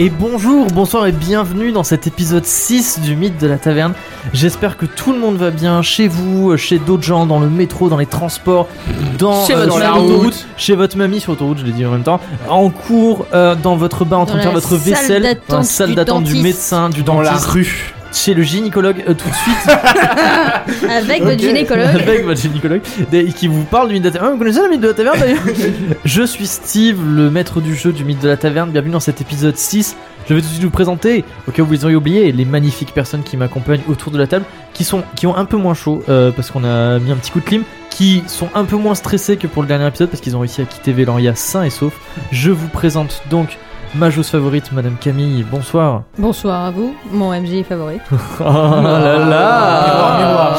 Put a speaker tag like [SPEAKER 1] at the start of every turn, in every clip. [SPEAKER 1] Et bonjour, bonsoir et bienvenue dans cet épisode 6 du mythe de la taverne. J'espère que tout le monde va bien chez vous, chez d'autres gens, dans le métro, dans les transports, dans, euh,
[SPEAKER 2] Chez votre
[SPEAKER 1] sur
[SPEAKER 2] mamie.
[SPEAKER 1] l'autoroute, chez votre mamie sur l'autoroute, je l'ai dit en même temps, en cours, euh, dans votre bain en train de
[SPEAKER 2] Dans
[SPEAKER 1] faire
[SPEAKER 2] la
[SPEAKER 1] votre
[SPEAKER 2] salle
[SPEAKER 1] vaisselle,
[SPEAKER 2] d'attente
[SPEAKER 1] dans la salle
[SPEAKER 2] du
[SPEAKER 1] d'attente du,
[SPEAKER 2] dentiste.
[SPEAKER 1] médecin, du
[SPEAKER 3] dans la
[SPEAKER 1] dentiste,
[SPEAKER 3] rue.
[SPEAKER 1] chez le gynécologue euh, tout de suite
[SPEAKER 2] Avec
[SPEAKER 3] Ok.
[SPEAKER 2] votre gynécologue.
[SPEAKER 1] avec votre gynécologue des- qui vous parle du mythe de la taverne. Ah, vous connaissez le mythe de la taverne d'ailleurs Je suis Steve, le maître du jeu du mythe de la taverne. Bienvenue dans cet épisode 6. Je vais tout de suite vous présenter, au cas où vous les auriez oubliés, les magnifiques personnes qui m'accompagnent autour de la table, qui, sont, qui ont un peu moins chaud euh, parce qu'on a mis un petit coup de clim, qui sont un peu moins stressés que pour le dernier épisode parce qu'ils ont réussi à quitter Véloria sain et sauf. Je vous présente donc ma joueuse favorite, Madame Camille. Bonsoir.
[SPEAKER 2] Bonsoir à vous, mon MJ favori.
[SPEAKER 1] Oh là
[SPEAKER 3] Ah.
[SPEAKER 1] là Ah.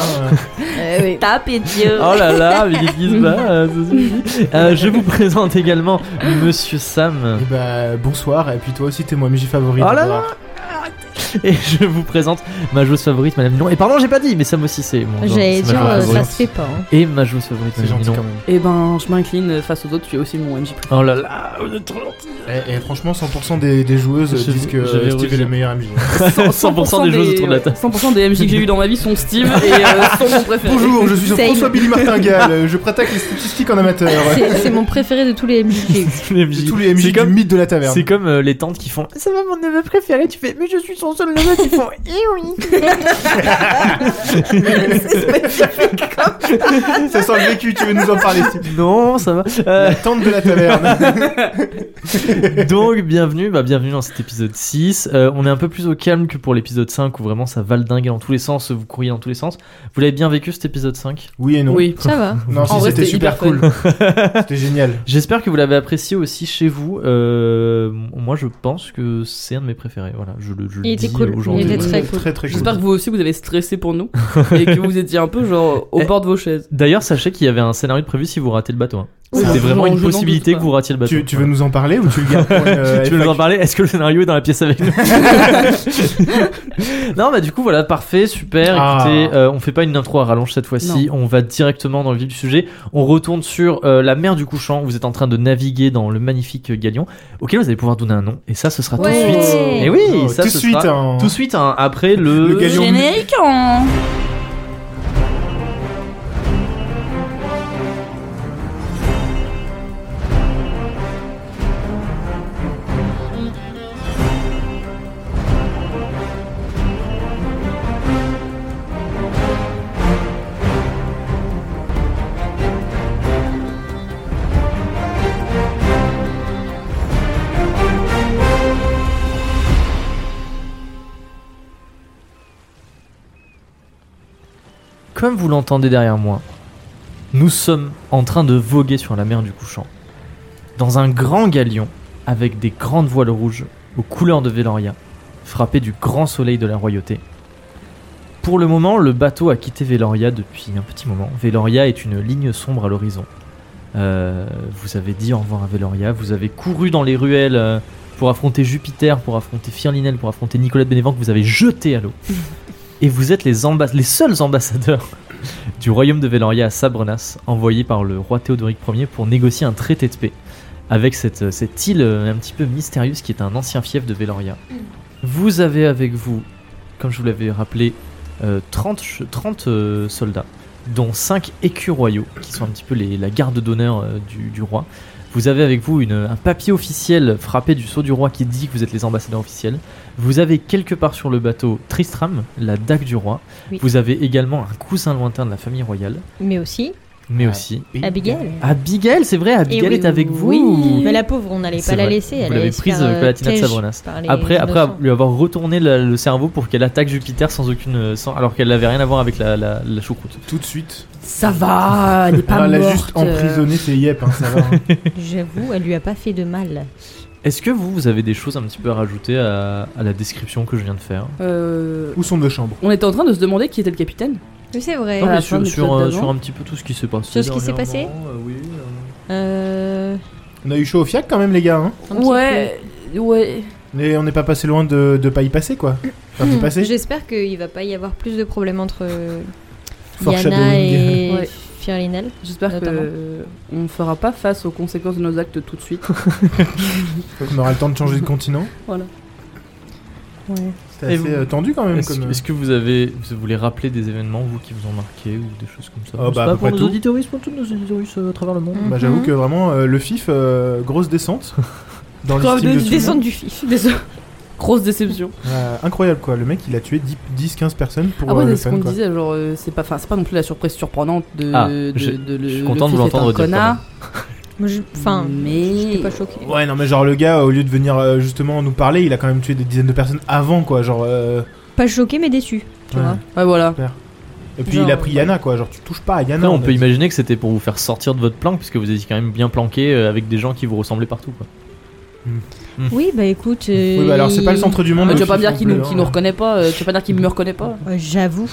[SPEAKER 1] Eh
[SPEAKER 2] Tape et Dieu.
[SPEAKER 1] Oh là là, mais qu'est-ce qui se passe Euh, Je vous présente également Monsieur Sam.
[SPEAKER 3] Et bah bonsoir, et puis toi aussi t'es mon MJ favori.
[SPEAKER 1] Oh là
[SPEAKER 3] d'abord.
[SPEAKER 1] Et je vous présente ma joueuse favorite, Madame Minon. Et pardon, j'ai pas dit, mais Sam aussi c'est mon
[SPEAKER 2] J'allais
[SPEAKER 1] c'est ma joueuse
[SPEAKER 2] dire, euh,
[SPEAKER 1] favorite.
[SPEAKER 2] ça se fait pas. hein.
[SPEAKER 1] Et ma joueuse favorite,
[SPEAKER 3] C'est
[SPEAKER 1] Madame
[SPEAKER 3] gentil
[SPEAKER 1] Minon.
[SPEAKER 3] quand même.
[SPEAKER 4] Eh ben, je m'incline face aux autres, tu es aussi mon MJ.
[SPEAKER 1] Oh là là, vous êtes trop gentils.
[SPEAKER 3] Et, et franchement, 100% des, des joueuses
[SPEAKER 1] Je-
[SPEAKER 3] disent
[SPEAKER 1] je vais
[SPEAKER 3] que euh, Steve est
[SPEAKER 1] rougir.
[SPEAKER 3] le meilleur MJ.
[SPEAKER 4] 100%,
[SPEAKER 1] 100% des joueuses autour de la table.
[SPEAKER 4] 100% des MJ que j'ai eu dans ma vie sont Steve et euh, sont mon préféré.
[SPEAKER 3] Bonjour, je suis
[SPEAKER 2] Same.
[SPEAKER 3] François Billy Martingale, euh, je prête les statistiques en
[SPEAKER 1] Eh
[SPEAKER 3] amateur.
[SPEAKER 2] C'est c'est mon préféré de tous les MJ.
[SPEAKER 1] Les
[SPEAKER 3] De
[SPEAKER 1] MJ.
[SPEAKER 3] tous les MJ
[SPEAKER 1] C'est
[SPEAKER 3] du
[SPEAKER 1] comme,
[SPEAKER 3] mythe de la taverne.
[SPEAKER 1] c'est comme, euh, les tantes qui font Ça va, mon neveu préféré, tu fais Mais je suis son seul neveu, qui font Eh oui
[SPEAKER 3] Ça sent le vécu, tu veux nous en parler, Steve
[SPEAKER 1] Non, ça va. Euh,
[SPEAKER 3] La tente de la taverne.
[SPEAKER 1] Donc, bienvenue, bah, bienvenue dans cet épisode 6. Euh, on est un peu plus au calme que pour l'épisode 5 où vraiment ça va le dingue dans tous les sens, vous courriez dans tous les sens. Vous l'avez bien vécu cet épisode 5
[SPEAKER 3] Oui et non.
[SPEAKER 4] Oui.
[SPEAKER 2] Ça va.
[SPEAKER 3] Non,
[SPEAKER 4] En
[SPEAKER 3] si,
[SPEAKER 4] vrai,
[SPEAKER 3] c'était
[SPEAKER 4] c'était
[SPEAKER 3] super
[SPEAKER 4] hyper
[SPEAKER 3] cool. C'était génial.
[SPEAKER 1] J'espère que vous l'avez apprécié aussi chez vous. Euh, moi, je pense que c'est un de mes préférés. Voilà, je le, je le
[SPEAKER 2] Il
[SPEAKER 1] dis
[SPEAKER 2] était cool.
[SPEAKER 1] aujourd'hui.
[SPEAKER 2] Il était
[SPEAKER 3] Ouais,
[SPEAKER 2] très cool.
[SPEAKER 3] Très très cool.
[SPEAKER 4] J'espère que vous aussi vous avez stressé pour nous et que vous étiez un peu genre au
[SPEAKER 1] Eh.
[SPEAKER 4] bord de vos chaises.
[SPEAKER 1] D'ailleurs, sachez qu'il y avait un scénario de prévu si vous ratez le bateau. hein. C'était
[SPEAKER 4] Ah,
[SPEAKER 1] vraiment
[SPEAKER 4] je
[SPEAKER 1] une
[SPEAKER 4] n'en doute
[SPEAKER 1] possibilité
[SPEAKER 4] pas.
[SPEAKER 1] que vous ratiez le bateau.
[SPEAKER 3] Tu, tu veux nous en parler ou tu le gardes pour une, euh,
[SPEAKER 1] tu veux nous en
[SPEAKER 3] FAQ?
[SPEAKER 1] parler Est-ce que le scénario est dans la pièce avec nous Non, bah du coup, voilà, parfait, super.
[SPEAKER 3] Ah.
[SPEAKER 1] Écoutez, euh, on fait pas une intro à rallonge cette fois-ci. On va directement dans le vif du sujet. On retourne sur euh, la mer du couchant. où Vous êtes en train de naviguer dans le magnifique euh, galion auquel vous allez pouvoir donner un nom. Et ça, ce sera tout de
[SPEAKER 2] Ouais.
[SPEAKER 1] suite. Et oui,
[SPEAKER 3] Oh,
[SPEAKER 1] ça,
[SPEAKER 3] tout de
[SPEAKER 1] ce
[SPEAKER 3] suite.
[SPEAKER 1] sera
[SPEAKER 3] hein.
[SPEAKER 1] tout de suite hein, après le.
[SPEAKER 3] Le galion.
[SPEAKER 4] Générique en.
[SPEAKER 1] Comme vous l'entendez derrière moi, nous sommes en train de voguer sur la mer du couchant. Dans un grand galion, avec des grandes voiles rouges, aux couleurs de Véloria, frappées du grand soleil de la royauté. Pour le moment, le bateau a quitté Véloria depuis un petit moment. Véloria est une ligne sombre à l'horizon. Euh, vous avez dit au revoir à Véloria, vous avez couru dans les ruelles euh, pour affronter Jupiter, pour affronter Firlinel, pour affronter Nicolas de Bénévent, que vous avez jeté à l'eau. Et vous êtes les, amba- les seuls ambassadeurs du royaume de Véloria à Sabrenas, envoyés par le roi Théodoric Ier pour négocier un traité de paix avec cette, cette île euh, un petit peu mystérieuse qui est un ancien fief de Véloria. Vous avez avec vous, comme je vous l'avais rappelé, euh, 30, che- 30, euh, soldats, dont 5 écus royaux, qui sont un petit peu les- la garde d'honneur euh, du, du roi. Vous avez avec vous une- un papier officiel frappé du sceau du roi qui dit que vous êtes les ambassadeurs officiels. Vous avez quelque part sur le bateau Tristram, la dague du roi.
[SPEAKER 2] Oui.
[SPEAKER 1] Vous avez également un cousin lointain de la famille royale,
[SPEAKER 2] Mais aussi,
[SPEAKER 1] mais
[SPEAKER 3] Ah.
[SPEAKER 1] aussi
[SPEAKER 2] Abigail.
[SPEAKER 1] Abigail, c'est vrai,
[SPEAKER 2] Et
[SPEAKER 1] Abigail
[SPEAKER 2] oui,
[SPEAKER 1] est avec vous.
[SPEAKER 2] Oui, mais la pauvre, on n'allait
[SPEAKER 1] C'est
[SPEAKER 2] pas la
[SPEAKER 1] vrai.
[SPEAKER 2] laisser.
[SPEAKER 1] Vous
[SPEAKER 2] Elle
[SPEAKER 1] l'avez
[SPEAKER 2] allait se
[SPEAKER 1] prise,
[SPEAKER 2] faire,
[SPEAKER 1] euh,
[SPEAKER 2] euh,
[SPEAKER 1] Palatina de
[SPEAKER 2] piège
[SPEAKER 1] Sabrenas.
[SPEAKER 2] par les
[SPEAKER 1] Après, après
[SPEAKER 2] innocents.
[SPEAKER 1] lui avoir retourné le, le cerveau pour qu'elle attaque Jupiter sans aucune, sans, alors qu'elle n'avait rien à voir avec la, la, la choucroute.
[SPEAKER 3] Tout de suite.
[SPEAKER 4] Ça va, elle est
[SPEAKER 3] Ah,
[SPEAKER 4] pas
[SPEAKER 3] elle a
[SPEAKER 4] morte. euh.
[SPEAKER 3] juste emprisonné ses yep, hein, ça va. hein.
[SPEAKER 2] J'avoue, elle lui a pas fait de mal.
[SPEAKER 1] Est-ce que vous, vous avez des choses un petit peu à rajouter à, à la description que je viens de faire
[SPEAKER 4] Euh,
[SPEAKER 3] Où sont nos chambres
[SPEAKER 4] on était en train de se demander qui était le capitaine.
[SPEAKER 2] Mais c'est vrai.
[SPEAKER 1] Non,
[SPEAKER 4] à
[SPEAKER 1] mais
[SPEAKER 4] la fin
[SPEAKER 1] sur,
[SPEAKER 4] de
[SPEAKER 1] sur,
[SPEAKER 4] l'épisode
[SPEAKER 1] euh,
[SPEAKER 4] d'avant.
[SPEAKER 1] sur un petit peu tout ce qui s'est passé.
[SPEAKER 2] Sur ce qui s'est
[SPEAKER 1] dernièrement, euh, oui,
[SPEAKER 2] Euh,
[SPEAKER 3] On a eu chaud au fiac quand même, les gars. Hein
[SPEAKER 2] un petit
[SPEAKER 4] ouais.
[SPEAKER 3] Mais on n'est pas passé loin de, de pas y passer, quoi. Enfin,
[SPEAKER 1] Mm.
[SPEAKER 3] d'y
[SPEAKER 2] peu.
[SPEAKER 3] passer.
[SPEAKER 2] J'espère qu'il va pas y avoir plus de problèmes entre euh, Yana
[SPEAKER 3] Foreshadowing.
[SPEAKER 2] et
[SPEAKER 4] Ouais.
[SPEAKER 2] Firlinel.
[SPEAKER 4] J'espère
[SPEAKER 2] Notamment.
[SPEAKER 4] que on ne fera pas face aux conséquences de nos actes tout de suite.
[SPEAKER 3] On aura le temps de changer de continent.
[SPEAKER 4] Voilà.
[SPEAKER 2] Ouais.
[SPEAKER 3] C'était
[SPEAKER 1] Et
[SPEAKER 3] assez
[SPEAKER 1] vous-
[SPEAKER 3] euh, tendu quand même.
[SPEAKER 1] Est-ce
[SPEAKER 3] Comme...
[SPEAKER 1] est-ce que vous avez, vous voulez rappeler des événements vous qui vous ont marqué ou des choses comme ça Je
[SPEAKER 3] Ah,
[SPEAKER 1] sais
[SPEAKER 3] bah, à
[SPEAKER 1] pas,
[SPEAKER 3] peu
[SPEAKER 1] pour
[SPEAKER 3] près
[SPEAKER 1] nos
[SPEAKER 3] tout.
[SPEAKER 1] auditoristes, pour tous nos auditoristes euh, à travers le monde.
[SPEAKER 2] Mm.
[SPEAKER 3] Bah, J'avoue
[SPEAKER 2] Mhm.
[SPEAKER 3] que vraiment, euh, le FIF, euh, grosse descente. Dans
[SPEAKER 4] Grave
[SPEAKER 3] l'estime de tout le monde.
[SPEAKER 2] Descendre du fif. désolé.
[SPEAKER 4] Grosse déception.
[SPEAKER 3] Euh, incroyable quoi, le mec il a tué 10-15 personnes pour
[SPEAKER 4] Ah ouais,
[SPEAKER 3] euh,
[SPEAKER 4] c'est
[SPEAKER 3] le
[SPEAKER 4] ce
[SPEAKER 3] fun
[SPEAKER 4] qu'on
[SPEAKER 3] quoi.
[SPEAKER 4] disait, genre, euh, c'est pas, enfin, c'est pas non plus la surprise surprenante de.
[SPEAKER 1] Ah,
[SPEAKER 4] de,
[SPEAKER 1] je-
[SPEAKER 4] de-
[SPEAKER 1] je suis
[SPEAKER 4] le
[SPEAKER 1] content de
[SPEAKER 4] fils est
[SPEAKER 1] l'entendre
[SPEAKER 4] un
[SPEAKER 1] dire quand
[SPEAKER 4] connard,
[SPEAKER 2] Moi, je- Enfin,
[SPEAKER 4] mais.
[SPEAKER 2] j'étais pas choquée.
[SPEAKER 3] Ouais, non mais genre le gars, au lieu de venir euh, justement nous parler, il a quand même tué des dizaines de personnes avant quoi, genre. euh,
[SPEAKER 2] Pas choquée, mais déçue. Tu
[SPEAKER 3] ouais.
[SPEAKER 2] vois
[SPEAKER 4] Ouais, voilà.
[SPEAKER 3] Et puis
[SPEAKER 2] Genre,
[SPEAKER 3] il a pris
[SPEAKER 2] ouais.
[SPEAKER 3] Yana quoi, genre tu touches pas à Yana.
[SPEAKER 1] Après, on
[SPEAKER 3] a
[SPEAKER 1] peut
[SPEAKER 3] dit.
[SPEAKER 1] imaginer que c'était pour vous faire sortir de votre planque, puisque vous étiez quand même bien planqué euh, avec des gens qui vous ressemblaient partout. Quoi.
[SPEAKER 2] Oui, bah écoute.
[SPEAKER 3] Oui, bah alors c'est pas le centre du monde.
[SPEAKER 1] Ah,
[SPEAKER 4] Mais
[SPEAKER 3] le
[SPEAKER 4] Euh, tu vas
[SPEAKER 3] FIF
[SPEAKER 4] pas dire
[SPEAKER 3] non
[SPEAKER 4] qu'il
[SPEAKER 3] plus,
[SPEAKER 4] nous,
[SPEAKER 3] hein.
[SPEAKER 4] qu'il nous reconnaît pas, euh, tu vas pas dire qu'il me reconnaît pas.
[SPEAKER 2] Euh, J'avoue.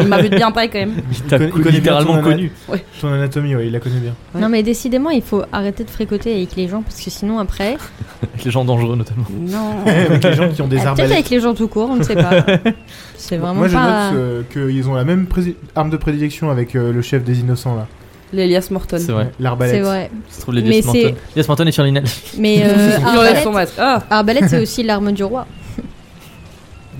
[SPEAKER 4] Il m'a vu de bien paille quand même.
[SPEAKER 3] Il
[SPEAKER 1] T'as
[SPEAKER 3] conna- il
[SPEAKER 1] co-
[SPEAKER 3] connaît bien
[SPEAKER 1] littéralement
[SPEAKER 3] ton ana-
[SPEAKER 1] connu.
[SPEAKER 3] Son anatomie, ouais, il la connaît bien.
[SPEAKER 4] Ouais.
[SPEAKER 2] Non, mais décidément, il faut arrêter de fricoter avec les gens parce que sinon, après.
[SPEAKER 1] Avec les gens dangereux notamment.
[SPEAKER 4] Non.
[SPEAKER 3] Avec les gens qui ont des
[SPEAKER 2] Ah, Peut-être
[SPEAKER 3] arbalètes.
[SPEAKER 2] avec les gens tout court, on ne sait pas. C'est vraiment
[SPEAKER 3] Moi je
[SPEAKER 2] pas.
[SPEAKER 3] note euh, qu'ils ont la même pré- arme de prédilection avec euh, le chef des innocents là.
[SPEAKER 4] L'Elias Morton.
[SPEAKER 1] C'est vrai.
[SPEAKER 2] C'est
[SPEAKER 3] L'arbalète.
[SPEAKER 2] vrai.
[SPEAKER 1] Se trouve les
[SPEAKER 2] Mais
[SPEAKER 1] Lias Manton. Lias Manton est sur Linel.
[SPEAKER 2] Mais euh,
[SPEAKER 4] Il enlève
[SPEAKER 2] arbalète,
[SPEAKER 4] son masque. Ah
[SPEAKER 2] arbalète, c'est aussi l'arme du roi.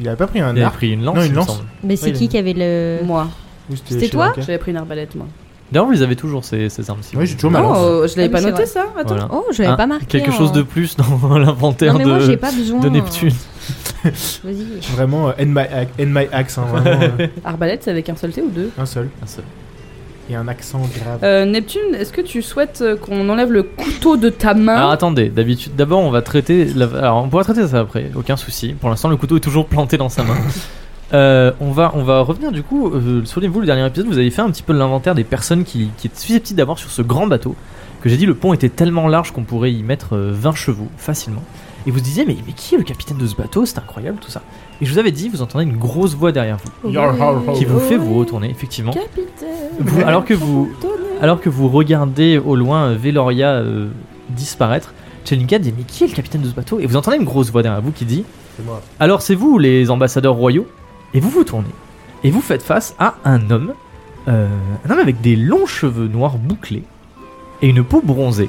[SPEAKER 3] Il a pas pris un
[SPEAKER 1] Il a
[SPEAKER 3] arc.
[SPEAKER 1] pris une lance.
[SPEAKER 3] Non, une
[SPEAKER 1] il me
[SPEAKER 3] lance.
[SPEAKER 1] semble.
[SPEAKER 2] Mais c'est
[SPEAKER 3] Oui,
[SPEAKER 2] qui
[SPEAKER 3] mais-
[SPEAKER 2] qui avait
[SPEAKER 3] Euh,
[SPEAKER 2] le.
[SPEAKER 4] Moi,
[SPEAKER 3] ou
[SPEAKER 2] C'était
[SPEAKER 3] chez
[SPEAKER 2] toi
[SPEAKER 3] Lanka.
[SPEAKER 4] j'avais pris une arbalète, moi.
[SPEAKER 3] Oh,
[SPEAKER 1] D'ailleurs, vous les avez toujours ces, ces armes. Si vous
[SPEAKER 3] Oui, j'ai
[SPEAKER 1] voulez.
[SPEAKER 3] toujours ma
[SPEAKER 4] Non,
[SPEAKER 3] lance.
[SPEAKER 4] euh, je l'avais
[SPEAKER 2] Ah
[SPEAKER 4] pas
[SPEAKER 2] oui, c'est
[SPEAKER 4] noté
[SPEAKER 2] vrai.
[SPEAKER 4] ça. Attends.
[SPEAKER 1] Voilà.
[SPEAKER 2] Oh, j'avais
[SPEAKER 1] Ah,
[SPEAKER 2] pas marqué.
[SPEAKER 1] Quelque
[SPEAKER 2] hein.
[SPEAKER 1] chose de plus dans l'inventaire
[SPEAKER 2] Non, mais moi, j'ai
[SPEAKER 1] de,
[SPEAKER 2] pas besoin. hein.
[SPEAKER 1] de Neptune.
[SPEAKER 2] Vas-y.
[SPEAKER 3] Vraiment, euh, end my, ac- end my axe, hein, vraiment, euh,
[SPEAKER 4] Arbalète, c'est avec un seul T ou deux
[SPEAKER 3] un seul.
[SPEAKER 1] Un seul.
[SPEAKER 3] Et un accent grave.
[SPEAKER 4] Euh, Neptune, est-ce que tu souhaites euh, qu'on enlève le couteau de ta
[SPEAKER 1] Alors
[SPEAKER 4] main
[SPEAKER 1] attendez, d'habitude, d'abord on va traiter. la- Alors on pourra traiter ça après, aucun souci. Pour l'instant, le couteau est toujours planté dans sa main. Euh, on, va, on va revenir du coup. Euh, Souvenez-vous, le dernier épisode, vous avez fait un petit peu l'inventaire des personnes qui, qui étaient susceptibles d'avoir sur ce grand bateau. Que j'ai dit, le pont était tellement large qu'on pourrait y mettre euh, 20 chevaux facilement. Et vous se disiez, mais, mais qui est le capitaine de ce bateau C'est incroyable tout ça. Et je vous avais dit, vous entendez une grosse voix derrière vous
[SPEAKER 3] Yar, har, har.
[SPEAKER 1] qui
[SPEAKER 2] Oh.
[SPEAKER 1] vous fait
[SPEAKER 4] Oui.
[SPEAKER 1] vous retourner, effectivement.
[SPEAKER 4] Capitaine.
[SPEAKER 1] Vous- alors que vous- Alors que vous regardez au loin euh, Veloria euh, disparaître, Chelinka dit Mais qui est le capitaine de ce bateau Et vous entendez une grosse voix derrière vous qui dit
[SPEAKER 3] C'est moi.
[SPEAKER 1] Alors c'est vous les ambassadeurs royaux Et vous vous tournez. Et vous faites face à un homme, euh, un homme avec des longs cheveux noirs bouclés, et une peau bronzée,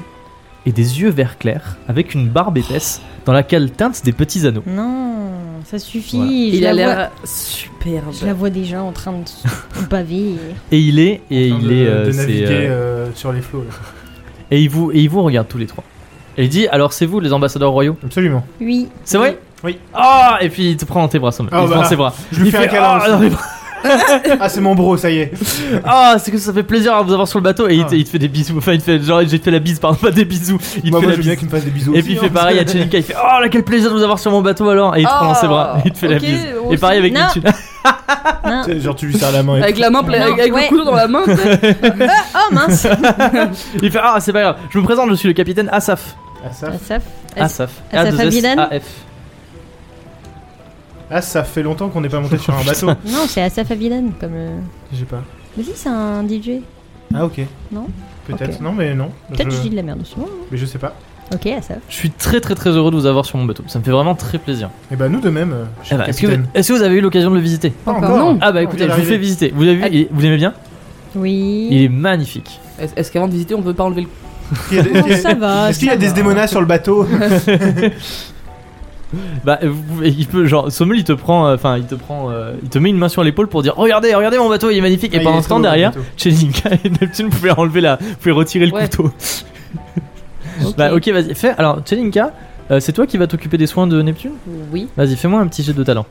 [SPEAKER 1] et des yeux vert clair, avec une barbe épaisse dans laquelle tintent des petits anneaux.
[SPEAKER 2] Non, ça suffit.
[SPEAKER 1] Voilà.
[SPEAKER 2] Je,
[SPEAKER 4] Il
[SPEAKER 2] la
[SPEAKER 4] a
[SPEAKER 2] vois,
[SPEAKER 4] l'air superbe.
[SPEAKER 2] je la vois déjà en train de se baver.
[SPEAKER 1] Et il est. Et
[SPEAKER 3] En
[SPEAKER 1] il
[SPEAKER 3] train de- euh.
[SPEAKER 1] est. euh,
[SPEAKER 3] de
[SPEAKER 1] c'est,
[SPEAKER 3] naviguer
[SPEAKER 1] euh,
[SPEAKER 3] euh, sur les flots. là.
[SPEAKER 1] et, il vous, et il vous regarde tous les trois. Et il dit Alors c'est vous les ambassadeurs royaux
[SPEAKER 3] Absolument.
[SPEAKER 2] Oui.
[SPEAKER 1] C'est vrai
[SPEAKER 3] Oui.
[SPEAKER 1] Ah Et puis il te prend dans tes bras, Sommel.
[SPEAKER 3] Ah,
[SPEAKER 1] il te
[SPEAKER 3] bah.
[SPEAKER 1] prend dans ses bras.
[SPEAKER 3] Je lui
[SPEAKER 1] Il
[SPEAKER 3] fais un
[SPEAKER 1] fait,
[SPEAKER 3] câlin.
[SPEAKER 1] Ah,
[SPEAKER 3] aussi.
[SPEAKER 1] dans les
[SPEAKER 3] Ah, c'est mon bro, ça y est.
[SPEAKER 1] Ah, c'est que ça fait plaisir à vous avoir sur le bateau. Et il, te,
[SPEAKER 3] Ah.
[SPEAKER 1] il te fait des bisous. Enfin, il te fait genre, j'ai fait la bise, pardon, pas des bisous. Il te
[SPEAKER 3] Bah, Moi,
[SPEAKER 1] fait la
[SPEAKER 3] moi, je veux
[SPEAKER 1] bise.
[SPEAKER 3] bien qu'il me fasse des bisous.
[SPEAKER 1] Et
[SPEAKER 3] aussi,
[SPEAKER 1] puis il
[SPEAKER 3] hein,
[SPEAKER 1] fait pareil à
[SPEAKER 3] parce que-
[SPEAKER 1] Chelinka. Il fait Oh là, quel plaisir de vous avoir sur mon bateau alors. Et il te prend dans ses bras.
[SPEAKER 3] Oh,
[SPEAKER 1] Et il te fait
[SPEAKER 4] ok,
[SPEAKER 1] la bise.
[SPEAKER 4] on
[SPEAKER 1] Et pareil avec
[SPEAKER 2] Non.
[SPEAKER 1] Neptune. Ah,
[SPEAKER 2] Non.
[SPEAKER 3] C'est- Genre, tu lui serres la main.
[SPEAKER 4] s-
[SPEAKER 3] et
[SPEAKER 4] Avec la main, pla-
[SPEAKER 2] Non,
[SPEAKER 4] avec, avec
[SPEAKER 2] ouais.
[SPEAKER 4] le couteau dans la main. tu sais.
[SPEAKER 2] Oh mince.
[SPEAKER 1] Il fait Ah, c'est pas grave. Je me présente, je suis le capitaine Asaf.
[SPEAKER 3] Ah, ça,
[SPEAKER 2] Ah, ça,
[SPEAKER 1] Asaf.
[SPEAKER 2] Asaf Abidan
[SPEAKER 1] A-F.
[SPEAKER 3] ah, ça fait longtemps qu'on n'est pas monté sur un bateau.
[SPEAKER 2] non, c'est Asaf Avidan comme. euh,
[SPEAKER 3] J'ai pas.
[SPEAKER 2] Mais si, c'est un DJ.
[SPEAKER 3] Ah, ok.
[SPEAKER 2] Non
[SPEAKER 3] Peut-être,
[SPEAKER 2] Ok.
[SPEAKER 3] non, mais non.
[SPEAKER 2] Peut-être que
[SPEAKER 3] Je-
[SPEAKER 2] je dis de la merde en ce moment.
[SPEAKER 3] Mais je sais pas.
[SPEAKER 2] Ok, Asaf.
[SPEAKER 1] Je suis très très très heureux de vous avoir sur mon bateau. Ça me fait vraiment très plaisir.
[SPEAKER 3] Et bah, nous de même, euh,
[SPEAKER 1] Eh
[SPEAKER 3] cher
[SPEAKER 1] ben, Est-ce que,
[SPEAKER 3] capitaine.
[SPEAKER 1] est-ce que vous avez eu l'occasion de le visiter
[SPEAKER 3] Pas
[SPEAKER 2] Encore
[SPEAKER 3] encore.
[SPEAKER 4] non.
[SPEAKER 1] Ah bah
[SPEAKER 3] On
[SPEAKER 1] écoutez,
[SPEAKER 3] vient
[SPEAKER 1] je vous
[SPEAKER 3] d'arriver.
[SPEAKER 1] fais visiter. Vous l'avez vu il- Vous l'aimez bien Il
[SPEAKER 2] Ah. Oui.
[SPEAKER 1] est magnifique.
[SPEAKER 4] Est-ce est-ce qu'avant de visiter, on peut pas enlever le couteau
[SPEAKER 3] Il y a des-
[SPEAKER 4] Ah,
[SPEAKER 2] Bon, ça va.
[SPEAKER 3] Est-ce qu'il y a
[SPEAKER 2] ça
[SPEAKER 3] des
[SPEAKER 2] va.
[SPEAKER 3] démonas sur le bateau
[SPEAKER 1] Bah, euh, vous pouvez- il peut, genre, Sommel, il te prend, euh, enfin, il te prend, euh, il te met une main sur l'épaule pour dire Regardez, regardez mon bateau, il est magnifique.
[SPEAKER 3] Ah,
[SPEAKER 1] et
[SPEAKER 3] il
[SPEAKER 1] pendant
[SPEAKER 3] est
[SPEAKER 1] ce temps,
[SPEAKER 3] très beau,
[SPEAKER 1] derrière,
[SPEAKER 3] le bateau.
[SPEAKER 1] Chelinka et Neptune pouvaient enlever la, pouvaient retirer le
[SPEAKER 4] Ouais.
[SPEAKER 1] couteau. Bah, ok, vas-y, fais. Alors, Chelinka, euh, c'est toi qui vas t'occuper des soins de Neptune
[SPEAKER 4] Oui.
[SPEAKER 1] Vas-y, fais-moi un petit jet de talent.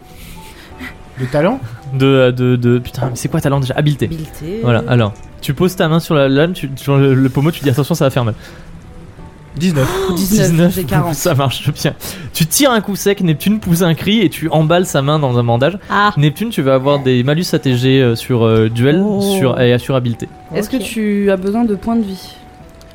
[SPEAKER 3] De talent
[SPEAKER 1] De, euh, de, de, putain, mais c'est quoi talent déjà Habileté.
[SPEAKER 4] Habileté. euh,
[SPEAKER 1] Voilà, alors, tu poses ta main sur la lame, tu, sur le, le pommeau, tu dis Attention, ça va faire mal.
[SPEAKER 3] 19.
[SPEAKER 4] 19, j'ai 40.
[SPEAKER 1] ça marche bien. Tu tires un coup sec, Neptune pousse un cri et tu emballes sa main dans un bandage.
[SPEAKER 2] Ah.
[SPEAKER 1] Neptune, tu vas avoir des malus à tes jets, euh, sur euh, duel
[SPEAKER 4] Oh.
[SPEAKER 1] sur, et sur habileté.
[SPEAKER 4] Est-ce que
[SPEAKER 2] Ok.
[SPEAKER 4] tu as besoin de points de vie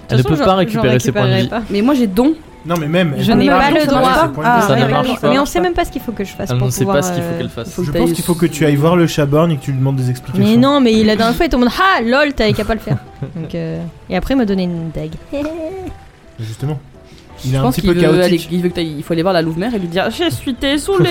[SPEAKER 1] Elle ne peut pas récupérer ses points de vie.
[SPEAKER 4] Mais moi, j'ai don.
[SPEAKER 3] Non, mais même.
[SPEAKER 2] Je n'ai pas le droit.
[SPEAKER 4] Ah,
[SPEAKER 1] Ça ne marche pas.
[SPEAKER 2] Mais on sait même pas ce qu'il faut que je fasse.
[SPEAKER 1] Elle
[SPEAKER 2] pour
[SPEAKER 1] ne sait
[SPEAKER 2] pouvoir,
[SPEAKER 1] pas ce qu'il faut
[SPEAKER 2] euh,
[SPEAKER 1] qu'elle fasse.
[SPEAKER 4] faut
[SPEAKER 3] Je
[SPEAKER 4] que
[SPEAKER 3] pense
[SPEAKER 4] t'ailles
[SPEAKER 3] qu'il faut
[SPEAKER 4] sous-
[SPEAKER 3] que tu ailles voir le Chaborn et que tu lui demandes des explications.
[SPEAKER 2] Mais non, mais la dernière fois, il était en mode Ah, lol, t'avais qu'à pas le faire. Donc, euh, Et après, il m'a donné une dague.
[SPEAKER 3] Justement. Il est
[SPEAKER 4] Je
[SPEAKER 3] un
[SPEAKER 4] pense
[SPEAKER 3] petit
[SPEAKER 4] qu'il
[SPEAKER 3] peu
[SPEAKER 4] veut, aller,
[SPEAKER 3] chaotique.
[SPEAKER 4] il veut que t'ailles- il faut aller voir la Louve-Mère et lui dire Je suis désolé,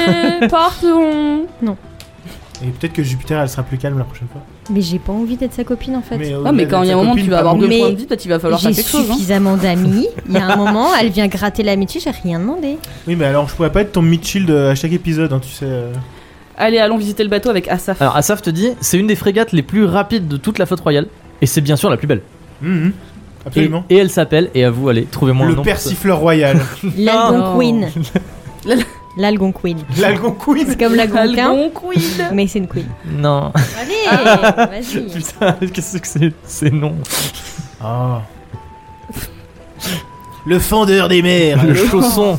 [SPEAKER 4] pardon.
[SPEAKER 3] Et Et peut-être que Jupiter, elle sera plus calme la prochaine fois.
[SPEAKER 2] Mais j'ai pas envie d'être sa copine en fait.
[SPEAKER 3] Mais, euh,
[SPEAKER 4] Ouais, mais quand il y a un moment, tu vas avoir deux
[SPEAKER 2] Mais-
[SPEAKER 4] points de vie, peut-être il va falloir faire
[SPEAKER 2] J'ai
[SPEAKER 4] quelque chose. hein.
[SPEAKER 2] suffisamment d'amis. Il y a un moment, elle vient gratter l'amitié, j'ai rien demandé.
[SPEAKER 3] Oui, mais alors je pourrais pas être ton Mitchild à chaque épisode, hein, tu sais. euh.
[SPEAKER 4] Allez, allons visiter le bateau avec Asaf.
[SPEAKER 1] Alors Asaf te dit, c'est une des frégates les plus rapides de toute la flotte royale, et c'est bien sûr la plus belle.
[SPEAKER 3] Mhm.
[SPEAKER 1] Mm, Et,
[SPEAKER 3] Absolument.
[SPEAKER 1] et elle s'appelle, et à vous, allez, trouvez-moi un
[SPEAKER 3] le
[SPEAKER 1] nom.
[SPEAKER 3] persifleur royal.
[SPEAKER 2] L'Algonquin.
[SPEAKER 4] L'al-
[SPEAKER 2] L'Algonquin.
[SPEAKER 3] L'Algonquin.
[SPEAKER 2] C'est comme l'Algonquin,
[SPEAKER 4] Algonquin.
[SPEAKER 2] mais c'est une queen.
[SPEAKER 1] Non,
[SPEAKER 2] Allez, vas-y.
[SPEAKER 1] putain, qu'est-ce que c'est Ces noms.
[SPEAKER 3] Ah. Le fendeur des mers.
[SPEAKER 1] Le chausson.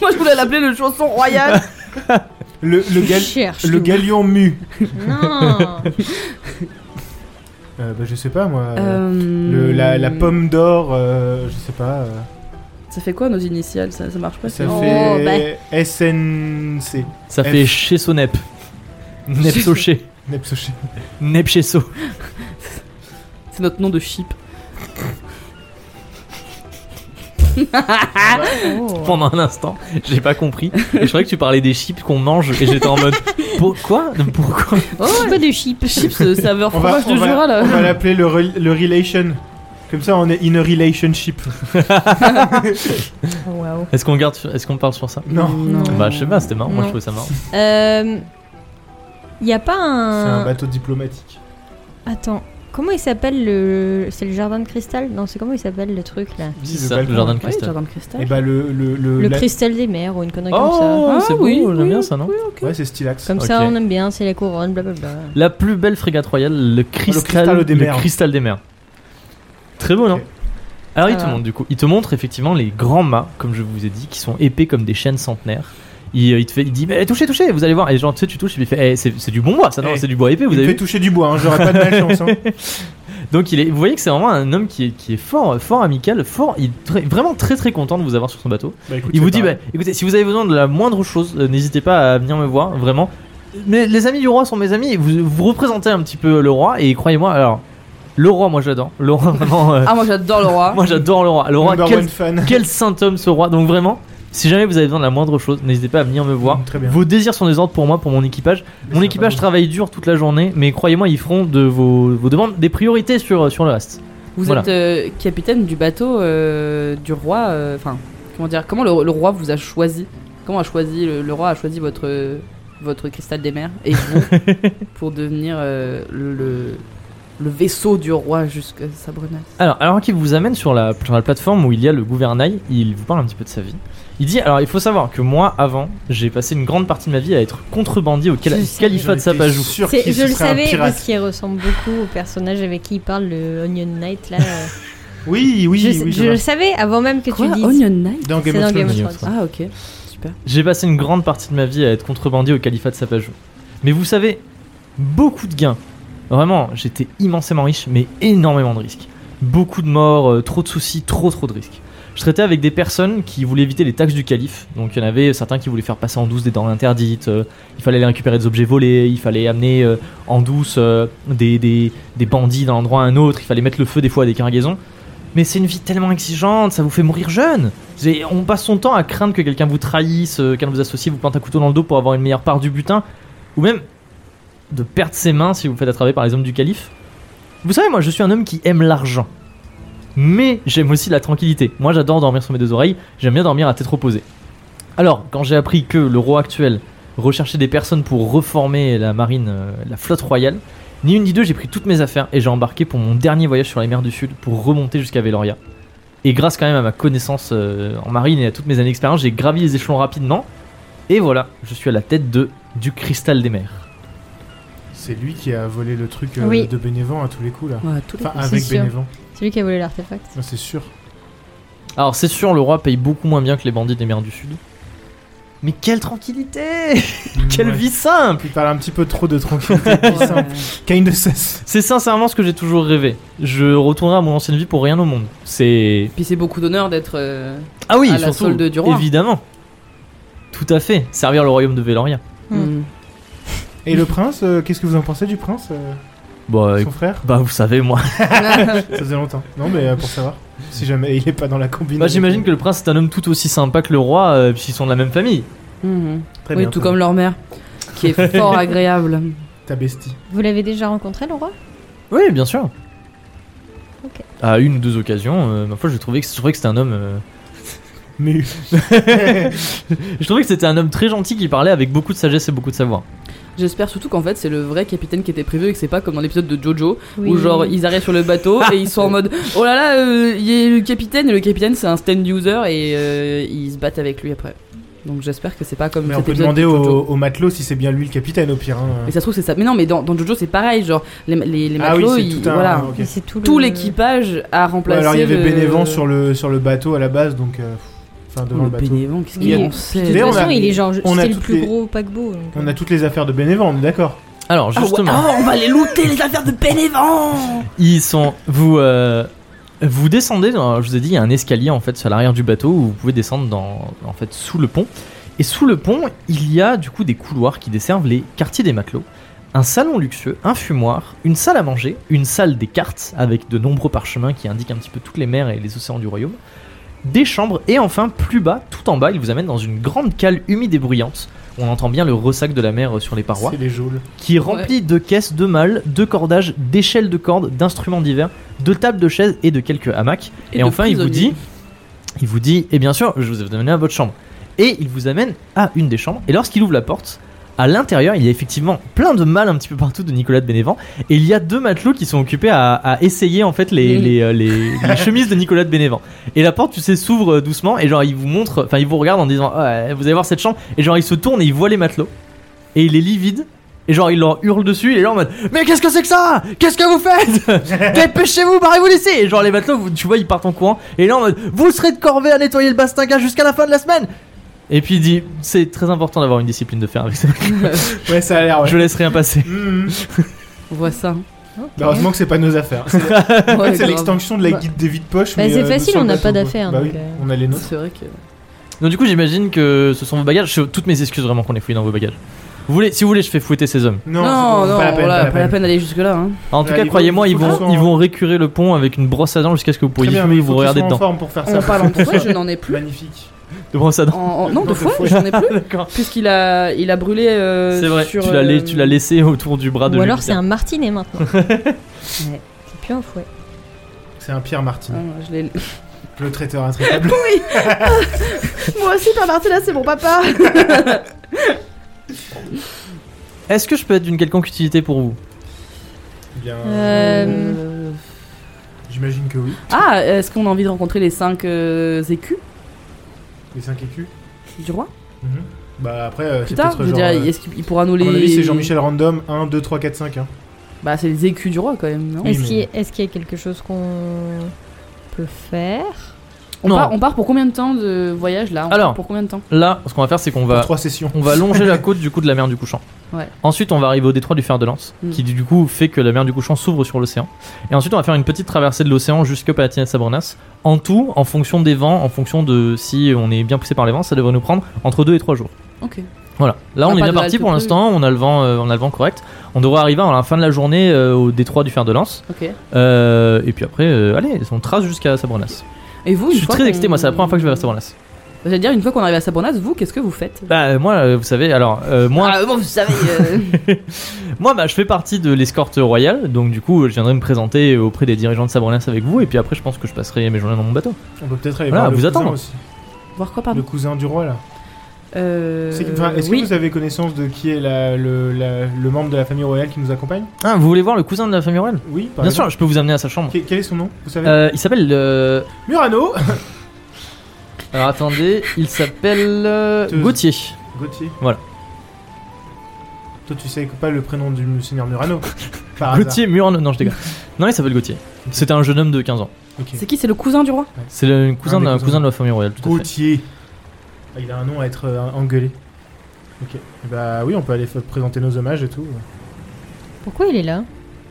[SPEAKER 4] Moi, je voulais l'appeler le chanson royal.
[SPEAKER 3] Le, le,
[SPEAKER 2] Tu
[SPEAKER 3] gal-
[SPEAKER 2] cherches.
[SPEAKER 3] le
[SPEAKER 2] tout.
[SPEAKER 3] galion mu.
[SPEAKER 2] Non.
[SPEAKER 3] Euh, bah, je sais pas moi. euh, hmm.
[SPEAKER 4] Euh,
[SPEAKER 3] Le, la, la pomme d'or, euh, je sais pas. euh,
[SPEAKER 4] Ça fait quoi nos initiales ça, ça marche pas
[SPEAKER 3] ça
[SPEAKER 4] sinon.
[SPEAKER 3] fait SNC.
[SPEAKER 1] Ça
[SPEAKER 3] F.
[SPEAKER 1] fait chez Sonep. Nepsoché.
[SPEAKER 3] Nepsoché.
[SPEAKER 1] Nepchesso.
[SPEAKER 4] C'est notre nom de chip.
[SPEAKER 2] Oh.
[SPEAKER 1] Pendant un instant, j'ai pas compris. Et je croyais que tu parlais des chips qu'on mange, et j'étais en mode, pourquoi Pourquoi
[SPEAKER 2] Un peu de chip.
[SPEAKER 4] Chips euh, saveur
[SPEAKER 3] On va,
[SPEAKER 4] fromage
[SPEAKER 3] on
[SPEAKER 4] de
[SPEAKER 3] va-
[SPEAKER 4] Jura là.
[SPEAKER 3] on va l'appeler le, rel- le relation. Comme ça, on est in a relationship.
[SPEAKER 2] Oh, Waouh.
[SPEAKER 1] Est-ce qu'on garde, sur- est-ce qu'on parle sur ça
[SPEAKER 3] Non.
[SPEAKER 2] Non.
[SPEAKER 1] Bah je sais pas, c'était marrant. Moi je
[SPEAKER 2] Non.
[SPEAKER 1] trouvais ça marrant.
[SPEAKER 2] Euh. Y a pas
[SPEAKER 3] C'est
[SPEAKER 2] un.
[SPEAKER 3] un bateau diplomatique.
[SPEAKER 2] Attends. Comment il s'appelle le. C'est le jardin de cristal Non, c'est comment il s'appelle le truc là
[SPEAKER 1] C'est
[SPEAKER 3] le
[SPEAKER 1] ça,
[SPEAKER 3] balcon.
[SPEAKER 1] le jardin de
[SPEAKER 4] Oui,
[SPEAKER 1] cristal.
[SPEAKER 4] jardin de cristal.
[SPEAKER 3] Et bah, le. le, le-
[SPEAKER 2] Le
[SPEAKER 3] la-
[SPEAKER 2] cristal des mers ou une connerie comme ça.
[SPEAKER 1] Oh,
[SPEAKER 4] Ah,
[SPEAKER 1] c'est
[SPEAKER 4] oui,
[SPEAKER 1] beau, j'aime
[SPEAKER 4] oui,
[SPEAKER 1] bien ça, non
[SPEAKER 3] Ouais, c'est Stylax.
[SPEAKER 2] Comme
[SPEAKER 1] Ok.
[SPEAKER 2] ça, on aime bien, c'est la couronne, blablabla.
[SPEAKER 1] La plus belle frégate royale, le cristal,
[SPEAKER 3] cristal des
[SPEAKER 1] le
[SPEAKER 3] mers.
[SPEAKER 1] cristal des mers. Très beau, non
[SPEAKER 3] Ok.
[SPEAKER 1] Alors, il
[SPEAKER 4] Ça
[SPEAKER 1] te
[SPEAKER 4] va.
[SPEAKER 1] montre du coup. Il te montre effectivement les grands mâts, comme je vous ai dit, qui sont épais comme des chaînes centenaires. Il, euh, il te fait, il dit, mais touchez, touchez, vous allez voir. Et genre, tu sais, tu touches, et il fait, eh, c'est c'est du bon bois, ça, non,
[SPEAKER 3] Eh,
[SPEAKER 1] c'est du bois épais, vous
[SPEAKER 3] il me
[SPEAKER 1] avez
[SPEAKER 3] fait
[SPEAKER 1] vu.
[SPEAKER 3] toucher du bois, hein, j'aurais pas de malchance. Hein.
[SPEAKER 1] Donc, il est, vous voyez que c'est vraiment un homme qui est, qui est fort, euh, fort amical, fort, il est très- vraiment très très content de vous avoir sur son bateau.
[SPEAKER 3] Bah, écoute,
[SPEAKER 1] Il vous
[SPEAKER 3] c'est
[SPEAKER 1] dit,
[SPEAKER 3] pas-
[SPEAKER 1] bah, écoutez, si vous avez besoin de la moindre chose, euh, n'hésitez pas à venir me voir, vraiment. Mais les amis du roi sont mes amis, et vous, vous représentez un petit peu le roi, et croyez-moi, alors, le roi, moi j'adore. Le roi, vraiment, euh,
[SPEAKER 4] Ah, moi j'adore le roi.
[SPEAKER 1] moi j'adore le roi. Le roi,
[SPEAKER 3] Number
[SPEAKER 1] quel,
[SPEAKER 3] one fan.
[SPEAKER 1] quel saint homme ce roi. Donc vraiment, si jamais vous avez besoin de la moindre chose, n'hésitez pas à venir me voir.
[SPEAKER 3] Mm, Très bien.
[SPEAKER 1] Vos désirs sont des ordres pour moi, pour mon équipage. Mon
[SPEAKER 3] C'est
[SPEAKER 1] équipage
[SPEAKER 3] sympa.
[SPEAKER 1] travaille dur toute la journée, mais croyez-moi, ils feront de vos, vos demandes des priorités sur, sur le reste.
[SPEAKER 4] Vous
[SPEAKER 1] Voilà.
[SPEAKER 4] êtes euh, capitaine du bateau euh, du roi. euh, Enfin, comment dire Comment le, le roi vous a choisi Comment a choisi le, le roi a choisi votre votre cristal des mers et vous pour devenir euh, le, le le vaisseau du roi jusqu'à sa brunasse.
[SPEAKER 1] Alors, alors qu'il vous amène sur la, sur la plateforme où il y a le gouvernail, il vous parle un petit peu de sa vie. Il dit alors il faut savoir que moi avant j'ai passé une grande partie de ma vie à être contrebandier au cala-
[SPEAKER 2] Je sais.
[SPEAKER 1] califat de
[SPEAKER 3] J'en étais
[SPEAKER 1] Sapajou.
[SPEAKER 3] sûr
[SPEAKER 2] C'est-
[SPEAKER 3] qu'il
[SPEAKER 2] je
[SPEAKER 3] se
[SPEAKER 2] le
[SPEAKER 3] serait un
[SPEAKER 2] savais
[SPEAKER 3] pirate.
[SPEAKER 2] parce qu'il ressemble beaucoup au personnage avec qui il parle, le Onion Knight là.
[SPEAKER 3] Oui, oui,
[SPEAKER 2] je
[SPEAKER 3] oui.
[SPEAKER 2] je
[SPEAKER 3] vois.
[SPEAKER 2] le savais avant même que tu dises.
[SPEAKER 4] Onion Knight
[SPEAKER 3] Dans Game
[SPEAKER 2] C'est
[SPEAKER 3] of
[SPEAKER 2] dans Game
[SPEAKER 3] Thrones.
[SPEAKER 2] of
[SPEAKER 1] Thrones.
[SPEAKER 2] Thrones.
[SPEAKER 4] Ah ok, super.
[SPEAKER 1] J'ai passé une grande partie de ma vie à être contrebandier au califat de Sapajou. Mais vous savez, beaucoup de gains. Vraiment, j'étais immensément riche, mais énormément de risques. Beaucoup de morts, euh, trop de soucis, trop trop de risques. Je traitais avec des personnes qui voulaient éviter les taxes du calife. Donc il y en avait certains qui voulaient faire passer en douce des dents interdites, euh, il fallait aller récupérer des objets volés, il fallait amener euh, en douce euh, des, des- des bandits d'un endroit à un autre, il fallait mettre le feu des fois à des cargaisons. Mais c'est une vie tellement exigeante, ça vous fait mourir jeune. C'est- On passe son temps à craindre que quelqu'un vous trahisse, euh, qu'un de vos associés vous plante un couteau dans le dos pour avoir une meilleure part du butin, ou même de perdre ses mains si vous faites attraper par les hommes du calife. Vous savez, moi je suis un homme qui aime l'argent. Mais j'aime aussi la tranquillité. Moi j'adore dormir sur mes deux oreilles, j'aime bien dormir à tête reposée. Alors, quand j'ai appris que le roi actuel recherchait des personnes pour reformer la marine, euh, la flotte royale, ni une ni deux, j'ai pris toutes mes affaires et j'ai embarqué pour mon dernier voyage sur les mers du Sud pour remonter jusqu'à Veloria. Et grâce quand même à ma connaissance euh, en marine et à toutes mes années d'expérience, j'ai gravi les échelons rapidement. Et voilà, je suis à la tête de du cristal des mers.
[SPEAKER 3] C'est lui qui a volé le truc euh,
[SPEAKER 2] Oui.
[SPEAKER 3] de Bénévent à tous les coups là.
[SPEAKER 4] Ouais, tous les-
[SPEAKER 3] Enfin,
[SPEAKER 2] c'est
[SPEAKER 3] avec
[SPEAKER 2] sûr.
[SPEAKER 3] Bénévent.
[SPEAKER 2] C'est lui qui a volé l'artefact.
[SPEAKER 3] Non, C'est sûr.
[SPEAKER 1] Alors c'est sûr, le roi paye beaucoup moins bien que les bandits des mers du Sud. Mais quelle tranquillité Quelle
[SPEAKER 3] Ouais.
[SPEAKER 1] vie simple
[SPEAKER 3] Il parle un petit peu trop de tranquillité. c'est
[SPEAKER 4] euh,
[SPEAKER 3] simple. Kind of sense.
[SPEAKER 1] C'est sincèrement ce que j'ai toujours rêvé. Je retournerai à mon ancienne vie pour rien au monde. C'est...
[SPEAKER 4] Puis c'est beaucoup d'honneur d'être. euh,
[SPEAKER 1] Ah oui,
[SPEAKER 4] À la
[SPEAKER 1] surtout,
[SPEAKER 4] solde du roi.
[SPEAKER 1] évidemment. Tout à fait, servir le royaume de Véloria.
[SPEAKER 2] Hmm.
[SPEAKER 4] hmm.
[SPEAKER 3] Et le prince, euh, qu'est-ce que vous en pensez du prince euh,
[SPEAKER 1] Bah,
[SPEAKER 3] Son
[SPEAKER 1] écoute,
[SPEAKER 3] frère
[SPEAKER 1] bah vous savez, moi,
[SPEAKER 4] Mhm.
[SPEAKER 3] Ça faisait longtemps. Non, mais euh, pour savoir. Si jamais il est pas dans la combine.
[SPEAKER 1] Bah, j'imagine que le prince est un homme tout aussi sympa que le roi, euh, puisqu'ils sont de la même famille.
[SPEAKER 4] Mhm.
[SPEAKER 3] Très
[SPEAKER 4] oui,
[SPEAKER 3] bien,
[SPEAKER 4] tout
[SPEAKER 3] très
[SPEAKER 4] comme leur mère. qui est fort agréable.
[SPEAKER 3] Ta bestie.
[SPEAKER 2] Vous l'avez déjà rencontré, le roi
[SPEAKER 1] Oui, bien sûr.
[SPEAKER 2] Ok.
[SPEAKER 1] À une ou deux occasions, euh, ma foi, je trouvais que, je trouvais que c'était un homme. euh,
[SPEAKER 3] Mais
[SPEAKER 1] je trouvais que c'était un homme très gentil qui parlait avec beaucoup de sagesse et beaucoup de savoir.
[SPEAKER 4] J'espère surtout qu'en fait c'est le vrai capitaine qui était prévu et que c'est pas comme dans l'épisode de Jojo où genre ils arrivent sur le bateau et ils sont en mode oh là là euh, il y a le capitaine et le capitaine c'est un stand user et euh, ils se battent avec lui après. Donc j'espère que c'est pas comme
[SPEAKER 3] mais on
[SPEAKER 4] cet
[SPEAKER 3] peut
[SPEAKER 4] épisode
[SPEAKER 3] demander
[SPEAKER 4] de Jojo.
[SPEAKER 3] au, au matelot si c'est bien lui le capitaine au pire. hein.
[SPEAKER 4] Mais ça se trouve c'est ça. Mais non mais dans, dans Jojo c'est pareil genre les, les, les
[SPEAKER 3] Ah oui,
[SPEAKER 4] matelots
[SPEAKER 3] c'est
[SPEAKER 4] ils-
[SPEAKER 3] tout un.
[SPEAKER 4] voilà
[SPEAKER 3] ok.
[SPEAKER 2] Mais c'est tout,
[SPEAKER 4] tout
[SPEAKER 2] le-
[SPEAKER 4] l'équipage a
[SPEAKER 3] Ouais,
[SPEAKER 4] remplacé.
[SPEAKER 3] alors il y avait
[SPEAKER 4] le-
[SPEAKER 3] Bénévent sur le sur le bateau à la base donc euh, enfin devant
[SPEAKER 4] Oh, le
[SPEAKER 3] le bateau.
[SPEAKER 4] Bénévent qu'est-ce
[SPEAKER 2] Il y
[SPEAKER 4] qu'il
[SPEAKER 2] a-
[SPEAKER 4] en
[SPEAKER 2] De
[SPEAKER 4] sait
[SPEAKER 3] D'ailleurs,
[SPEAKER 2] toute
[SPEAKER 3] on a-
[SPEAKER 2] façon, il est genre, c'est
[SPEAKER 3] on a
[SPEAKER 2] le
[SPEAKER 3] toutes
[SPEAKER 2] plus
[SPEAKER 3] les-
[SPEAKER 2] gros paquebot. donc, euh.
[SPEAKER 3] On a toutes les affaires de Bénévent, on est d'accord.
[SPEAKER 1] Alors,
[SPEAKER 4] Ah ouais,
[SPEAKER 1] justement,
[SPEAKER 4] ah, on va les looter les affaires de Bénévent
[SPEAKER 1] ils sont. Vous. euh, vous descendez, dans- je vous ai dit, il y a un escalier en fait sur l'arrière du bateau où vous pouvez descendre dans, en fait, sous le pont. Et sous le pont, il y a du coup des couloirs qui desservent les quartiers des matelots, un salon luxueux, un fumoir, une salle à manger, une salle des cartes avec de nombreux parchemins qui indiquent un petit peu toutes les mers et les océans du royaume, des chambres et enfin plus bas, tout en bas, il vous amène dans une grande cale humide et bruyante. On entend bien le ressac de la mer euh, sur les parois
[SPEAKER 3] C'est les Joules.
[SPEAKER 1] qui est rempli de caisses, de malles, de cordages, d'échelles de cordes, d'instruments divers, de tables de chaises et de quelques hamacs. Et,
[SPEAKER 4] de
[SPEAKER 1] enfin, il vous
[SPEAKER 4] prisonniers.
[SPEAKER 1] dit, il vous dit, et bien sûr, je vous ai donné à votre chambre. Et il vous amène à une des chambres. Et lorsqu'il ouvre la porte, à l'intérieur, il y a effectivement plein de malles un petit peu partout de Nicolas de Bénévent. Et il y a deux matelots qui sont occupés à, à essayer en fait les,
[SPEAKER 4] Mm.
[SPEAKER 1] les, euh, les- les chemises de Nicolas de Bénévent. Et la porte, tu sais, s'ouvre euh, doucement. Et genre, il vous montre, enfin, il vous regarde en disant, Ouais, vous allez voir cette chambre. Et genre, il se tourne et il voit les matelots. Et il est livide. Et genre, il leur hurle dessus, et genre en mode Mais qu'est-ce que c'est que ça Qu'est-ce que vous faites Dépêchez-vous, barrez-vous d'ici Et genre, les matelots, vous- tu vois, ils partent en courant, et là en mode Vous serez de corvée à nettoyer le bastinga jusqu'à la fin de la semaine Et puis il dit C'est très important d'avoir une discipline de fer avec ça.
[SPEAKER 3] Ouais, ça a l'air. Ah ouais.
[SPEAKER 1] Je laisse rien passer.
[SPEAKER 3] Mhm.
[SPEAKER 4] On voit ça. hein.
[SPEAKER 2] ok.
[SPEAKER 3] Bah, heureusement que c'est pas nos affaires.
[SPEAKER 4] Ouais,
[SPEAKER 3] c'est
[SPEAKER 4] grave.
[SPEAKER 3] l'extension de la
[SPEAKER 4] Bah,
[SPEAKER 3] guide des vides poches.
[SPEAKER 2] Bah,
[SPEAKER 3] mais,
[SPEAKER 2] c'est
[SPEAKER 3] euh,
[SPEAKER 2] facile,
[SPEAKER 3] sur le
[SPEAKER 2] on n'a
[SPEAKER 3] bateau,
[SPEAKER 2] pas
[SPEAKER 3] quoi.
[SPEAKER 2] d'affaires,
[SPEAKER 3] Bah
[SPEAKER 2] donc,
[SPEAKER 3] oui,
[SPEAKER 2] euh.
[SPEAKER 3] on a les nôtres.
[SPEAKER 4] C'est vrai que
[SPEAKER 1] Donc, du coup, j'imagine que ce sont vos bagages. Je- Toutes mes excuses vraiment qu'on les fouille dans vos bagages. Vous voulez, si vous voulez, je fais fouetter ces hommes.
[SPEAKER 3] Non,
[SPEAKER 4] non,
[SPEAKER 3] c'est
[SPEAKER 4] non,
[SPEAKER 3] pas la peine.
[SPEAKER 4] voilà,
[SPEAKER 3] pas la peine.
[SPEAKER 4] d'aller jusque là. Hein.
[SPEAKER 1] En tout
[SPEAKER 3] Ouais,
[SPEAKER 1] cas,
[SPEAKER 3] il faut-
[SPEAKER 1] croyez-moi,
[SPEAKER 3] il
[SPEAKER 1] ils
[SPEAKER 3] faut
[SPEAKER 1] vont,
[SPEAKER 3] qu'ils soient
[SPEAKER 1] ils
[SPEAKER 3] en-
[SPEAKER 1] vont récurer le pont avec une brosse à dents jusqu'à ce que vous
[SPEAKER 3] Très
[SPEAKER 1] pourriez
[SPEAKER 3] bien, mais il
[SPEAKER 1] vous
[SPEAKER 3] faut qu'ils
[SPEAKER 1] regarder
[SPEAKER 3] soient en
[SPEAKER 1] dedans.
[SPEAKER 3] forme pour faire
[SPEAKER 4] On
[SPEAKER 3] ça.
[SPEAKER 4] parle en fouet, je n'en ai plus.
[SPEAKER 3] Magnifique.
[SPEAKER 1] De brosse à
[SPEAKER 4] En-
[SPEAKER 1] dents.
[SPEAKER 4] en- Non,
[SPEAKER 3] Non,
[SPEAKER 4] de
[SPEAKER 3] de
[SPEAKER 4] fouet,
[SPEAKER 3] fouet.
[SPEAKER 4] j'en ai plus.
[SPEAKER 1] Ah, D'accord.
[SPEAKER 4] Puisqu'il a, il a brûlé. euh,
[SPEAKER 1] C'est vrai,
[SPEAKER 4] sur,
[SPEAKER 1] tu l'as
[SPEAKER 4] euh,
[SPEAKER 1] la- tu l'as laissé autour du bras de
[SPEAKER 2] Ou alors
[SPEAKER 1] Jupiter.
[SPEAKER 2] c'est un martinet maintenant. Ouais, C'est plus un fouet.
[SPEAKER 3] C'est un Pierre
[SPEAKER 4] Ah,
[SPEAKER 3] Martin,
[SPEAKER 4] je l'ai-
[SPEAKER 3] le traiteur intraitable.
[SPEAKER 4] Moi aussi, pas parti là, c'est mon papa.
[SPEAKER 1] Est-ce que je peux être d'une quelconque utilité pour vous
[SPEAKER 3] Bien,
[SPEAKER 2] Euh,
[SPEAKER 4] Euh,
[SPEAKER 3] j'imagine que oui.
[SPEAKER 4] Ah, est-ce qu'on a envie de rencontrer les 5 écus
[SPEAKER 3] Les 5 écus.
[SPEAKER 4] du roi
[SPEAKER 3] Mhm. Bah après, euh,
[SPEAKER 4] Plus
[SPEAKER 3] c'est
[SPEAKER 4] tard
[SPEAKER 3] peut-être
[SPEAKER 4] Je veux
[SPEAKER 3] genre.
[SPEAKER 4] dire,
[SPEAKER 3] euh,
[SPEAKER 4] est-ce qu'il il pourra nous
[SPEAKER 3] à mon
[SPEAKER 4] les.
[SPEAKER 3] avis, c'est Jean-Michel Random 1, 2, 3, 4, 5. Hein.
[SPEAKER 4] Bah, c'est les écus du roi quand même, non
[SPEAKER 3] Oui,
[SPEAKER 2] Est-ce
[SPEAKER 3] mais-
[SPEAKER 2] qu'il y, a- est-ce qu'il y a quelque chose qu'on peut faire
[SPEAKER 4] on
[SPEAKER 1] Non.
[SPEAKER 4] part, on part pour combien de temps de voyage là On part
[SPEAKER 1] Alors.
[SPEAKER 4] Pour combien de temps
[SPEAKER 1] Là, ce qu'on va faire, c'est qu'on
[SPEAKER 3] Pour
[SPEAKER 1] va,
[SPEAKER 3] 3 sessions.
[SPEAKER 1] Bah, on va longer la côte du coup de la mer du couchant.
[SPEAKER 4] Ouais.
[SPEAKER 1] Ensuite, on va arriver au détroit du fer de lance,
[SPEAKER 4] Mm.
[SPEAKER 1] qui du coup fait que la mer du couchant s'ouvre sur l'océan. Et ensuite, on va faire une petite traversée de l'océan jusqu'à Palatine et Sabornas. En tout, en fonction des vents, en fonction de si on est bien poussé par les vents, ça devrait nous prendre entre 2 et 3 jours.
[SPEAKER 4] Ok.
[SPEAKER 1] Voilà. Là,
[SPEAKER 4] Ah,
[SPEAKER 1] on est
[SPEAKER 4] pas
[SPEAKER 1] bien
[SPEAKER 4] de
[SPEAKER 1] parti pour
[SPEAKER 4] altitude.
[SPEAKER 1] l'instant. On a le vent, euh, on a le vent correct. On devrait arriver à la fin de la journée euh, au détroit du fer de lance.
[SPEAKER 4] Ok.
[SPEAKER 1] Euh, et puis après, euh, allez, on trace jusqu'à Sabornas.
[SPEAKER 4] Et vous, une
[SPEAKER 1] Je suis
[SPEAKER 4] fois
[SPEAKER 1] très excité.
[SPEAKER 4] qu'on-
[SPEAKER 1] Moi, c'est la première fois que je vais à Sabornas.
[SPEAKER 4] J'allais dire, une fois qu'on arrive à Sabornas, vous, qu'est-ce que vous faites
[SPEAKER 1] Bah, moi, euh, vous savez, alors, euh, moi,
[SPEAKER 4] Ah, bon, vous savez. euh,
[SPEAKER 1] Moi, bah, je fais partie de l'escorte royale, donc du coup, je viendrai me présenter auprès des dirigeants de Sabornas avec vous, et puis après, je pense que je passerai mes journées dans mon bateau.
[SPEAKER 3] On peut peut-être aller
[SPEAKER 1] Voilà,
[SPEAKER 3] voir le
[SPEAKER 1] vous
[SPEAKER 3] cousin
[SPEAKER 1] attendre.
[SPEAKER 3] aussi.
[SPEAKER 4] Voir quoi,
[SPEAKER 3] Le
[SPEAKER 4] pardon
[SPEAKER 3] cousin du roi là.
[SPEAKER 4] Euh,
[SPEAKER 3] C'est- enfin, Est-ce
[SPEAKER 4] oui.
[SPEAKER 3] que vous avez connaissance de qui est la- le, la- le membre de la famille royale qui nous accompagne
[SPEAKER 1] Ah, vous voulez voir le cousin de la famille royale
[SPEAKER 3] Oui, par
[SPEAKER 1] Bien sûr,
[SPEAKER 3] exemple.
[SPEAKER 1] je peux vous amener à sa chambre.
[SPEAKER 3] Que- Quel est son nom Vous savez
[SPEAKER 1] Euh, il s'appelle. euh,
[SPEAKER 3] Murano
[SPEAKER 1] Alors attendez, il s'appelle. euh,
[SPEAKER 3] Teuse.
[SPEAKER 1] Gauthier.
[SPEAKER 3] Gauthier.
[SPEAKER 1] Voilà.
[SPEAKER 3] Toi, tu sais que pas le prénom du seigneur Murano par hasard.
[SPEAKER 1] Gauthier Murano. Non, je déconne. non, il s'appelle Gauthier. C'est un jeune homme de 15 ans.
[SPEAKER 3] Ok.
[SPEAKER 4] C'est qui C'est le cousin du roi
[SPEAKER 1] C'est le cousin
[SPEAKER 3] Un des
[SPEAKER 1] d'un
[SPEAKER 3] cousins.
[SPEAKER 1] cousin de la famille royale, tout à fait.
[SPEAKER 3] Gauthier. Ah, il a un nom à être euh, engueulé. Ok. Eh Bah oui, on peut aller f- présenter nos hommages et tout.
[SPEAKER 2] Pourquoi il est là,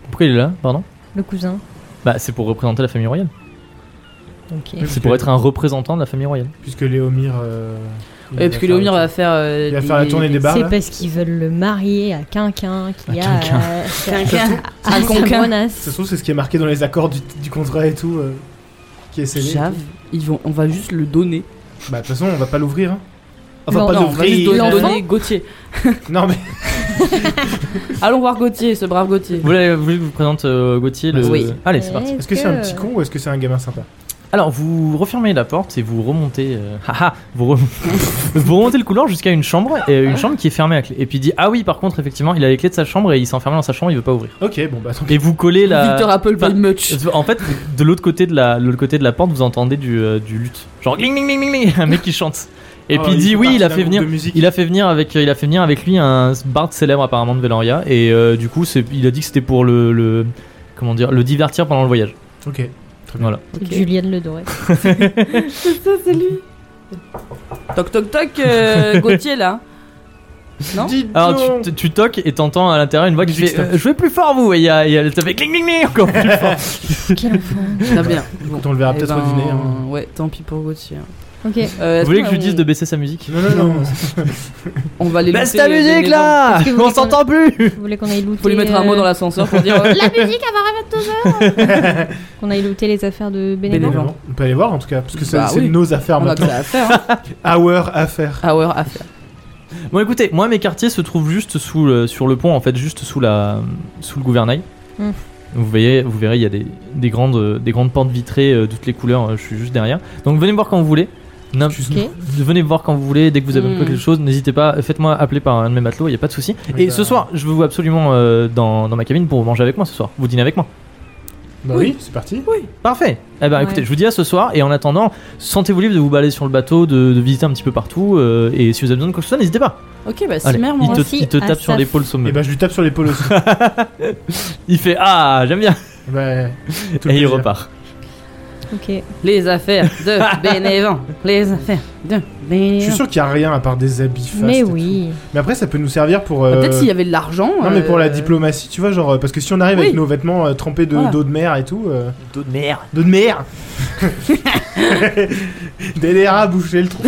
[SPEAKER 1] Pourquoi il est là Pardon
[SPEAKER 2] le cousin
[SPEAKER 1] Bah, c'est pour représenter la famille royale.
[SPEAKER 2] Ok.
[SPEAKER 3] Oui.
[SPEAKER 1] C'est pour être un représentant de la famille royale.
[SPEAKER 3] Puisque Léomir. euh, il
[SPEAKER 4] Et parce que
[SPEAKER 3] faire
[SPEAKER 4] Léomir
[SPEAKER 3] le-
[SPEAKER 4] va faire. euh,
[SPEAKER 3] Il va faire la
[SPEAKER 4] des-
[SPEAKER 3] tournée des bars.
[SPEAKER 2] C'est
[SPEAKER 3] là.
[SPEAKER 2] parce qu'ils veulent le marier à quelqu'un qui
[SPEAKER 1] À
[SPEAKER 2] a
[SPEAKER 1] Quinquin.
[SPEAKER 2] euh, c'est à-
[SPEAKER 4] Quelqu'un.
[SPEAKER 2] à
[SPEAKER 4] À Conquin.
[SPEAKER 3] Ça se
[SPEAKER 2] Sabonas.
[SPEAKER 3] trouve, c'est ce qui est marqué dans les accords du, du contrat et tout. euh, qui est scellé. et
[SPEAKER 4] Jave,
[SPEAKER 3] tout.
[SPEAKER 4] ils vont, on va juste le donner.
[SPEAKER 3] Bah, de toute façon, on va pas l'ouvrir. Hein. Enfin,
[SPEAKER 2] Non,
[SPEAKER 3] pas
[SPEAKER 4] non, on va juste
[SPEAKER 3] l'ouvrir.
[SPEAKER 4] donner,
[SPEAKER 2] l'enfant
[SPEAKER 4] donner Gauthier.
[SPEAKER 3] Non, mais
[SPEAKER 4] Allons voir Gauthier, ce brave Gauthier.
[SPEAKER 1] Vous voulez vous voulez que je vous présente euh, Gauthier le...
[SPEAKER 4] Oui.
[SPEAKER 1] Allez, c'est parti.
[SPEAKER 3] Est-ce que c'est un
[SPEAKER 2] euh,
[SPEAKER 3] petit con ou est-ce que c'est un gamin sympa
[SPEAKER 1] Alors, vous refermez la porte et vous remontez. euh, haha, vous, rem- vous remontez le couloir jusqu'à une chambre, et euh, une chambre qui est fermée à clé. Et puis il dit Ah oui, par contre, effectivement, il a les clés de sa chambre et il s'est enfermé dans sa chambre, il veut pas ouvrir.
[SPEAKER 3] Ok, bon bah tant pis.
[SPEAKER 1] Et vous collez la.
[SPEAKER 4] Victor Apple
[SPEAKER 1] Enfin,
[SPEAKER 4] Paul Much.
[SPEAKER 1] En fait, de l'autre côté de la, de l'autre côté de la porte, vous entendez du, euh, du luth. Genre gling, gling, gling, gling, gling, un mec qui chante. Et
[SPEAKER 3] Ah,
[SPEAKER 1] puis il dit
[SPEAKER 3] fait
[SPEAKER 1] oui,
[SPEAKER 3] partie
[SPEAKER 1] il a
[SPEAKER 3] d'un
[SPEAKER 1] fait
[SPEAKER 3] groupe
[SPEAKER 1] venir,
[SPEAKER 3] de musique.
[SPEAKER 1] il a fait venir avec, euh, il a fait venir avec lui un bard célèbre apparemment de Veloria. Et euh, du coup, c'est, il a dit que c'était pour le, le- comment dire, le divertir pendant le voyage.
[SPEAKER 3] Ok.
[SPEAKER 1] Voilà.
[SPEAKER 2] Julienne Le Doré.
[SPEAKER 4] Ça, c'est lui. Toc toc toc, euh, Gauthier là. Non
[SPEAKER 3] Dis
[SPEAKER 1] Alors
[SPEAKER 3] donc.
[SPEAKER 1] Ah, tu, tu toques et t'entends à l'intérieur une voix qui
[SPEAKER 3] Musique
[SPEAKER 1] fait
[SPEAKER 3] stop.
[SPEAKER 1] euh, jouez plus fort vous et il y a, il y a- ça fait gling, gling, gling, encore plus fort.
[SPEAKER 2] Quel enfant.
[SPEAKER 4] Très bien. Bon.
[SPEAKER 3] Écoute, on le verra
[SPEAKER 4] Eh
[SPEAKER 3] peut-être
[SPEAKER 4] ben,
[SPEAKER 3] au dîner. hein.
[SPEAKER 4] Ouais, tant pis pour Gauthier.
[SPEAKER 2] Ok.
[SPEAKER 4] Euh, est-ce
[SPEAKER 1] Vous voulez
[SPEAKER 4] qu'on-
[SPEAKER 1] que je lui dise de baisser sa musique
[SPEAKER 3] Non, non, non.
[SPEAKER 4] On va les
[SPEAKER 1] Baisse
[SPEAKER 4] laisser
[SPEAKER 1] ta
[SPEAKER 4] les- les
[SPEAKER 1] musique
[SPEAKER 4] gens.
[SPEAKER 1] là,
[SPEAKER 2] Est-ce que vous
[SPEAKER 1] on
[SPEAKER 2] voulez qu'on-
[SPEAKER 1] s'entend plus.
[SPEAKER 2] Vous voulez qu'on aille looter.
[SPEAKER 4] Faut lui mettre un mot dans
[SPEAKER 2] euh,
[SPEAKER 4] l'ascenseur pour dire. euh,
[SPEAKER 2] La musique, elle va à 22h euh, Qu'on aille looter les affaires de
[SPEAKER 4] Bénévent.
[SPEAKER 2] Bénévent.
[SPEAKER 4] gens.
[SPEAKER 3] Non, On peut aller voir en tout cas, parce que c'est
[SPEAKER 4] Bah
[SPEAKER 3] c'est
[SPEAKER 4] oui.
[SPEAKER 3] nos affaires
[SPEAKER 4] On a que
[SPEAKER 3] maintenant.
[SPEAKER 4] ça à faire. Hein.
[SPEAKER 3] Our affaires.
[SPEAKER 4] Hour à faire.
[SPEAKER 1] Bon écoutez, moi mes quartiers se trouvent juste sous le, sur le pont en fait, juste sous la sous le gouvernail.
[SPEAKER 2] Mm.
[SPEAKER 1] Vous voyez, vous verrez, il y a des, des grandes des grandes portes vitrées euh, de toutes les couleurs. euh, je suis juste derrière. Donc venez me voir quand vous voulez. Non,
[SPEAKER 2] Excuse-moi.
[SPEAKER 1] Venez me voir quand vous voulez. Dès que vous avez
[SPEAKER 4] Mm.
[SPEAKER 1] quelque chose, n'hésitez pas. euh, Faites-moi appeler par un de mes matelots. Il y a pas de souci.
[SPEAKER 3] Oui,
[SPEAKER 1] Et
[SPEAKER 3] bah-
[SPEAKER 1] ce soir, je vous absolument euh, dans, dans ma cabine pour manger avec moi ce soir. Vous dînez avec moi.
[SPEAKER 3] Bah oui, c'est parti.
[SPEAKER 1] Parfait. Eh ben
[SPEAKER 2] Ouais.
[SPEAKER 1] écoutez, je vous dis à ce soir et en attendant, sentez-vous libre de vous balader sur le bateau, de, de visiter un petit peu partout euh, et si vous avez besoin de quelque chose, n'hésitez pas.
[SPEAKER 4] Ok, bah
[SPEAKER 1] Allez,
[SPEAKER 4] Simer,
[SPEAKER 1] il
[SPEAKER 4] mon
[SPEAKER 1] te,
[SPEAKER 2] aussi
[SPEAKER 1] il te
[SPEAKER 2] à
[SPEAKER 1] tape sur
[SPEAKER 2] sa-
[SPEAKER 1] l'épaule sommet.
[SPEAKER 3] Et bah je lui tape sur l'épaule aussi.
[SPEAKER 1] Il fait ah j'aime bien
[SPEAKER 3] bah, tout
[SPEAKER 1] et
[SPEAKER 3] le
[SPEAKER 1] il
[SPEAKER 3] plaisir.
[SPEAKER 1] repart.
[SPEAKER 2] Ok.
[SPEAKER 4] Les affaires de Bénévent. Les affaires de
[SPEAKER 3] Je suis
[SPEAKER 4] Bénévent.
[SPEAKER 3] sûr qu'il n'y a rien à part des habits fast et
[SPEAKER 2] Mais
[SPEAKER 3] tout.
[SPEAKER 2] oui.
[SPEAKER 3] Mais après, ça peut nous servir pour.
[SPEAKER 4] Ah,
[SPEAKER 3] euh,
[SPEAKER 4] Peut-être s'il y avait de l'argent.
[SPEAKER 3] Non, mais pour la
[SPEAKER 4] euh,
[SPEAKER 3] diplomatie, tu vois, genre. euh, Parce que si on arrive avec
[SPEAKER 4] Oui.
[SPEAKER 3] nos vêtements euh, trempés de-
[SPEAKER 4] Voilà.
[SPEAKER 3] d'eau de mer et tout. euh,
[SPEAKER 1] Dos de mer.
[SPEAKER 3] D'eau de mer DDR a bouché le trou.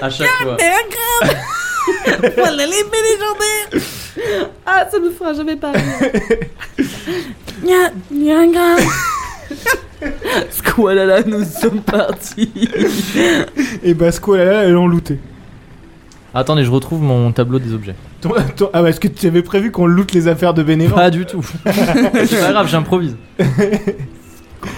[SPEAKER 1] À chaque fois.
[SPEAKER 4] Voilà les légendaires Ah, ça me fera jamais pareil. Nya, nya, nya. Squalala, nous sommes partis.
[SPEAKER 3] et bah, ce là là, elle en looté.
[SPEAKER 1] Attendez, je retrouve mon tableau des objets.
[SPEAKER 3] Ton- ton- Ah, bah, est-ce que tu avais prévu qu'on loote les affaires de bénévoles
[SPEAKER 1] Pas du tout. C'est pas grave, j'improvise.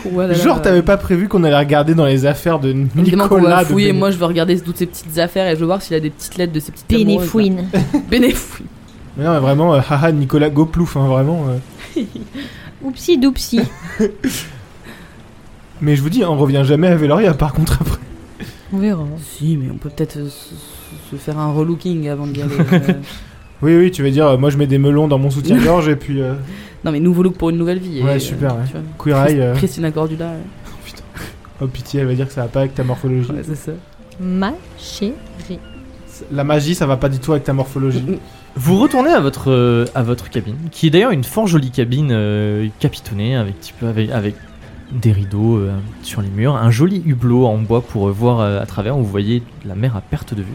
[SPEAKER 4] Squalala.
[SPEAKER 3] Genre, t'avais pas prévu qu'on allait regarder dans les affaires de
[SPEAKER 4] Évidemment qu'on va
[SPEAKER 3] Nicolas de
[SPEAKER 4] fouiller.
[SPEAKER 3] Béné-
[SPEAKER 4] Moi, je vais regarder toutes ces petites affaires et je vais voir s'il a des petites lettres de ces petites amoureuses, là.
[SPEAKER 2] Bénéfouine.
[SPEAKER 4] Bénéfouine.
[SPEAKER 3] Mais non, mais vraiment, euh, haha, Nicolas Goplouf, hein, vraiment. euh.
[SPEAKER 2] Oupsi doupsi.
[SPEAKER 3] Mais je vous dis, hein, on revient jamais à Veloria, par contre, après.
[SPEAKER 2] On verra.
[SPEAKER 4] Si, mais on peut peut-être euh, se, se faire un relooking avant d'y aller. euh.
[SPEAKER 3] Oui, oui, tu veux dire, euh, moi je mets des melons dans mon soutien-gorge et puis euh,
[SPEAKER 4] Non, mais nouveau look pour une nouvelle vie. et,
[SPEAKER 3] Ouais, super, ouais.
[SPEAKER 4] tu vois.
[SPEAKER 3] Queer Eye, euh,
[SPEAKER 4] Christina Cordula. ouais.
[SPEAKER 3] oh pitié, elle va dire que ça va pas avec ta morphologie.
[SPEAKER 4] Ouais, c'est ça.
[SPEAKER 2] Ma chérie.
[SPEAKER 3] La magie, ça va pas du tout avec ta morphologie.
[SPEAKER 4] Mm,
[SPEAKER 1] Vous retournez à votre, euh, à votre cabine, qui est d'ailleurs une fort jolie cabine euh, capitonnée avec, petit peu- avec, avec des rideaux euh, sur les murs, un joli hublot en bois pour euh, voir euh, à travers où vous voyez la mer à perte de vue.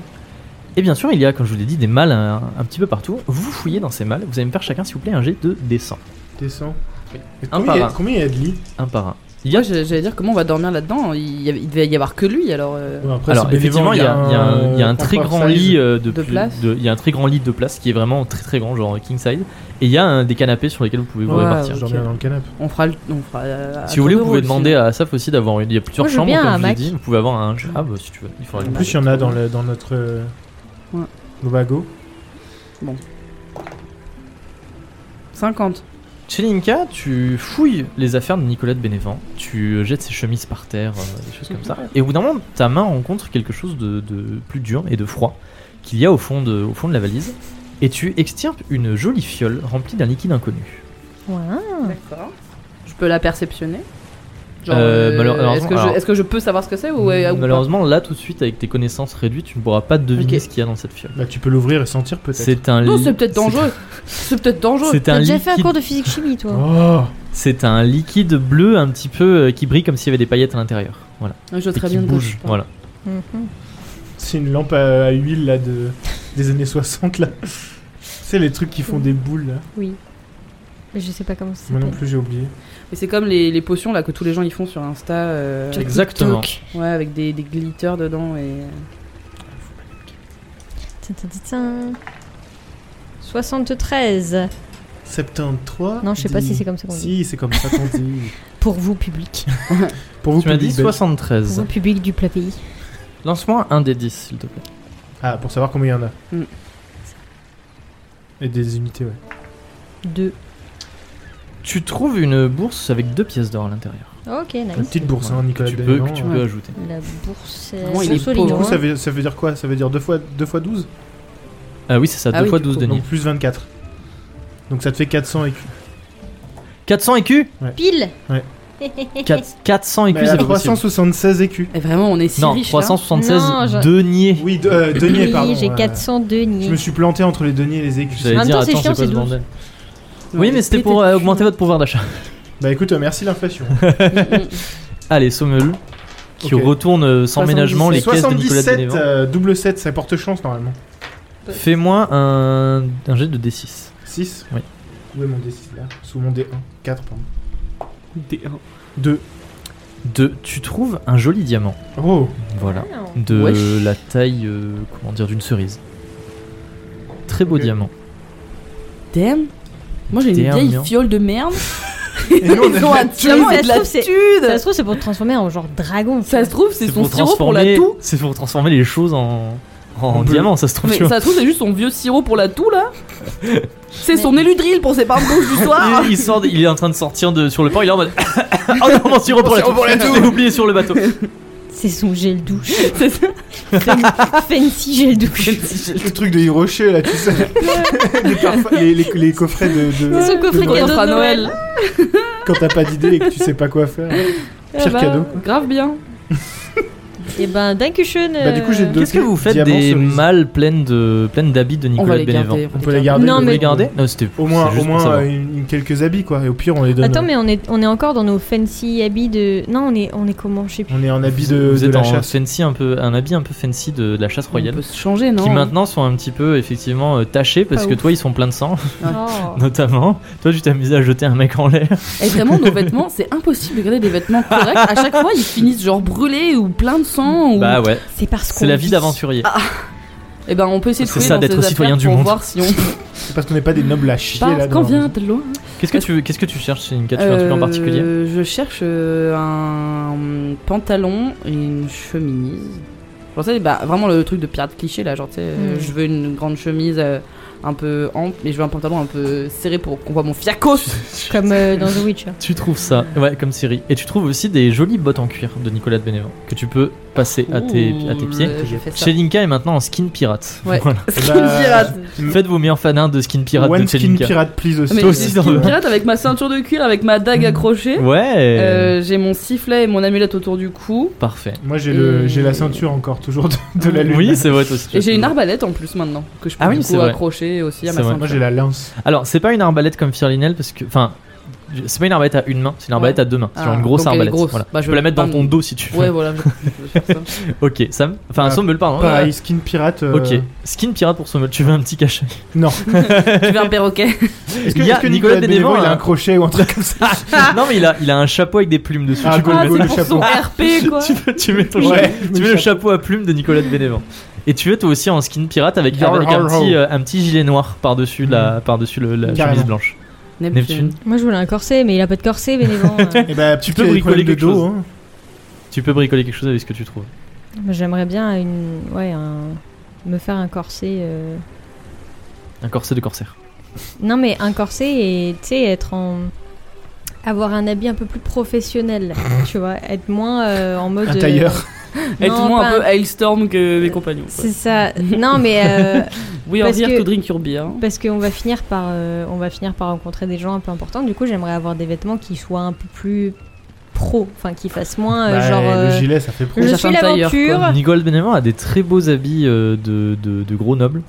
[SPEAKER 1] Et bien sûr, il y a, comme je vous l'ai dit, des malles un, un petit peu partout. Vous fouillez dans ces malles, vous allez me faire chacun, s'il vous plaît, un jet de dessin,
[SPEAKER 3] Descends. Mais
[SPEAKER 1] Un
[SPEAKER 3] combien,
[SPEAKER 1] par
[SPEAKER 3] il y a,
[SPEAKER 1] un.
[SPEAKER 3] combien il y a de lits
[SPEAKER 1] un par un. Il y a
[SPEAKER 4] Moi, j'allais j'allais dire comment on va dormir là-dedans. Il, y avait- il devait y avoir que lui alors. euh.
[SPEAKER 3] Ouais, après,
[SPEAKER 1] Alors
[SPEAKER 3] c'est
[SPEAKER 1] effectivement,
[SPEAKER 3] bénévent,
[SPEAKER 1] il y, a- il y a un- il y a un
[SPEAKER 3] euh,
[SPEAKER 1] très
[SPEAKER 3] emperor
[SPEAKER 1] grand
[SPEAKER 3] size.
[SPEAKER 1] lit euh, de,
[SPEAKER 4] de
[SPEAKER 1] plus-
[SPEAKER 4] place.
[SPEAKER 1] de- Il y a un très grand lit de place qui est vraiment très très grand, genre king size. Et il y a un- des canapés sur lesquels vous pouvez vous
[SPEAKER 4] Ouais,
[SPEAKER 1] répartir.
[SPEAKER 3] Je
[SPEAKER 4] Ok.
[SPEAKER 3] dormais dans le canapé.
[SPEAKER 4] On fera. le- On fera euh, à
[SPEAKER 1] Si vous voulez,
[SPEAKER 4] tour
[SPEAKER 1] vous
[SPEAKER 4] de
[SPEAKER 1] pouvez
[SPEAKER 4] rôle,
[SPEAKER 1] demander à Asaf aussi d'avoir une. Il y a plusieurs
[SPEAKER 2] Moi, je veux
[SPEAKER 1] chambres,
[SPEAKER 2] bien
[SPEAKER 1] comme
[SPEAKER 2] un
[SPEAKER 1] je vous l'ai
[SPEAKER 2] Mac.
[SPEAKER 1] dit. Vous pouvez avoir un. Ah, bah si tu veux, il faudrait
[SPEAKER 3] En
[SPEAKER 1] le-
[SPEAKER 3] plus, il y en a dans, le, dans notre. euh,
[SPEAKER 4] Ouais.
[SPEAKER 3] nos bagos.
[SPEAKER 4] sinon. 50.
[SPEAKER 1] Chelinka, tu fouilles les affaires de Nicolas de Bénévent, tu euh, jettes ses chemises par terre, euh, des choses comme ça. Et au bout d'un moment, ta main rencontre quelque chose de, de plus dur et de froid qu'il y a au fond de, au fond de la valise. Et tu extirpes une jolie fiole remplie d'un liquide inconnu.
[SPEAKER 2] Voilà.
[SPEAKER 4] D'accord. Je peux la perceptionner Genre,
[SPEAKER 1] Euh, malheureusement,
[SPEAKER 4] Est-ce que, je-
[SPEAKER 1] alors-
[SPEAKER 4] est-ce que je peux savoir ce que c'est ou, euh, ou pas
[SPEAKER 1] Malheureusement, là tout de suite, avec tes connaissances réduites, tu ne pourras pas deviner
[SPEAKER 4] Ok.
[SPEAKER 1] ce qu'il y a dans cette fiole.
[SPEAKER 3] Bah, tu peux l'ouvrir et sentir peut-être.
[SPEAKER 1] C'est un
[SPEAKER 4] Non,
[SPEAKER 1] li-
[SPEAKER 4] c'est peut-être dangereux. C'est peut-être dangereux.
[SPEAKER 1] C'est
[SPEAKER 2] T'as
[SPEAKER 1] un
[SPEAKER 2] déjà fait un
[SPEAKER 1] liquide
[SPEAKER 2] cours de physique chimie, toi
[SPEAKER 3] Oh
[SPEAKER 1] C'est un liquide bleu un petit peu euh, qui brille comme s'il y avait des paillettes à l'intérieur. Voilà.
[SPEAKER 4] Je
[SPEAKER 1] Et
[SPEAKER 4] très
[SPEAKER 1] qui
[SPEAKER 4] bien de-
[SPEAKER 1] bouge. Voilà.
[SPEAKER 2] Mhm.
[SPEAKER 3] C'est une lampe à, à huile là de, des années 60 là. C'est les trucs qui font des boules là.
[SPEAKER 2] Oui. Mais je sais pas comment ça
[SPEAKER 3] Moi non
[SPEAKER 2] s'appelle.
[SPEAKER 3] plus, j'ai oublié.
[SPEAKER 4] Mais c'est comme les, les potions là que tous les gens ils font sur Insta. euh,
[SPEAKER 2] Sur
[SPEAKER 1] Exactement.
[SPEAKER 2] TikTok.
[SPEAKER 4] ouais, avec des, des glitters dedans et.
[SPEAKER 2] Tin, tin, tin, tin. 73.
[SPEAKER 3] 73.
[SPEAKER 2] Non, je sais pas
[SPEAKER 3] dit-
[SPEAKER 2] si c'est comme ça qu'on dit.
[SPEAKER 3] Si, c'est comme ça qu'on dit.
[SPEAKER 2] Pour vous, public.
[SPEAKER 3] Pour vous,
[SPEAKER 1] Tu m'as dit
[SPEAKER 3] public belge.
[SPEAKER 2] Pour
[SPEAKER 1] 73.
[SPEAKER 2] vous, public du plat pays.
[SPEAKER 1] Lance-moi un des 10, s'il te plaît.
[SPEAKER 3] Ah, pour savoir combien il y en a.
[SPEAKER 4] Mm. Ah
[SPEAKER 3] Et des unités, ouais.
[SPEAKER 2] 2.
[SPEAKER 1] Tu trouves une bourse avec deux pièces d'or à l'intérieur.
[SPEAKER 2] Ok,
[SPEAKER 3] Une
[SPEAKER 2] nice.
[SPEAKER 3] petite bourse, hein,
[SPEAKER 1] Voilà,
[SPEAKER 3] Nicolas
[SPEAKER 1] que tu peux,
[SPEAKER 3] Dayan,
[SPEAKER 1] que tu
[SPEAKER 3] euh.
[SPEAKER 1] peux ajouter.
[SPEAKER 2] La bourse est
[SPEAKER 4] Vraiment, il est
[SPEAKER 2] Solino,
[SPEAKER 4] pauvre.
[SPEAKER 3] Du coup,
[SPEAKER 2] hein.
[SPEAKER 3] ça veut, ça veut dire quoi Ça veut dire 2 fois, deux fois 12
[SPEAKER 1] Ah oui, c'est ça,
[SPEAKER 4] Ah
[SPEAKER 1] 2
[SPEAKER 4] oui,
[SPEAKER 1] fois
[SPEAKER 4] du
[SPEAKER 1] 12
[SPEAKER 4] coup,
[SPEAKER 1] deniers.
[SPEAKER 3] Donc plus 24. Donc ça te fait 400 écus.
[SPEAKER 1] 400 écus
[SPEAKER 2] Pile
[SPEAKER 3] Ouais.
[SPEAKER 1] Quatre- 400
[SPEAKER 3] Mais
[SPEAKER 1] écus,
[SPEAKER 3] elle a
[SPEAKER 1] c'est possible.
[SPEAKER 3] 376 écus.
[SPEAKER 4] Et vraiment, on est si hein.
[SPEAKER 1] Non,
[SPEAKER 3] hein.
[SPEAKER 4] riche.
[SPEAKER 1] 376
[SPEAKER 2] Non, je-
[SPEAKER 1] deniers.
[SPEAKER 3] Oui, de- euh, deniers,
[SPEAKER 2] oui,
[SPEAKER 3] pardon.
[SPEAKER 2] j'ai
[SPEAKER 3] euh,
[SPEAKER 2] 400
[SPEAKER 3] Je
[SPEAKER 2] deniers.
[SPEAKER 3] me suis planté entre les deniers et les écus.
[SPEAKER 1] J'allais
[SPEAKER 2] En
[SPEAKER 1] dire,
[SPEAKER 2] même temps, c'est
[SPEAKER 1] attends,
[SPEAKER 2] chiant,
[SPEAKER 1] c'est quoi
[SPEAKER 2] c'est
[SPEAKER 1] ce
[SPEAKER 2] douze.
[SPEAKER 1] bordel Oui, mais c'était pour euh, augmenter votre pouvoir d'achat.
[SPEAKER 3] Bah écoute, euh, merci l'inflation.
[SPEAKER 4] Mm,
[SPEAKER 1] Allez, Sommel, qui
[SPEAKER 3] Ok.
[SPEAKER 1] retourne euh, sans
[SPEAKER 4] 77.
[SPEAKER 1] ménagement les caisses de Nicolas
[SPEAKER 3] 77,
[SPEAKER 1] Bénévent.
[SPEAKER 3] euh, double 7, ça porte chance normalement.
[SPEAKER 1] Fais-moi un, un jet de D6.
[SPEAKER 3] 6
[SPEAKER 1] Oui.
[SPEAKER 3] Où est mon D6 là Sous mon D1. 4, pardon. 2.
[SPEAKER 1] 2. Tu trouves un joli diamant.
[SPEAKER 3] Oh
[SPEAKER 1] Voilà.
[SPEAKER 2] Ah.
[SPEAKER 1] De
[SPEAKER 4] Wesh.
[SPEAKER 1] la taille, euh, comment dire, d'une cerise. Très beau
[SPEAKER 3] Ok.
[SPEAKER 1] diamant.
[SPEAKER 4] Damn. Moi, j'ai une
[SPEAKER 1] Damn,
[SPEAKER 4] vieille
[SPEAKER 1] non.
[SPEAKER 4] fiole de merde.
[SPEAKER 3] Et nous, on a
[SPEAKER 4] Ils ont
[SPEAKER 3] de la
[SPEAKER 4] un diamant
[SPEAKER 2] Mais ça
[SPEAKER 4] et
[SPEAKER 2] se
[SPEAKER 4] de la
[SPEAKER 2] trouve, c'est- Ça se
[SPEAKER 4] tude.
[SPEAKER 2] trouve, c'est pour te transformer en genre dragon.
[SPEAKER 4] Ça se trouve, c'est son sirop pour la toux.
[SPEAKER 1] C'est pour transformer les choses en, en
[SPEAKER 3] En bleu.
[SPEAKER 1] diamant, ça se trouve.
[SPEAKER 4] Mais
[SPEAKER 1] tu vois.
[SPEAKER 4] ça se trouve, c'est juste son vieux sirop pour la toux là. C'est
[SPEAKER 2] Mais-
[SPEAKER 4] son éludril pour ses parents gauches du soir.
[SPEAKER 1] Il, il sort, il est en train de sortir de, sur le port, il est en mode. oh non, mon sirop pour la
[SPEAKER 3] Mon sirop pour la
[SPEAKER 1] toux. Je l'ai oublié sur le bateau.
[SPEAKER 2] C'est son gel douche.
[SPEAKER 4] C'est ça.
[SPEAKER 2] Fancy gel douche.
[SPEAKER 3] Le truc de Hirocher là, tu sais. les, parfums- les, les- les coffrets de. de-
[SPEAKER 2] C'est son coffret
[SPEAKER 3] de-
[SPEAKER 4] Qu'on
[SPEAKER 2] cadeau
[SPEAKER 4] offre à
[SPEAKER 2] de Noël.
[SPEAKER 4] Noël.
[SPEAKER 3] Quand t'as pas d'idée et que tu sais pas quoi faire.
[SPEAKER 4] Ah
[SPEAKER 3] Pire
[SPEAKER 4] bah,
[SPEAKER 3] cadeau.
[SPEAKER 4] Grave bien.
[SPEAKER 2] Et ben, Dankeschön.
[SPEAKER 3] Bah, du coup, j'ai
[SPEAKER 2] euh,
[SPEAKER 3] deux.
[SPEAKER 1] Qu'est-ce que vous faites
[SPEAKER 3] Diamant,
[SPEAKER 1] des
[SPEAKER 3] cerise.
[SPEAKER 1] malles pleines de pleines d'habits de
[SPEAKER 4] On
[SPEAKER 1] Nicolas
[SPEAKER 4] va les
[SPEAKER 1] Bénévent
[SPEAKER 4] garder.
[SPEAKER 3] On peut les garder.
[SPEAKER 2] Non,
[SPEAKER 1] Vous
[SPEAKER 2] mais-
[SPEAKER 1] les gardez Non, c'était
[SPEAKER 3] Au moins,
[SPEAKER 1] c'est
[SPEAKER 3] au
[SPEAKER 1] juste pour
[SPEAKER 3] moins
[SPEAKER 1] savoir.
[SPEAKER 3] euh, une- quelques habits quoi. Et au pire, on les donne.
[SPEAKER 2] Attends, mais on est, on est encore dans nos fancy habits de. Non, on est, on est comment Je sais plus.
[SPEAKER 3] On est en habit de,
[SPEAKER 1] vous
[SPEAKER 3] de
[SPEAKER 1] êtes
[SPEAKER 3] la
[SPEAKER 1] en
[SPEAKER 3] chasse.
[SPEAKER 1] fancy un peu un habit un peu fancy de, de la chasse
[SPEAKER 4] On
[SPEAKER 1] royale
[SPEAKER 4] peut se changer, non
[SPEAKER 1] qui maintenant sont un petit peu effectivement euh, tachés parce
[SPEAKER 4] Pas
[SPEAKER 1] que
[SPEAKER 4] ouf.
[SPEAKER 1] toi ils sont pleins de sang
[SPEAKER 4] Ouais.
[SPEAKER 2] Oh.
[SPEAKER 1] notamment toi tu t'es amusé à jeter un mec en l'air
[SPEAKER 4] Et Eh, vraiment, nos vêtements, c'est impossible de garder des vêtements corrects. À chaque fois, ils finissent genre brûlés ou pleins de sang. Ou...
[SPEAKER 1] bah ouais
[SPEAKER 2] C'est parce qu'on.
[SPEAKER 1] c'est la vie
[SPEAKER 2] vit.
[SPEAKER 1] d'aventurier
[SPEAKER 4] Ah, Et ben, on peut essayer de
[SPEAKER 1] C'est
[SPEAKER 4] trouver
[SPEAKER 1] ça,
[SPEAKER 4] dans
[SPEAKER 1] d'être
[SPEAKER 4] ces
[SPEAKER 1] citoyen
[SPEAKER 4] affaires
[SPEAKER 1] du
[SPEAKER 4] pour
[SPEAKER 1] monde.
[SPEAKER 4] voir si on
[SPEAKER 3] C'est parce qu'on n'est pas des nobles à chier là.
[SPEAKER 4] part
[SPEAKER 3] dans
[SPEAKER 4] quand
[SPEAKER 3] la
[SPEAKER 4] vient
[SPEAKER 3] maison.
[SPEAKER 4] de loin.
[SPEAKER 1] qu'est-ce que tu qu'est-ce que tu cherches c'est une tu veux un truc en
[SPEAKER 4] Euh,
[SPEAKER 1] particulier
[SPEAKER 4] Je cherche euh, un pantalon et une chemise. Genre, tu sais, bah, vraiment le truc de pirate cliché là, genre tu sais, euh,
[SPEAKER 2] Mm.
[SPEAKER 4] je veux une grande chemise euh, un peu ample, mais je veux un pantalon un peu serré pour qu'on voit mon fiacos.
[SPEAKER 2] Comme euh, dans The Witcher.
[SPEAKER 1] tu trouves ça ouais comme Siri et tu trouves aussi des jolies bottes en cuir de Nicolas de Bénévent que tu peux passer à tes
[SPEAKER 4] Ouh,
[SPEAKER 1] à tes pieds
[SPEAKER 4] le- je fais ça.
[SPEAKER 1] chez Linka est maintenant en skin pirate
[SPEAKER 4] Ouais.
[SPEAKER 1] Voilà.
[SPEAKER 4] Skin
[SPEAKER 3] Bah,
[SPEAKER 4] pirate.
[SPEAKER 1] faites vos meilleurs fanins de skin pirate
[SPEAKER 3] One
[SPEAKER 1] de chez
[SPEAKER 3] skin
[SPEAKER 1] Linka.
[SPEAKER 3] pirate, please aussi.
[SPEAKER 4] Ah, Mais
[SPEAKER 1] Toi aussi,
[SPEAKER 4] skin
[SPEAKER 1] dans le- Hmm.
[SPEAKER 4] pirate avec ma ceinture de cuir, avec ma dague à crochet.
[SPEAKER 1] ouais
[SPEAKER 4] Euh, j'ai mon sifflet et mon amulette autour du cou.
[SPEAKER 1] parfait
[SPEAKER 3] Moi j'ai le
[SPEAKER 4] Et-
[SPEAKER 3] j'ai la ceinture encore toujours de, de la lune.
[SPEAKER 1] oui c'est vrai toi aussi tu
[SPEAKER 4] Et
[SPEAKER 1] as
[SPEAKER 4] j'ai une
[SPEAKER 1] toujours.
[SPEAKER 4] arbalète en plus maintenant que je peux
[SPEAKER 1] Ah oui,
[SPEAKER 4] du
[SPEAKER 1] c'est
[SPEAKER 4] coup
[SPEAKER 1] vrai.
[SPEAKER 4] accrocher aussi à
[SPEAKER 1] C'est
[SPEAKER 4] ma
[SPEAKER 1] vrai.
[SPEAKER 4] ceinture.
[SPEAKER 3] Moi j'ai la lance.
[SPEAKER 1] Alors, c'est pas une arbalète comme Firlinel parce que. Enfin, c'est pas une arbalète à une main, c'est une arbalète
[SPEAKER 4] Ouais.
[SPEAKER 1] à deux mains. C'est genre
[SPEAKER 4] Ah,
[SPEAKER 1] une grosse
[SPEAKER 4] donc elle est
[SPEAKER 1] arbalète.
[SPEAKER 4] grosse.
[SPEAKER 1] Voilà.
[SPEAKER 4] Bah, je
[SPEAKER 1] tu peux la
[SPEAKER 4] vais
[SPEAKER 1] mettre
[SPEAKER 4] pas
[SPEAKER 1] dans ton
[SPEAKER 4] me-
[SPEAKER 1] dos si tu veux.
[SPEAKER 4] Ouais, voilà, je, je vais faire ça.
[SPEAKER 1] Ok, Sam. Enfin,
[SPEAKER 3] Ah,
[SPEAKER 1] Sommel, pardon.
[SPEAKER 3] Pareil, skin pirate. euh,
[SPEAKER 1] Ok, skin pirate pour Sommel, tu veux un petit cachet
[SPEAKER 3] Non.
[SPEAKER 4] Tu veux un perroquet
[SPEAKER 3] Est-ce que,
[SPEAKER 1] Il y a
[SPEAKER 3] est-ce que
[SPEAKER 1] Nicolas
[SPEAKER 3] Nicolas, Bénévent,
[SPEAKER 1] Bénévent,
[SPEAKER 3] il a
[SPEAKER 1] hein.
[SPEAKER 3] un crochet ou un truc comme ça
[SPEAKER 1] Non, mais il a, il a un chapeau avec des plumes dessus.
[SPEAKER 3] Ah,
[SPEAKER 1] tu, peux
[SPEAKER 3] cool,
[SPEAKER 4] Ah,
[SPEAKER 1] le
[SPEAKER 3] cool.
[SPEAKER 1] mettre.
[SPEAKER 4] c'est
[SPEAKER 3] le
[SPEAKER 4] pour
[SPEAKER 3] chapeau.
[SPEAKER 4] son RP quoi
[SPEAKER 1] Tu peux- tu mets ton
[SPEAKER 3] Ouais,
[SPEAKER 1] chapeau-
[SPEAKER 3] je
[SPEAKER 1] tu
[SPEAKER 3] mets
[SPEAKER 1] mets
[SPEAKER 3] le
[SPEAKER 1] le
[SPEAKER 3] chapeau.
[SPEAKER 1] chapeau à plumes de Nicolas de Bénévent. Et tu veux toi aussi en skin pirate avec,
[SPEAKER 3] Yar,
[SPEAKER 1] avec un,
[SPEAKER 3] har,
[SPEAKER 1] petit,
[SPEAKER 3] har.
[SPEAKER 1] euh, un petit gilet noir par-dessus la, par -dessus la
[SPEAKER 3] Mm. Carrément.
[SPEAKER 1] chemise blanche. Neptune.
[SPEAKER 2] Moi, je voulais un corset, mais il a pas de corset, Bénévent. Euh,
[SPEAKER 3] Et bah, tu
[SPEAKER 1] peux
[SPEAKER 3] peux
[SPEAKER 1] bricoler
[SPEAKER 3] bricoler de
[SPEAKER 1] quelque
[SPEAKER 3] dos.
[SPEAKER 1] chose.
[SPEAKER 3] hein.
[SPEAKER 1] Tu peux bricoler quelque chose avec ce que tu trouves.
[SPEAKER 2] moi, J'aimerais bien une. Ouais, un. Me faire un corset. euh,
[SPEAKER 1] Un corset de corsaire.
[SPEAKER 2] Non, mais un corset et, tu sais, être en. Avoir un habit un peu plus professionnel, tu vois. Être moins euh, en mode.
[SPEAKER 3] Un
[SPEAKER 2] euh,
[SPEAKER 3] tailleur.
[SPEAKER 2] non,
[SPEAKER 4] Aide-moi
[SPEAKER 2] pas
[SPEAKER 4] un peu Hailstorm que mes compagnons. quoi.
[SPEAKER 2] C'est ça. Non, mais euh,
[SPEAKER 4] We are
[SPEAKER 2] parce
[SPEAKER 4] here
[SPEAKER 2] que-
[SPEAKER 4] to drink your beer.
[SPEAKER 2] parce qu'on va finir par euh, on va finir par rencontrer des gens un peu importants. Du coup, j'aimerais avoir des vêtements qui soient un peu plus pro, enfin qui fassent moins euh,
[SPEAKER 3] Bah,
[SPEAKER 2] genre. euh,
[SPEAKER 3] Le gilet, ça fait pro.
[SPEAKER 4] On
[SPEAKER 2] je
[SPEAKER 4] cherche
[SPEAKER 2] suis
[SPEAKER 4] un tailleur,
[SPEAKER 2] l'aventure.
[SPEAKER 1] Nicolas de Bénévent a des très beaux habits euh, de, de, de gros nobles.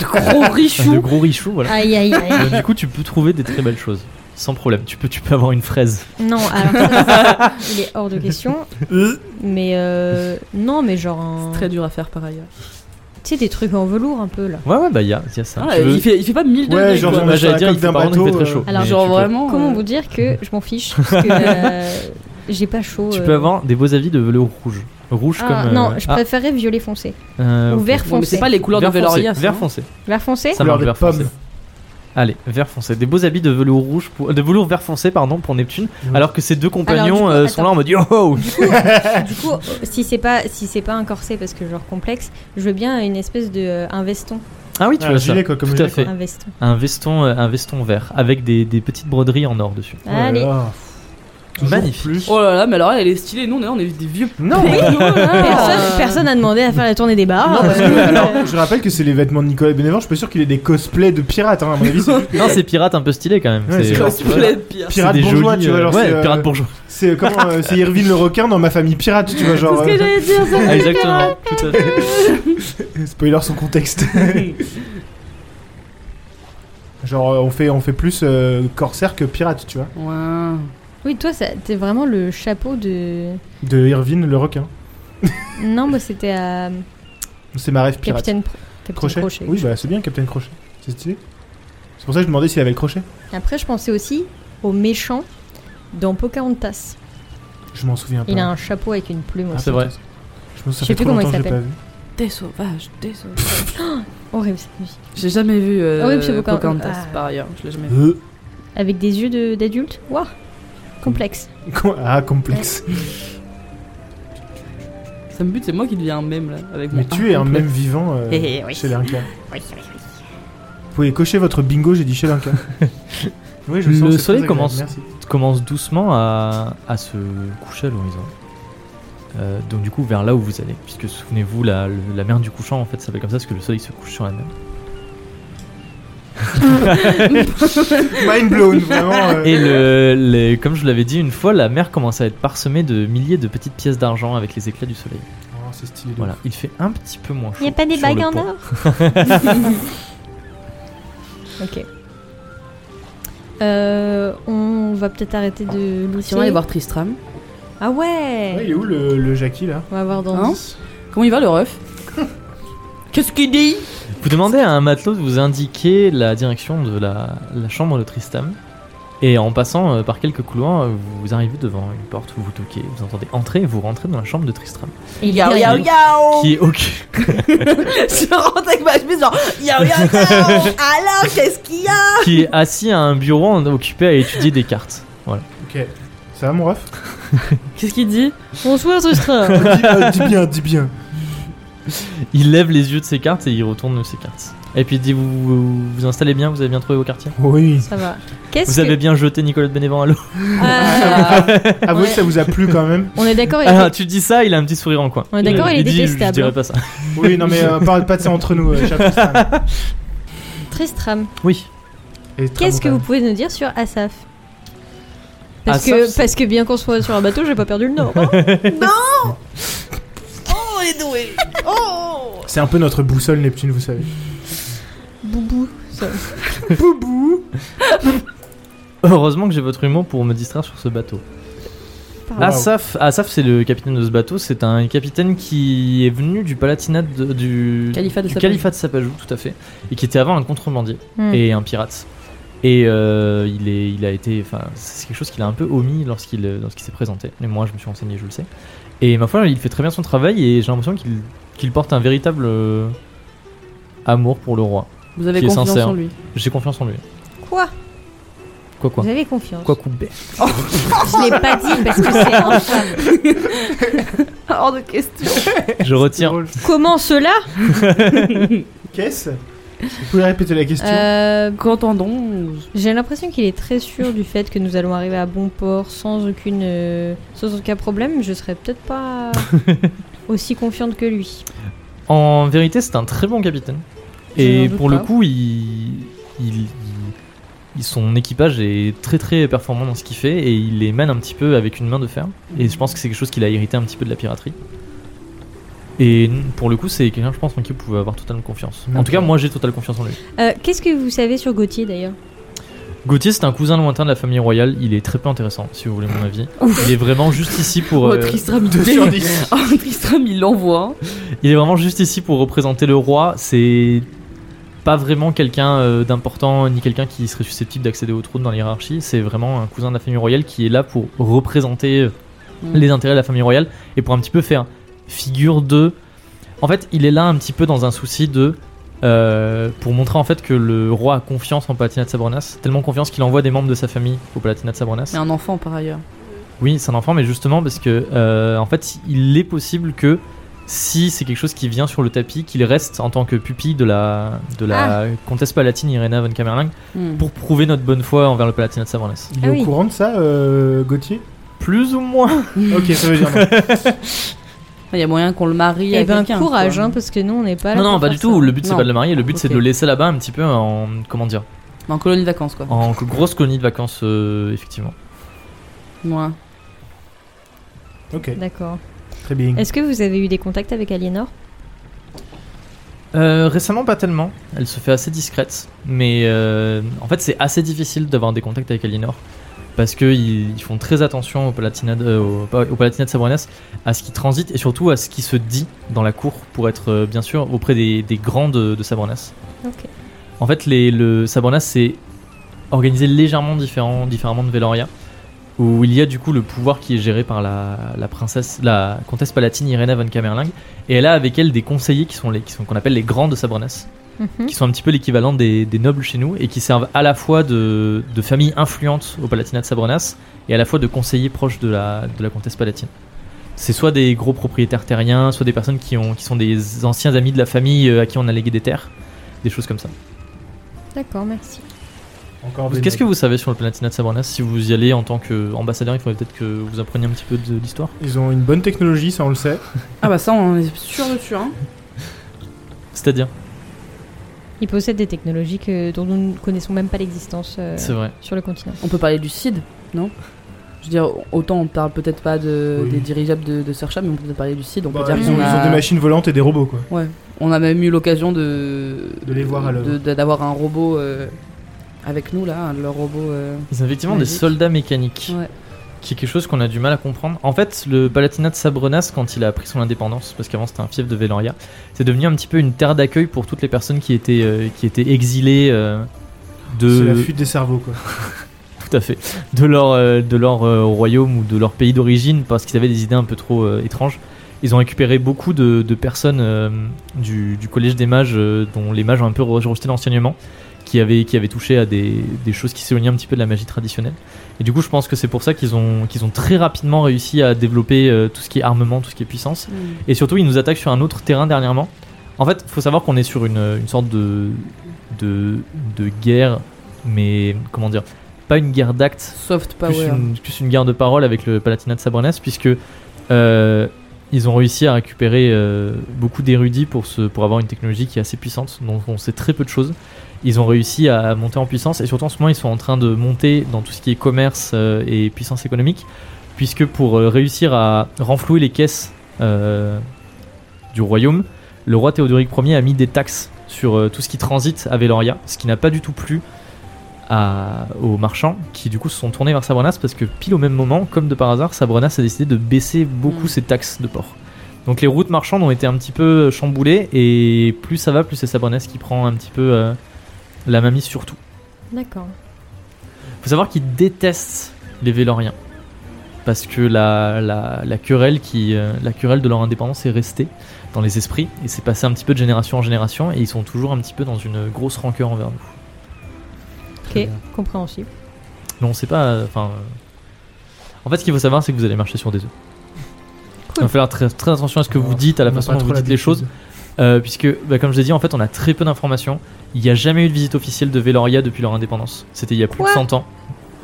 [SPEAKER 4] De gros
[SPEAKER 1] De
[SPEAKER 4] richou.
[SPEAKER 1] gros richoux, voilà.
[SPEAKER 2] Aïe aïe aïe.
[SPEAKER 1] Donc, du coup, tu peux trouver des très belles choses. Sans problème, tu peux, tu peux avoir une fraise.
[SPEAKER 2] Non, alors ça, ça, il est hors de question. mais euh, non, mais genre un...
[SPEAKER 4] C'est très dur à faire par ailleurs.
[SPEAKER 2] tu sais des trucs en velours un peu là.
[SPEAKER 1] Ouais, ouais, bah il y a, il y a ça.
[SPEAKER 4] Ah,
[SPEAKER 1] Tu veux-
[SPEAKER 4] il, fait, il fait pas 1000
[SPEAKER 3] Ouais,
[SPEAKER 4] degrés.
[SPEAKER 3] genre,
[SPEAKER 4] quoi.
[SPEAKER 1] Bah,
[SPEAKER 3] on est sur
[SPEAKER 1] j'allais
[SPEAKER 3] la
[SPEAKER 1] dire,
[SPEAKER 3] coque
[SPEAKER 1] il fait,
[SPEAKER 3] d'un
[SPEAKER 1] par contre, il fait
[SPEAKER 3] bateau,
[SPEAKER 1] très chaud.
[SPEAKER 3] euh,
[SPEAKER 2] Alors,
[SPEAKER 1] Mais
[SPEAKER 4] Genre
[SPEAKER 1] tu peux-
[SPEAKER 4] vraiment.
[SPEAKER 2] Comment
[SPEAKER 4] euh,
[SPEAKER 2] vous dire que je m'en fiche parce que euh, j'ai pas chaud.
[SPEAKER 1] Tu
[SPEAKER 2] euh.
[SPEAKER 1] peux avoir des beaux habits de velours rouge. Rouge
[SPEAKER 2] Ah,
[SPEAKER 1] comme. euh,
[SPEAKER 2] non, je
[SPEAKER 1] ah,
[SPEAKER 2] préférerais violet foncé
[SPEAKER 1] euh,
[SPEAKER 2] ou
[SPEAKER 1] ok.
[SPEAKER 2] vert
[SPEAKER 4] Bon, mais
[SPEAKER 2] foncé.
[SPEAKER 4] c'est pas les couleurs
[SPEAKER 1] Vert
[SPEAKER 4] de
[SPEAKER 1] foncé,
[SPEAKER 4] Veloria. ça,
[SPEAKER 1] Vert
[SPEAKER 4] hein.
[SPEAKER 1] foncé.
[SPEAKER 2] Vert foncé.
[SPEAKER 1] Ça
[SPEAKER 3] Couleur
[SPEAKER 1] marche,
[SPEAKER 3] des
[SPEAKER 1] vert
[SPEAKER 3] pommes.
[SPEAKER 1] foncé. Allez, vert foncé. Des beaux habits de velours rouge, pour- de velours vert foncé, pardon, pour Neptune.
[SPEAKER 3] Ouais.
[SPEAKER 1] Alors que ses deux
[SPEAKER 2] du
[SPEAKER 1] compagnons
[SPEAKER 2] coup,
[SPEAKER 1] euh, sont là en mode yo. ho
[SPEAKER 2] Du coup,
[SPEAKER 1] Ah,
[SPEAKER 2] du coup, Euh, si c'est pas si c'est pas un corset parce que genre complexe, je veux bien une espèce de euh, un veston,
[SPEAKER 1] Ah oui, tu
[SPEAKER 3] Ah,
[SPEAKER 1] vois
[SPEAKER 3] un
[SPEAKER 1] ça.
[SPEAKER 3] gilet, quoi, comme
[SPEAKER 1] Tout à
[SPEAKER 3] gilet,
[SPEAKER 1] fait.
[SPEAKER 2] un veston.
[SPEAKER 1] Un veston, euh, un veston vert avec des, des petites broderies en or dessus.
[SPEAKER 3] Oh là
[SPEAKER 2] Allez.
[SPEAKER 3] là. Toujours
[SPEAKER 1] Magnifique.
[SPEAKER 3] plus.
[SPEAKER 4] Oh là là, mais alors elle, elle est stylée. Nous, on est, on est des vieux.
[SPEAKER 3] Non,
[SPEAKER 4] Oui,
[SPEAKER 3] mais-
[SPEAKER 4] nous, là, euh,
[SPEAKER 2] Personne,
[SPEAKER 1] Ah.
[SPEAKER 2] personne a demandé à faire la tournée des bars.
[SPEAKER 3] Non, parce que,
[SPEAKER 2] Euh,
[SPEAKER 3] alors, je rappelle que c'est les vêtements de Nicolas Bénévent. Je suis pas sûr qu'il ait des cosplays de pirates. Hein, à mon avis, c'est juste que-
[SPEAKER 1] Non, c'est pirate un peu stylé quand même.
[SPEAKER 3] Ouais, c'est
[SPEAKER 1] c'est
[SPEAKER 3] classe.
[SPEAKER 4] cosplay de pire.
[SPEAKER 1] c'est
[SPEAKER 3] Pirate
[SPEAKER 1] des
[SPEAKER 3] bourgeois,
[SPEAKER 1] jolis,
[SPEAKER 3] tu vois,
[SPEAKER 1] euh,
[SPEAKER 3] genre,
[SPEAKER 1] ouais,
[SPEAKER 3] c'est, euh,
[SPEAKER 1] pirate bourgeois.
[SPEAKER 3] c'est comment euh, c'est Irvine le requin dans ma famille pirate. Tu vois, genre.
[SPEAKER 2] C'est ce que j'allais dire. ça.
[SPEAKER 1] Ah, exactement, tout à fait.
[SPEAKER 3] euh, Spoiler son contexte. genre, euh, on fait on fait plus euh, corsaire que pirate, tu vois.
[SPEAKER 4] Ouais.
[SPEAKER 2] Oui, toi, ça- t'es vraiment le chapeau de.
[SPEAKER 3] De Irvine le requin.
[SPEAKER 2] Non, moi c'était à
[SPEAKER 3] C'est ma rêve pirate.
[SPEAKER 2] Capitaine, Pro- Capitaine
[SPEAKER 3] Crochet. Oui, bah c'est bien, Capitaine Crochet. C'est stylé. C'est pour ça que je demandais s'il avait le crochet.
[SPEAKER 2] Après, je pensais aussi au méchant dans Pocahontas.
[SPEAKER 3] Je m'en souviens pas.
[SPEAKER 2] Il a un chapeau avec une plume
[SPEAKER 3] Ah,
[SPEAKER 2] aussi.
[SPEAKER 1] C'est vrai.
[SPEAKER 3] Je me souviens
[SPEAKER 2] Je sais plus comment il s'appelle.
[SPEAKER 4] T'es sauvage, t'es sauvage.
[SPEAKER 2] Horrible cette musique.
[SPEAKER 4] J'ai jamais vu euh,
[SPEAKER 2] Ah oui, parce que Pocahontas-
[SPEAKER 4] Pocahontas, Bah,
[SPEAKER 2] ah.
[SPEAKER 4] par ailleurs. Je l'ai jamais vu.
[SPEAKER 3] Euh,
[SPEAKER 2] Avec des yeux de- d'adulte Waouh Complexe.
[SPEAKER 3] com- Ah, complexe.
[SPEAKER 4] Ça me bute, c'est moi qui deviens un mème là. Avec
[SPEAKER 3] Mais
[SPEAKER 4] mon
[SPEAKER 3] tu es un
[SPEAKER 4] complet.
[SPEAKER 3] même vivant euh,
[SPEAKER 4] Eh, eh, oui.
[SPEAKER 3] chez l'Inca. Vous pouvez cocher votre bingo, j'ai dit chez l'Inca. oui,
[SPEAKER 1] Le
[SPEAKER 3] que c'est
[SPEAKER 1] soleil
[SPEAKER 3] très agréable,
[SPEAKER 1] commence.
[SPEAKER 3] Merci.
[SPEAKER 1] commence doucement à, à se coucher à l'horizon. Euh, donc du coup vers là où vous allez, puisque souvenez-vous la, le- la mer du couchant en fait ça s'appelle comme ça parce que le soleil se couche sur la mer.
[SPEAKER 3] Mind blown, vraiment. euh,
[SPEAKER 1] Et le, les- comme je vous l'avais dit une fois, la mer commence à être parsemée de milliers de petites pièces d'argent avec les éclats du soleil.
[SPEAKER 3] oh, c'est stylé. de
[SPEAKER 1] Voilà,
[SPEAKER 3] ouf.
[SPEAKER 1] il fait un petit peu moins chaud.
[SPEAKER 2] Il a pas des
[SPEAKER 1] sur le
[SPEAKER 2] bagues en
[SPEAKER 1] pont.
[SPEAKER 2] or Ok. Euh, on va peut-être arrêter de
[SPEAKER 4] Si on va
[SPEAKER 2] loutier.
[SPEAKER 4] aller voir Tristram.
[SPEAKER 2] Ah ouais,
[SPEAKER 3] Ouais, il est où le, le Jackie là
[SPEAKER 2] On va voir dans
[SPEAKER 4] Hein Comment il va le ref Qu'est-ce qu'il dit
[SPEAKER 1] Vous demandez à un matelot de vous indiquer la direction de la, la chambre de Tristam. Et en passant euh, par quelques couloirs, euh, vous arrivez devant une porte, vous vous toquez, vous entendez entrer et vous rentrez dans la chambre de Tristram.
[SPEAKER 2] Et il
[SPEAKER 4] Yao
[SPEAKER 2] dit
[SPEAKER 4] yao
[SPEAKER 2] rien.
[SPEAKER 4] yao
[SPEAKER 1] Qui est occupée
[SPEAKER 4] Je rentre avec ma chemise genre yao yao yao Alors qu'est-ce qu'il y a
[SPEAKER 1] qui est assis à un bureau en- occupé à étudier des cartes. Voilà.
[SPEAKER 3] Ok. Ça va, mon ref
[SPEAKER 4] Qu'est-ce qu'il dit
[SPEAKER 2] Bonsoir, Tristram.
[SPEAKER 3] dis, euh, dis bien, dis bien.
[SPEAKER 1] Il lève les yeux de ses cartes et il retourne ses cartes. Et puis il dit vous vous, vous installez bien, vous avez bien trouvé vos quartiers.
[SPEAKER 3] Oui.
[SPEAKER 2] Ça va. Qu'est-ce
[SPEAKER 1] Vous
[SPEAKER 2] que...
[SPEAKER 1] avez bien jeté Nicolas de Bénévent à l'eau.
[SPEAKER 2] Ah,
[SPEAKER 4] Euh,
[SPEAKER 3] Avouez que ça vous a plu quand même.
[SPEAKER 2] on est d'accord. il-
[SPEAKER 1] Ah, tu dis ça, il a un petit sourire en coin.
[SPEAKER 2] On est d'accord, il est
[SPEAKER 1] dit, je- Je
[SPEAKER 2] détestable.
[SPEAKER 1] dirais pas ça.
[SPEAKER 3] Oui, non, mais euh, parle pas de ça entre nous. euh, chapeau, Stan.
[SPEAKER 2] Tristram,
[SPEAKER 1] Oui.
[SPEAKER 3] Et très
[SPEAKER 2] qu'est-ce
[SPEAKER 3] bon,
[SPEAKER 2] que
[SPEAKER 3] quand
[SPEAKER 2] vous
[SPEAKER 3] même.
[SPEAKER 2] pouvez nous dire sur Asaf parce,
[SPEAKER 1] Asaf,
[SPEAKER 2] que,
[SPEAKER 1] c'est-
[SPEAKER 2] parce que bien qu'on soit sur un bateau, j'ai pas perdu le nord. hein.
[SPEAKER 4] Oh il est doué Oh
[SPEAKER 3] C'est un peu notre boussole Neptune, vous savez.
[SPEAKER 2] Boubou. ça.
[SPEAKER 3] Boubou
[SPEAKER 1] Heureusement que j'ai votre humour pour me distraire sur ce bateau.
[SPEAKER 2] Pardon.
[SPEAKER 3] Ah, Waouh.
[SPEAKER 1] Asaf, Asaf c'est le capitaine de ce bateau. C'est un capitaine qui est venu du palatinat de- du
[SPEAKER 4] Califat de
[SPEAKER 1] du
[SPEAKER 4] Sapajou. Mm.
[SPEAKER 1] califat de Sapajou, tout à fait, et qui était avant un contrebandier.
[SPEAKER 2] Hmm.
[SPEAKER 1] et un pirate. Et euh, il, est, il a été. Enfin, c'est quelque chose qu'il a un peu omis lorsqu'il euh, lorsqu'il s'est présenté. Mais moi, je me suis renseigné, je le sais. Et ma foi, il fait très bien son travail et j'ai l'impression qu'il qu'il porte un véritable euh, amour pour le roi.
[SPEAKER 4] Vous avez
[SPEAKER 1] Qui est
[SPEAKER 4] confiance
[SPEAKER 1] sincère.
[SPEAKER 4] en lui.
[SPEAKER 1] J'ai confiance en lui.
[SPEAKER 2] Quoi
[SPEAKER 1] Quoi, quoi
[SPEAKER 2] Vous avez confiance.
[SPEAKER 1] Quoi, coupé
[SPEAKER 2] Je l'ai pas dit parce que c'est infâme.
[SPEAKER 4] Hors de question
[SPEAKER 1] Je retire.
[SPEAKER 2] Comment cela
[SPEAKER 3] Qu'est-ce Vous pouvez répéter la question
[SPEAKER 2] Euh,
[SPEAKER 4] Qu'entendons
[SPEAKER 2] J'ai l'impression qu'il est très sûr du fait que nous allons arriver à bon port sans aucune euh, sans aucun problème. Je serais peut-être pas aussi confiante que lui.
[SPEAKER 1] En vérité, c'est un très bon capitaine.
[SPEAKER 2] Je
[SPEAKER 1] Et
[SPEAKER 2] n'en doute
[SPEAKER 1] pour le
[SPEAKER 2] pas.
[SPEAKER 1] coup, il, il- il- son équipage est très très performant dans ce qu'il fait et il les mène un petit peu avec une main de fer. Et je pense que c'est quelque chose qu'il a hérité un petit peu de la piraterie. Et pour le coup, c'est quelqu'un, je pense, en qui vous pouvez avoir totale confiance. En tout cas,
[SPEAKER 3] Ok.
[SPEAKER 1] moi, j'ai totale confiance en lui.
[SPEAKER 2] Euh, Qu'est-ce que vous savez sur Gauthier d'ailleurs
[SPEAKER 1] Gauthier, c'est un cousin lointain de la famille royale. Il est très peu intéressant, si vous voulez mon avis. Il est vraiment juste ici pour.
[SPEAKER 4] Oh
[SPEAKER 1] euh,
[SPEAKER 4] Tristram
[SPEAKER 3] Deux
[SPEAKER 4] dé-
[SPEAKER 3] sur dix.
[SPEAKER 4] Oh Tristram il l'envoie
[SPEAKER 1] Il est vraiment juste ici pour représenter le roi. C'est pas vraiment quelqu'un euh, d'important ni quelqu'un qui serait susceptible d'accéder au trône dans l'hiérarchie. C'est vraiment un cousin de la famille royale qui est là pour représenter euh,
[SPEAKER 4] Mm.
[SPEAKER 1] les intérêts de la famille royale et pour un petit peu faire figure de. En fait, il est là un petit peu dans un souci de euh, pour montrer en fait que le roi a confiance en Palatinat de Sabronas, tellement confiance qu'il envoie des membres de sa famille au Palatinat de Sabronas.
[SPEAKER 4] Mais un enfant par ailleurs.
[SPEAKER 1] Oui, c'est un enfant, mais justement parce que euh, en fait, il est possible que si c'est quelque chose qui vient sur le tapis, qu'il reste en tant que pupille de la, de la comtesse palatine Irena von Kamerling
[SPEAKER 4] Hmm.
[SPEAKER 1] pour prouver notre bonne foi envers le Palatinat de Savernesse.
[SPEAKER 3] Il est
[SPEAKER 2] Ah
[SPEAKER 3] au
[SPEAKER 2] oui.
[SPEAKER 3] courant de ça, euh, Gauthier
[SPEAKER 1] Plus ou moins
[SPEAKER 3] Ok, ça veut dire non.
[SPEAKER 4] Il y a moyen qu'on le marie
[SPEAKER 2] Eh
[SPEAKER 4] à
[SPEAKER 2] ben
[SPEAKER 4] quelqu'un,
[SPEAKER 2] courage,
[SPEAKER 4] quoi.
[SPEAKER 2] hein, parce que nous on n'est pas
[SPEAKER 1] Non,
[SPEAKER 2] là.
[SPEAKER 1] non,
[SPEAKER 2] pour
[SPEAKER 1] pas
[SPEAKER 2] faire
[SPEAKER 1] du tout.
[SPEAKER 2] ça.
[SPEAKER 1] Le but, c'est
[SPEAKER 4] Non.
[SPEAKER 1] pas de le marier, le but, c'est de
[SPEAKER 4] Ok.
[SPEAKER 1] le laisser là-bas un petit peu en. Comment dire
[SPEAKER 4] Mais En colonie de vacances,
[SPEAKER 3] Oh.
[SPEAKER 4] quoi.
[SPEAKER 1] En grosse colonie de vacances, euh, effectivement.
[SPEAKER 4] Moi.
[SPEAKER 3] Ok,
[SPEAKER 2] D'accord.
[SPEAKER 3] très bien.
[SPEAKER 2] Est-ce que vous avez eu des contacts avec Aliénor
[SPEAKER 1] Euh, récemment, pas tellement. Elle se fait assez discrète. Mais euh, en fait, c'est assez difficile d'avoir des contacts avec Elinor. Parce qu'ils ils font très attention au Palatinat de, euh, au, pas- au Palatinat de Sabronas, à ce qui transite et surtout à ce qui se dit dans la cour pour être, euh, bien sûr, auprès des, des grands de, de Sabronas.
[SPEAKER 2] Ok.
[SPEAKER 1] En fait, les, le Sabronas, c'est organisé légèrement différent, différemment de Veloria. Où il y a du coup le pouvoir qui est géré par la, la princesse, la comtesse palatine Irena von Kamerling, et elle a avec elle des conseillers qui sont les, qui sont qu'on appelle les grands de Sabronas
[SPEAKER 2] Mhm.
[SPEAKER 1] qui sont un petit peu l'équivalent des, des nobles chez nous et qui servent à la fois de, de familles influentes au Palatinat de Sabronas et à la fois de conseillers proches de la, de la comtesse palatine. C'est soit des gros propriétaires terriens, soit des personnes qui, ont, qui sont des anciens amis de la famille euh, à qui on a légué des terres, des choses comme ça.
[SPEAKER 2] D'accord, merci.
[SPEAKER 3] Encore
[SPEAKER 1] Qu'est-ce que vous savez sur le Palatinat de Sabronas Si vous y allez en tant qu'ambassadeur, il faudrait peut-être que vous appreniez un petit peu de l'histoire.
[SPEAKER 3] Ils ont une bonne technologie, ça on le sait.
[SPEAKER 4] Ah bah ça, on est sûr dessus, hein.
[SPEAKER 1] C'est-à-dire
[SPEAKER 2] Ils possèdent des technologies que- dont nous ne connaissons même pas l'existence euh,
[SPEAKER 1] C'est vrai.
[SPEAKER 2] sur le continent.
[SPEAKER 4] On peut parler du CID, non Je veux dire, autant on parle peut-être pas de,
[SPEAKER 3] Oui.
[SPEAKER 4] des dirigeables de, de Sercha, mais on peut peut-être parler du CID. On peut
[SPEAKER 3] Bah,
[SPEAKER 4] dire
[SPEAKER 3] ils,
[SPEAKER 4] qu'on
[SPEAKER 3] ont, ils ont
[SPEAKER 4] a-
[SPEAKER 3] des machines volantes et des robots, quoi.
[SPEAKER 4] Ouais. On a même eu l'occasion de
[SPEAKER 3] De les voir à l'œuvre.
[SPEAKER 4] de- de- D'avoir un robot euh, avec nous là, un de leurs robots. euh,
[SPEAKER 1] Ils ont effectivement des
[SPEAKER 4] Magique.
[SPEAKER 1] soldats mécaniques.
[SPEAKER 4] Ouais.
[SPEAKER 1] qui est quelque chose qu'on a du mal à comprendre. En fait, le Palatinat de Sabronas, quand il a pris son indépendance, parce qu'avant c'était un fief de Veloria, c'est devenu un petit peu une terre d'accueil pour toutes les personnes qui étaient, euh, qui étaient exilées euh,
[SPEAKER 3] C'est la
[SPEAKER 1] de,
[SPEAKER 3] fuite des cerveaux, quoi.
[SPEAKER 1] tout à fait, de leur, euh, de leur euh, royaume ou de leur pays d'origine, parce qu'ils avaient des idées un peu trop euh, étranges. Ils ont récupéré beaucoup de, de personnes euh, du, du collège des mages, euh, dont les mages ont un peu re- rejeté l'enseignement, qui avaient, qui avaient touché à des, des choses qui s'éloignaient un petit peu de la magie traditionnelle. Et du coup, je pense que c'est pour ça qu'ils ont, qu'ils ont très rapidement réussi à développer euh, tout ce qui est armement, tout ce qui est puissance. Et surtout, ils nous attaquent sur un autre terrain dernièrement. En fait, faut savoir qu'on est sur une, une sorte de, de, de guerre, mais comment dire Pas une guerre d'actes,
[SPEAKER 4] Soft
[SPEAKER 1] plus
[SPEAKER 4] power.
[SPEAKER 1] une, plus une guerre de parole avec le Palatinat de Sabronas, puisque euh, ils ont réussi à récupérer euh, beaucoup d'érudits pour, ce- pour avoir une technologie qui est assez puissante, dont on sait très peu de choses. Ils ont réussi à monter en puissance, et surtout en ce moment, ils sont en train de monter dans tout ce qui est commerce euh, et puissance économique, puisque pour euh, réussir à renflouer les caisses euh, du royaume, le roi Théodoric Ier a mis des taxes sur euh, tout ce qui transite à Veloria, ce qui n'a pas du tout plu à- aux marchands qui du coup se sont tournés vers Sabronas parce que pile au même moment, comme de par hasard, Sabronas a décidé de baisser beaucoup
[SPEAKER 4] Mm.
[SPEAKER 1] ses taxes de port. Donc les routes marchandes ont été un petit peu chamboulées et plus ça va, plus c'est Sabronas qui prend un petit peu euh, la mamise sur tout.
[SPEAKER 2] D'accord.
[SPEAKER 1] Faut savoir qu'ils détestent les Véloriens parce que la, la, la querelle qui euh, la querelle de leur indépendance est restée dans les esprits et c'est passé un petit peu de génération en génération et ils sont toujours un petit peu dans une grosse rancœur envers nous.
[SPEAKER 2] Ok, compréhensible.
[SPEAKER 1] Mais on sait pas. euh, Enfin. euh, En fait, ce qu'il faut savoir, c'est que vous allez marcher sur des œufs. Il va falloir très, très attention à ce que vous dites, à la
[SPEAKER 3] On a
[SPEAKER 1] façon
[SPEAKER 3] pas
[SPEAKER 1] dont vous
[SPEAKER 3] trop
[SPEAKER 1] dites les choses,
[SPEAKER 3] l'habitude.
[SPEAKER 1] euh, puisque, bah, comme je l'ai dit, en fait, on a très peu d'informations. Il n'y a jamais eu de visite officielle de Veloria depuis leur indépendance. C'était il y a plus
[SPEAKER 2] Quoi
[SPEAKER 1] de 100 ans.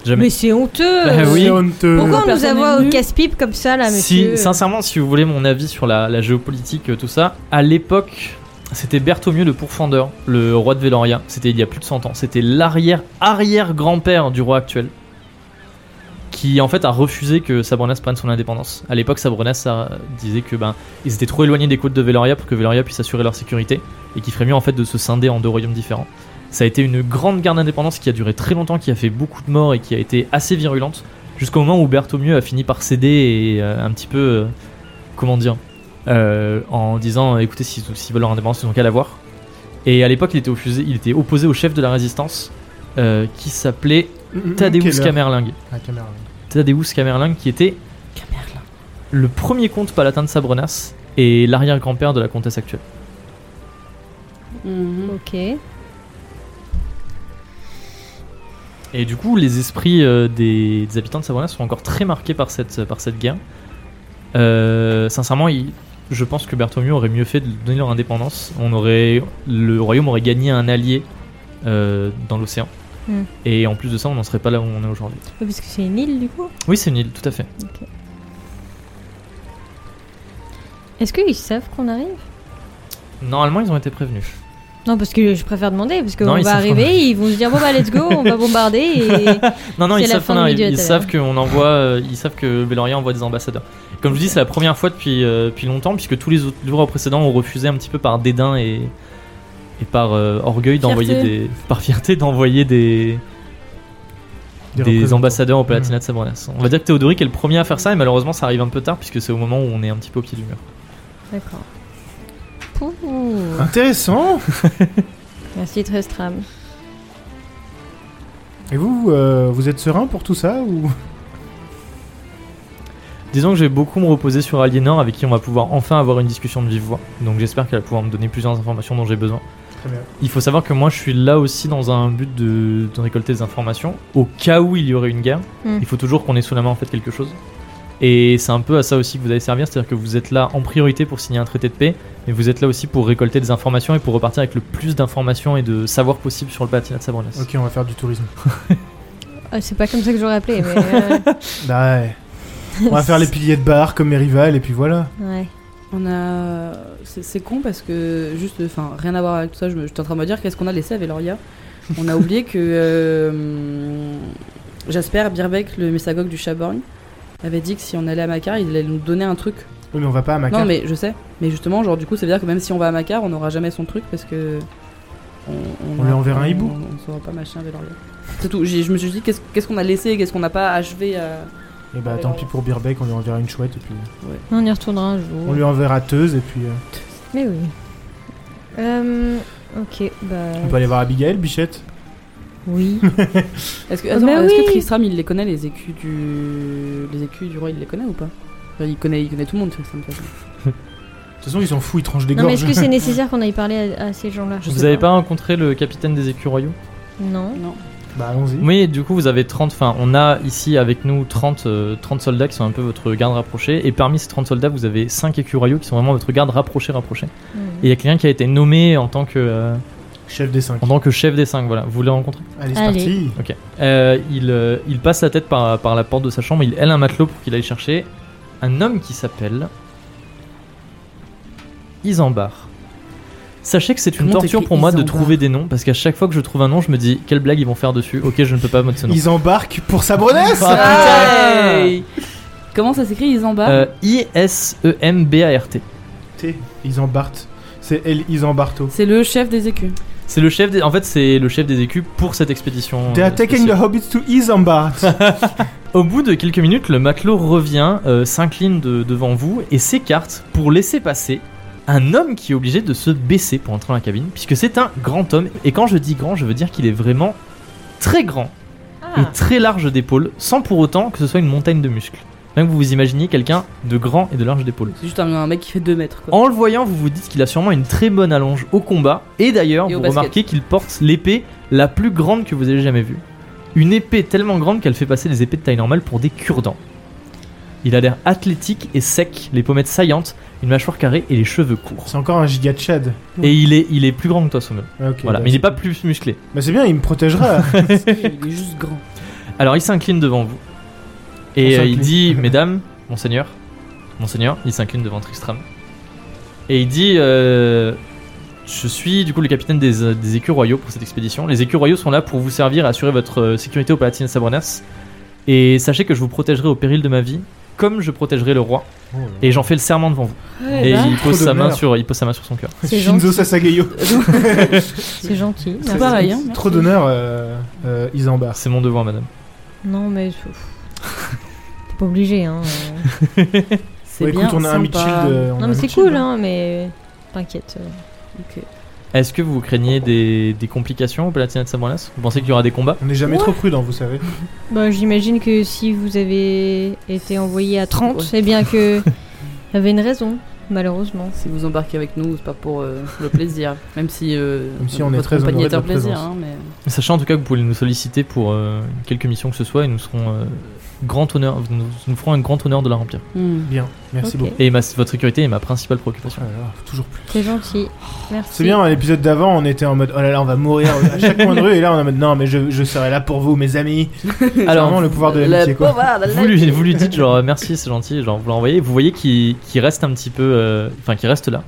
[SPEAKER 1] Jamais.
[SPEAKER 2] Mais c'est honteux
[SPEAKER 1] Bah oui.
[SPEAKER 3] C'est honteux. Mm,
[SPEAKER 2] Pourquoi on nous
[SPEAKER 4] Personne
[SPEAKER 2] envoie
[SPEAKER 4] n'est
[SPEAKER 2] au
[SPEAKER 4] venu.
[SPEAKER 2] casse-pipe comme ça, là, monsieur
[SPEAKER 1] si, sincèrement, si vous voulez mon avis sur la, la géopolitique, euh, tout ça, à l'époque, c'était Bertholomieu le Pourfendeur, le roi de Véloria. C'était il y a plus de 100 ans. C'était l'arrière-arrière-grand-père du roi actuel. Qui en fait a refusé que Sabronas prenne son indépendance. À l'époque, Sabronas a- disait que ben ils étaient trop éloignés des côtes de Veloria pour que Veloria puisse assurer leur sécurité et qu'il ferait mieux en fait de se scinder en deux royaumes différents. Ça a été une grande guerre d'indépendance qui a duré très longtemps, qui a fait beaucoup de morts et qui a été assez virulente jusqu'au moment où Bertholomieu a fini par céder et euh, un petit peu, euh, comment dire, euh, en disant euh, écoutez, s'ils s'ils veulent leur indépendance, ils n'ont qu'à l'avoir. Et à l'époque, il, était opposé- il était opposé au chef de la résistance euh, qui s'appelait Thaddeus
[SPEAKER 3] mm, Quelle Mmh, heure
[SPEAKER 1] Kamerling.
[SPEAKER 3] Ah, Camerling.
[SPEAKER 1] Thaddeus Kamerling qui était
[SPEAKER 4] Camerlin.
[SPEAKER 1] le premier comte palatin de Sabronas et l'arrière-grand-père de la comtesse actuelle.
[SPEAKER 4] Mhm.
[SPEAKER 2] Ok.
[SPEAKER 1] Et du coup, les esprits euh, des, des habitants de Sabrina sont encore très marqués par cette, par cette guerre. Euh, sincèrement, il- je pense que Bartholomew aurait mieux fait de donner leur indépendance. On aurait, le royaume aurait gagné un allié euh, dans l'océan.
[SPEAKER 2] Mm.
[SPEAKER 1] Et en plus de ça, on n'en serait pas là où on est aujourd'hui.
[SPEAKER 2] Oui, parce que c'est une île du coup.
[SPEAKER 1] Oui, c'est une île, tout à fait.
[SPEAKER 2] Est-ce qu'ils savent qu'on arrive
[SPEAKER 1] Normalement, ils ont été prévenus.
[SPEAKER 2] Non, parce que je préfère demander, parce qu'on
[SPEAKER 1] Non, ils
[SPEAKER 2] va
[SPEAKER 1] savent qu'on
[SPEAKER 2] arriver, ils vont se dire bon bah let's go, on va bombarder et.
[SPEAKER 1] Non, non,
[SPEAKER 2] C'est
[SPEAKER 1] ils
[SPEAKER 2] la
[SPEAKER 1] savent
[SPEAKER 2] fin
[SPEAKER 1] qu'on
[SPEAKER 2] du
[SPEAKER 1] arrive.
[SPEAKER 2] milieu,
[SPEAKER 1] Ils
[SPEAKER 2] t'as
[SPEAKER 1] savent qu'on envoie. euh, ils savent que Veloria envoie des ambassadeurs. Comme je vous dis, c'est la première fois depuis, euh, depuis longtemps, puisque tous les autres livres précédents ont refusé un petit peu par dédain et, et par euh, orgueil d'envoyer
[SPEAKER 4] Fierté.
[SPEAKER 1] des. par fierté d'envoyer des, des,
[SPEAKER 3] représentants.
[SPEAKER 1] ambassadeurs au Palatinat de Sabranas. On va dire que Théodoric est le premier à faire ça, et malheureusement, ça arrive un peu tard, puisque c'est au moment où on est un petit peu au pied du mur.
[SPEAKER 2] D'accord. Pouh.
[SPEAKER 1] Hein
[SPEAKER 3] Intéressant
[SPEAKER 2] Merci Tristram.
[SPEAKER 3] Et vous, euh, vous êtes serein pour tout ça ou
[SPEAKER 1] Disons que je vais beaucoup me reposer sur Aliénor, avec qui on va pouvoir enfin avoir une discussion de vive voix. Donc j'espère qu'elle va pouvoir me donner plusieurs informations dont j'ai besoin.
[SPEAKER 3] Très bien.
[SPEAKER 1] Il faut savoir que moi je suis là aussi dans un but de, de récolter des informations. Au cas où il y aurait une guerre,
[SPEAKER 2] Mm.
[SPEAKER 1] il faut toujours qu'on ait sous la main en fait quelque chose. Et c'est un peu à ça aussi que vous allez servir, c'est-à-dire que vous êtes là en priorité pour signer un traité de paix, mais vous êtes là aussi pour récolter des informations et pour repartir avec le plus d'informations et de savoir possible sur le Palatinat de Sabranas.
[SPEAKER 3] Ok, on va faire du tourisme.
[SPEAKER 2] Ah, c'est pas comme ça que j'aurais appelé, mais. euh,
[SPEAKER 3] Bah ouais. On va faire les piliers de bar comme mes rivales et puis voilà.
[SPEAKER 2] ouais.
[SPEAKER 4] On a. C'est c'est con parce que, juste, enfin, rien à voir avec tout ça, je me- j'étais en train de me dire qu'est-ce qu'on a laissé à Veloria. On a oublié que. euh, Jasper Birbeck, le messagogue du Chaborn, avait dit que si on allait à Macar, il allait nous donner un truc.
[SPEAKER 3] Oui, mais on va pas à Maca.
[SPEAKER 4] Non, mais je sais. Mais justement, genre, du coup, ça veut dire que même si on va à Macar, on n'aura jamais son truc parce que. On,
[SPEAKER 3] On lui enverra un hibou.
[SPEAKER 4] On, on saura pas machin Veloria. C'est tout. J'ai- Je me suis dit qu'est-ce qu'est-ce qu'on a laissé et qu'est-ce qu'on n'a pas achevé à.
[SPEAKER 3] Et bah tant pis pour Birbeck, on lui enverra une chouette et puis.
[SPEAKER 2] On y retournera un jour.
[SPEAKER 3] On lui enverra Teuse et puis. euh,
[SPEAKER 2] Mais oui. Euh, ok, bah.
[SPEAKER 3] On peut aller voir Abigail, Bichette
[SPEAKER 2] Oui.
[SPEAKER 4] Est-ce que,
[SPEAKER 2] Oh,
[SPEAKER 4] attends,
[SPEAKER 2] bah
[SPEAKER 4] est-ce que
[SPEAKER 2] oui.
[SPEAKER 4] Tristram il les connaît les écus du les écus du roi il les connaît ou pas Enfin, il connaît il connaît tout le monde Tristram. de toute façon.
[SPEAKER 3] De toute façon, ils s'en foutent, ils tranchent des
[SPEAKER 2] non, mais est-ce
[SPEAKER 3] gorges.
[SPEAKER 2] que c'est nécessaire qu'on aille parler à, à ces gens-là
[SPEAKER 1] vous avez pas. rencontré le capitaine des écus royaux
[SPEAKER 2] Non.
[SPEAKER 4] Non.
[SPEAKER 3] Bah allons-y.
[SPEAKER 1] Oui, du coup, vous avez 30. Enfin, on a ici avec nous 30, euh, 30 soldats qui sont un peu votre garde rapprochée. Et parmi ces 30 soldats, vous avez 5 écus royaux qui sont vraiment votre garde rapprochée, rapprochée.
[SPEAKER 2] Mmh.
[SPEAKER 1] Et il y a quelqu'un qui a été nommé en tant que, euh,
[SPEAKER 3] Chef des 5.
[SPEAKER 1] en tant que chef des 5. Voilà, vous voulez rencontrer
[SPEAKER 3] Allez, c'est
[SPEAKER 2] Allez.
[SPEAKER 3] parti.
[SPEAKER 1] Euh, il, euh, il passe la tête par, par la porte de sa chambre. Il hèle un matelot pour qu'il aille chercher un homme qui s'appelle Isambard. Sachez que c'est une
[SPEAKER 4] Comment
[SPEAKER 1] torture
[SPEAKER 4] t'écris
[SPEAKER 1] pour moi de
[SPEAKER 4] Isambard
[SPEAKER 1] trouver des noms parce qu'à chaque fois que je trouve un nom, je me dis quelle blague ils vont faire dessus. Ok, je ne peux pas mettre ce nom.
[SPEAKER 3] Ils embarquent pour Sabronès
[SPEAKER 1] Ah, putain
[SPEAKER 3] Ah.
[SPEAKER 4] Hey Comment ça s'écrit ils en
[SPEAKER 1] Euh, E I-S-E-M-B-A-R-T.
[SPEAKER 3] T, Ils embarquent. C'est elle, ils embarquent.
[SPEAKER 4] C'est le chef des écus.
[SPEAKER 1] C'est le chef des... En fait, c'est le chef des écus pour cette expédition.
[SPEAKER 3] They
[SPEAKER 1] euh,
[SPEAKER 3] are taking
[SPEAKER 1] spéciale.
[SPEAKER 3] the hobbits to Isambard.
[SPEAKER 1] Au bout de quelques minutes, le matelot revient, euh, s'incline de- devant vous et s'écarte pour laisser passer un homme qui est obligé de se baisser pour entrer dans la cabine, puisque c'est un grand homme. Et quand je dis grand, je veux dire qu'il est vraiment très grand et
[SPEAKER 2] Ah,
[SPEAKER 1] très large d'épaules, sans pour autant que ce soit une montagne de muscles. Même que vous vous imaginiez quelqu'un de grand et de large d'épaules.
[SPEAKER 4] C'est juste un, un mec qui fait 2 mètres quoi.
[SPEAKER 1] En le voyant, vous vous dites qu'il a sûrement une très bonne allonge au combat. Et d'ailleurs,
[SPEAKER 4] Et au
[SPEAKER 1] vous
[SPEAKER 4] basket.
[SPEAKER 1] remarquez qu'il porte l'épée la plus grande que vous ayez jamais vue. Une épée tellement grande qu'elle fait passer les épées de taille normale pour des cure-dents. Il a l'air athlétique et sec, les pommettes saillantes, une mâchoire carrée et les cheveux courts.
[SPEAKER 3] C'est encore un giga de Chad.
[SPEAKER 1] Et il est, il est plus grand que toi, Sommel.
[SPEAKER 3] Ouais, ok,
[SPEAKER 1] voilà,
[SPEAKER 3] bah,
[SPEAKER 1] mais il
[SPEAKER 3] c'est-
[SPEAKER 1] n'est pas plus musclé.
[SPEAKER 3] Bah c'est bien, il me protégera.
[SPEAKER 4] il est juste grand.
[SPEAKER 1] Alors il s'incline devant vous. Et
[SPEAKER 3] On
[SPEAKER 1] euh, il
[SPEAKER 3] s'incline.
[SPEAKER 1] dit, mesdames, monseigneur, monseigneur, il s'incline devant Tristram. Et il dit, euh, je suis du coup le capitaine des, euh, des écus royaux pour cette expédition. Les écus royaux sont là pour vous servir à assurer votre euh, sécurité au Palatine de Sabronas. Et sachez que je vous protégerai au péril de ma vie, comme je protégerai le roi.
[SPEAKER 3] Oh, là.
[SPEAKER 1] Et j'en fais le serment devant vous. Et
[SPEAKER 4] bah,
[SPEAKER 1] il pose,
[SPEAKER 3] Eh ben, Trop
[SPEAKER 1] sa main
[SPEAKER 3] d'honneur.
[SPEAKER 1] sur, il pose sa main sur son cœur.
[SPEAKER 2] c'est
[SPEAKER 3] Shinzo
[SPEAKER 2] gentil.
[SPEAKER 3] Sasageyo.
[SPEAKER 2] C'est gentil.
[SPEAKER 4] C'est
[SPEAKER 2] merci.
[SPEAKER 4] pareil, hein.
[SPEAKER 3] Trop
[SPEAKER 4] Merci.
[SPEAKER 3] d'honneur, euh, euh, ils embarquent.
[SPEAKER 1] C'est mon devoir, madame.
[SPEAKER 2] Non, mais. pff, T'es pas obligé, hein. euh.
[SPEAKER 4] C'est
[SPEAKER 3] Ouais,
[SPEAKER 4] bien
[SPEAKER 3] Bah, écoute, on a un
[SPEAKER 4] sympa.
[SPEAKER 3] Mitchild. euh, on a
[SPEAKER 2] Non,
[SPEAKER 3] un
[SPEAKER 2] mais c'est
[SPEAKER 3] Mitchild,
[SPEAKER 2] cool, hein, mais. T'inquiète. euh.
[SPEAKER 1] Est-ce que vous craignez des, des complications au Palatine de Sabronas Vous pensez qu'il y aura des combats
[SPEAKER 3] On n'est jamais trop prudent, vous savez.
[SPEAKER 2] Bah, j'imagine que si vous avez été envoyé à 30,
[SPEAKER 4] Ouais.
[SPEAKER 2] c'est bien que. Il y avait une raison. malheureusement.
[SPEAKER 4] Si vous embarquez avec nous, c'est pas pour euh, le plaisir. Même si, euh,
[SPEAKER 3] Même si on est
[SPEAKER 4] votre
[SPEAKER 3] très honoré
[SPEAKER 4] compagnie est
[SPEAKER 3] de
[SPEAKER 4] un
[SPEAKER 3] votre
[SPEAKER 4] plaisir.
[SPEAKER 3] présence.
[SPEAKER 4] hein, mais...
[SPEAKER 1] Sachez en tout cas que vous pouvez nous solliciter pour euh, quelque mission que ce soit et nous serons euh, grand honneur, nous, nous ferons un grand honneur de la remplir.
[SPEAKER 4] Hmm.
[SPEAKER 3] Bien, merci
[SPEAKER 2] Ok.
[SPEAKER 3] beaucoup.
[SPEAKER 1] Et ma, votre sécurité est ma principale préoccupation.
[SPEAKER 3] Ah là là, toujours plus.
[SPEAKER 2] C'est gentil. Merci.
[SPEAKER 3] C'est bien, dans l'épisode d'avant, on était en mode oh là là, on va mourir à chaque coin de rue, et là on est en mode non, mais je, je serai là pour vous, mes amis. Alors,
[SPEAKER 1] Alors,
[SPEAKER 3] vraiment le pouvoir de l'amitié
[SPEAKER 4] Le
[SPEAKER 3] quoi.
[SPEAKER 4] pouvoir de
[SPEAKER 1] vous lui,
[SPEAKER 4] l'amitié.
[SPEAKER 1] vous lui dites genre euh, merci, c'est gentil, genre vous l'envoyez, vous voyez qu'il qu'il reste un petit peu, euh, enfin qu'il reste là.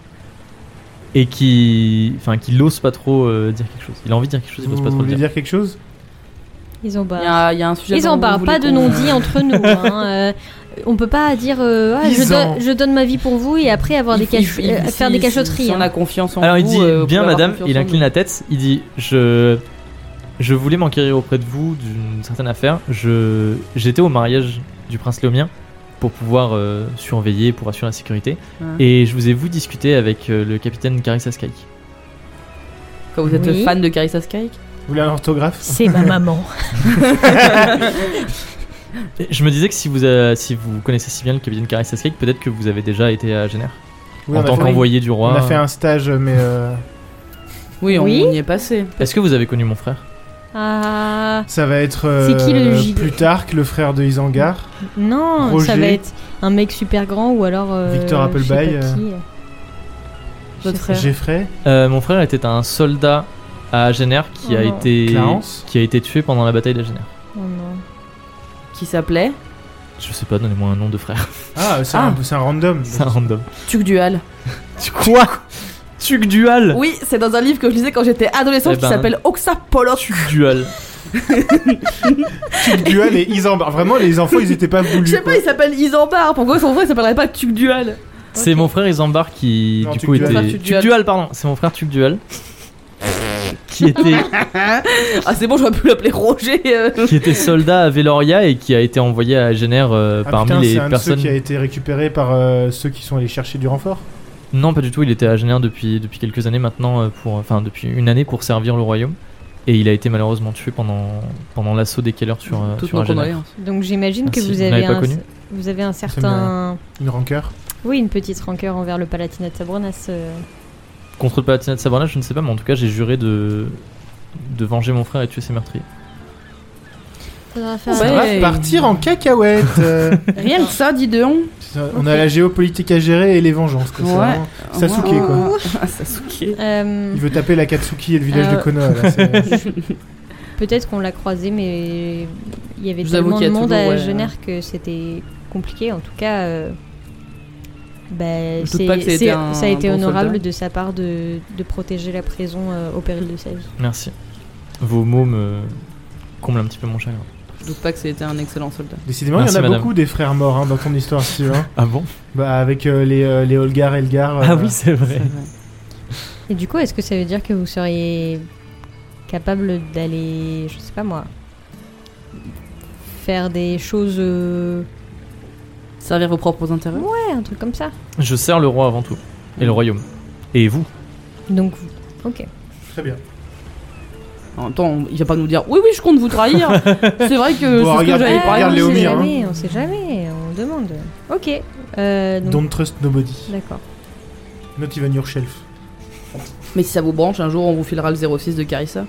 [SPEAKER 1] Et qui, enfin, qu'il ose pas trop euh, dire quelque chose. Il a envie de dire quelque chose, il ose
[SPEAKER 3] Vous
[SPEAKER 1] pas trop le
[SPEAKER 3] voulez
[SPEAKER 1] dire.
[SPEAKER 3] dire quelque chose
[SPEAKER 2] Ils ont
[SPEAKER 4] Il
[SPEAKER 2] barré.
[SPEAKER 4] y a, il y a un sujet
[SPEAKER 2] Ils
[SPEAKER 4] dont
[SPEAKER 2] en
[SPEAKER 4] vous
[SPEAKER 2] parlent
[SPEAKER 4] voulez
[SPEAKER 2] pas de
[SPEAKER 4] qu'on-
[SPEAKER 2] non-dit entre nous. hein, euh, on peut pas dire euh, Ah, je,
[SPEAKER 3] Ils en-
[SPEAKER 2] donne- je donne ma vie pour vous et après avoir des
[SPEAKER 4] Il-
[SPEAKER 2] cach-
[SPEAKER 4] il-
[SPEAKER 2] euh,
[SPEAKER 4] si-
[SPEAKER 2] faire des
[SPEAKER 4] si-
[SPEAKER 2] cachotteries.
[SPEAKER 4] Si on
[SPEAKER 2] hein.
[SPEAKER 4] a confiance en
[SPEAKER 1] Alors il
[SPEAKER 4] vous,
[SPEAKER 1] dit
[SPEAKER 4] euh, vous
[SPEAKER 1] bien
[SPEAKER 4] pouvez avoir
[SPEAKER 1] madame,
[SPEAKER 4] confiance
[SPEAKER 1] il
[SPEAKER 4] en
[SPEAKER 1] incline la tête, il dit je je voulais m'enquérir auprès de vous d'une certaine affaire. Je j'étais au mariage du prince Léomien pour pouvoir euh, surveiller, pour assurer la sécurité.
[SPEAKER 4] Ouais.
[SPEAKER 1] Et je vous ai vous discuté avec euh, le capitaine Carissa Sky.
[SPEAKER 4] nous. Quand vous êtes
[SPEAKER 2] Oui.
[SPEAKER 4] fan de Carissa Sky
[SPEAKER 3] Vous voulez un orthographe
[SPEAKER 2] C'est ma maman.
[SPEAKER 1] Et Je me disais que si vous euh, si vous connaissez si bien le capitaine Carissa Sky, peut-être que vous avez déjà été à Génère
[SPEAKER 3] Oui,
[SPEAKER 1] en
[SPEAKER 3] on a
[SPEAKER 1] tant
[SPEAKER 3] fait-
[SPEAKER 1] qu'envoyé du
[SPEAKER 3] On
[SPEAKER 1] roi.
[SPEAKER 3] a fait un stage, mais euh,
[SPEAKER 4] Oui, on,
[SPEAKER 2] Oui.
[SPEAKER 4] on y est passé.
[SPEAKER 1] Est-ce que vous avez connu mon frère
[SPEAKER 2] Ah
[SPEAKER 3] ça va être
[SPEAKER 2] C'est qui le
[SPEAKER 3] euh,
[SPEAKER 2] gigot
[SPEAKER 3] Plutarque, le frère de Isengard.
[SPEAKER 2] non,
[SPEAKER 3] Roger.
[SPEAKER 2] ça va être un mec super grand ou alors. euh,
[SPEAKER 3] Victor
[SPEAKER 2] je sais
[SPEAKER 3] Appleby,
[SPEAKER 2] pas
[SPEAKER 3] euh,
[SPEAKER 2] qui. Je
[SPEAKER 4] Votre
[SPEAKER 2] sais
[SPEAKER 4] frère.
[SPEAKER 2] pas.
[SPEAKER 3] Geoffrey,
[SPEAKER 1] Euh, Mon frère était un soldat à Génère qui
[SPEAKER 2] Oh
[SPEAKER 1] a
[SPEAKER 2] non.
[SPEAKER 1] été
[SPEAKER 3] Clarence
[SPEAKER 1] qui a été tué pendant la bataille d'Agener.
[SPEAKER 2] Oh non.
[SPEAKER 4] Qui s'appelait
[SPEAKER 1] Je sais pas, donnez-moi un nom de frère.
[SPEAKER 3] Ah, c'est
[SPEAKER 4] Ah.
[SPEAKER 3] un, c'est un random.
[SPEAKER 1] C'est un random.
[SPEAKER 4] Tuc Dual.
[SPEAKER 1] Tu quoi Tuc Dual
[SPEAKER 4] Oui, c'est dans un livre que je lisais quand j'étais adolescente
[SPEAKER 1] Euh. Eh ben.
[SPEAKER 4] qui s'appelle Oxapolo.
[SPEAKER 1] Tuc Dual.
[SPEAKER 3] Tuc Dual et Isengard. Vraiment, les enfants, ils étaient pas
[SPEAKER 4] Je
[SPEAKER 3] voulus.
[SPEAKER 4] sais pas,
[SPEAKER 3] quoi.
[SPEAKER 4] il s'appelle Isambard. Pourquoi son vrai il s'appellerait pas Tuc Dual
[SPEAKER 1] C'est mon frère Isambard qui
[SPEAKER 3] Non,
[SPEAKER 1] du
[SPEAKER 3] Tuc
[SPEAKER 1] coup
[SPEAKER 3] Dual.
[SPEAKER 1] était
[SPEAKER 4] Frère Tuc Dual.
[SPEAKER 1] Dual pardon, c'est mon frère Tuc Dual qui était
[SPEAKER 4] Ah, c'est bon, j'aurais pu l'appeler Roger. euh.
[SPEAKER 1] qui était soldat à Veloria et qui a été envoyé à Génère euh,
[SPEAKER 3] Ah,
[SPEAKER 1] parmi
[SPEAKER 3] putain,
[SPEAKER 1] les
[SPEAKER 3] c'est un de ceux
[SPEAKER 1] personnes
[SPEAKER 3] qui a été récupéré par euh, ceux qui sont allés chercher du renfort.
[SPEAKER 1] Non, pas du tout. Il était à Génère depuis, depuis quelques années maintenant, euh, pour, enfin depuis une année pour servir le royaume. Et il a été malheureusement tué pendant, pendant l'assaut des Keller sur, euh,
[SPEAKER 4] Toutes
[SPEAKER 1] sur
[SPEAKER 4] nos
[SPEAKER 1] Agener.
[SPEAKER 4] condoléances.
[SPEAKER 2] Donc
[SPEAKER 3] Ah,
[SPEAKER 2] j'imagine que
[SPEAKER 1] Merci.
[SPEAKER 2] vous
[SPEAKER 1] Vous
[SPEAKER 2] avez
[SPEAKER 1] n'avez pas
[SPEAKER 2] un,
[SPEAKER 1] connu
[SPEAKER 2] vous avez un certain,
[SPEAKER 3] bien. Une rancœur.
[SPEAKER 2] oui, une petite rancœur envers le Palatinat de Sabronas. euh.
[SPEAKER 1] Contre le Palatinat de Sabrina, je ne sais pas, mais en tout cas, j'ai juré de, de venger mon frère et de tuer ses meurtriers.
[SPEAKER 2] Faudra
[SPEAKER 4] Ah Ouais.
[SPEAKER 2] faire
[SPEAKER 3] Ça
[SPEAKER 2] un-
[SPEAKER 3] va partir en cacahuète. euh.
[SPEAKER 4] Rien que ça, dis donc.
[SPEAKER 3] On a la géopolitique à gérer et les vengeances. quoi. C'est
[SPEAKER 4] Ouais.
[SPEAKER 3] vraiment- Sasuke, quoi.
[SPEAKER 4] Ah, Sasuke.
[SPEAKER 2] Euh,
[SPEAKER 3] Il veut taper la Katsuki et le village
[SPEAKER 2] Euh,
[SPEAKER 3] de Konoha. là, c'est-
[SPEAKER 2] Peut-être qu'on l'a croisé, mais il y avait
[SPEAKER 4] Je vous
[SPEAKER 2] tellement
[SPEAKER 4] avoue qu'il y
[SPEAKER 2] de
[SPEAKER 4] a
[SPEAKER 2] monde
[SPEAKER 4] toujours,
[SPEAKER 2] à
[SPEAKER 4] ouais.
[SPEAKER 2] Genève que c'était compliqué. En tout cas, euh, bah,
[SPEAKER 4] doute
[SPEAKER 2] c'est-
[SPEAKER 4] pas que ça a été
[SPEAKER 2] c'est-
[SPEAKER 4] un
[SPEAKER 2] ça a été
[SPEAKER 4] bon
[SPEAKER 2] honorable
[SPEAKER 4] soldat.
[SPEAKER 2] de sa part de, de protéger la prison euh, au péril de sa vie.
[SPEAKER 1] Merci. Vos mots me comblent un petit peu mon chagrin.
[SPEAKER 4] Je doute pas que c'était un excellent soldat.
[SPEAKER 3] Décidément, il y en
[SPEAKER 1] Merci,
[SPEAKER 3] a
[SPEAKER 1] madame.
[SPEAKER 3] beaucoup des frères morts hein, dans ton histoire, Steve. hein.
[SPEAKER 1] Ah bon
[SPEAKER 3] Bah, avec euh, les, euh, les Olgar, Elgar. euh,
[SPEAKER 1] Ah oui, c'est vrai.
[SPEAKER 2] Et du coup, est-ce que ça veut dire que vous seriez capable d'aller, je sais pas moi, faire des choses, euh,
[SPEAKER 4] Servir vos propres intérêts
[SPEAKER 2] ouais, un truc comme ça.
[SPEAKER 1] Je sers le roi avant tout. Et le royaume. Et vous
[SPEAKER 2] Donc, ok.
[SPEAKER 3] Très bien.
[SPEAKER 4] En même temps, on- il va pas nous dire oui, oui, je compte vous trahir. c'est vrai que
[SPEAKER 3] Bon,
[SPEAKER 4] c'est ce que
[SPEAKER 3] regarde-
[SPEAKER 4] j'avais
[SPEAKER 3] Ah,
[SPEAKER 4] parlé.
[SPEAKER 3] regarde
[SPEAKER 2] on
[SPEAKER 3] Léomir,
[SPEAKER 2] sait
[SPEAKER 3] hein.
[SPEAKER 2] jamais, on sait jamais, on demande. Ok. euh, donc,
[SPEAKER 3] Don't trust nobody.
[SPEAKER 2] d'accord.
[SPEAKER 3] Not even your shelf.
[SPEAKER 4] Mais si ça vous branche, un jour on vous filera le 06 de Carissa.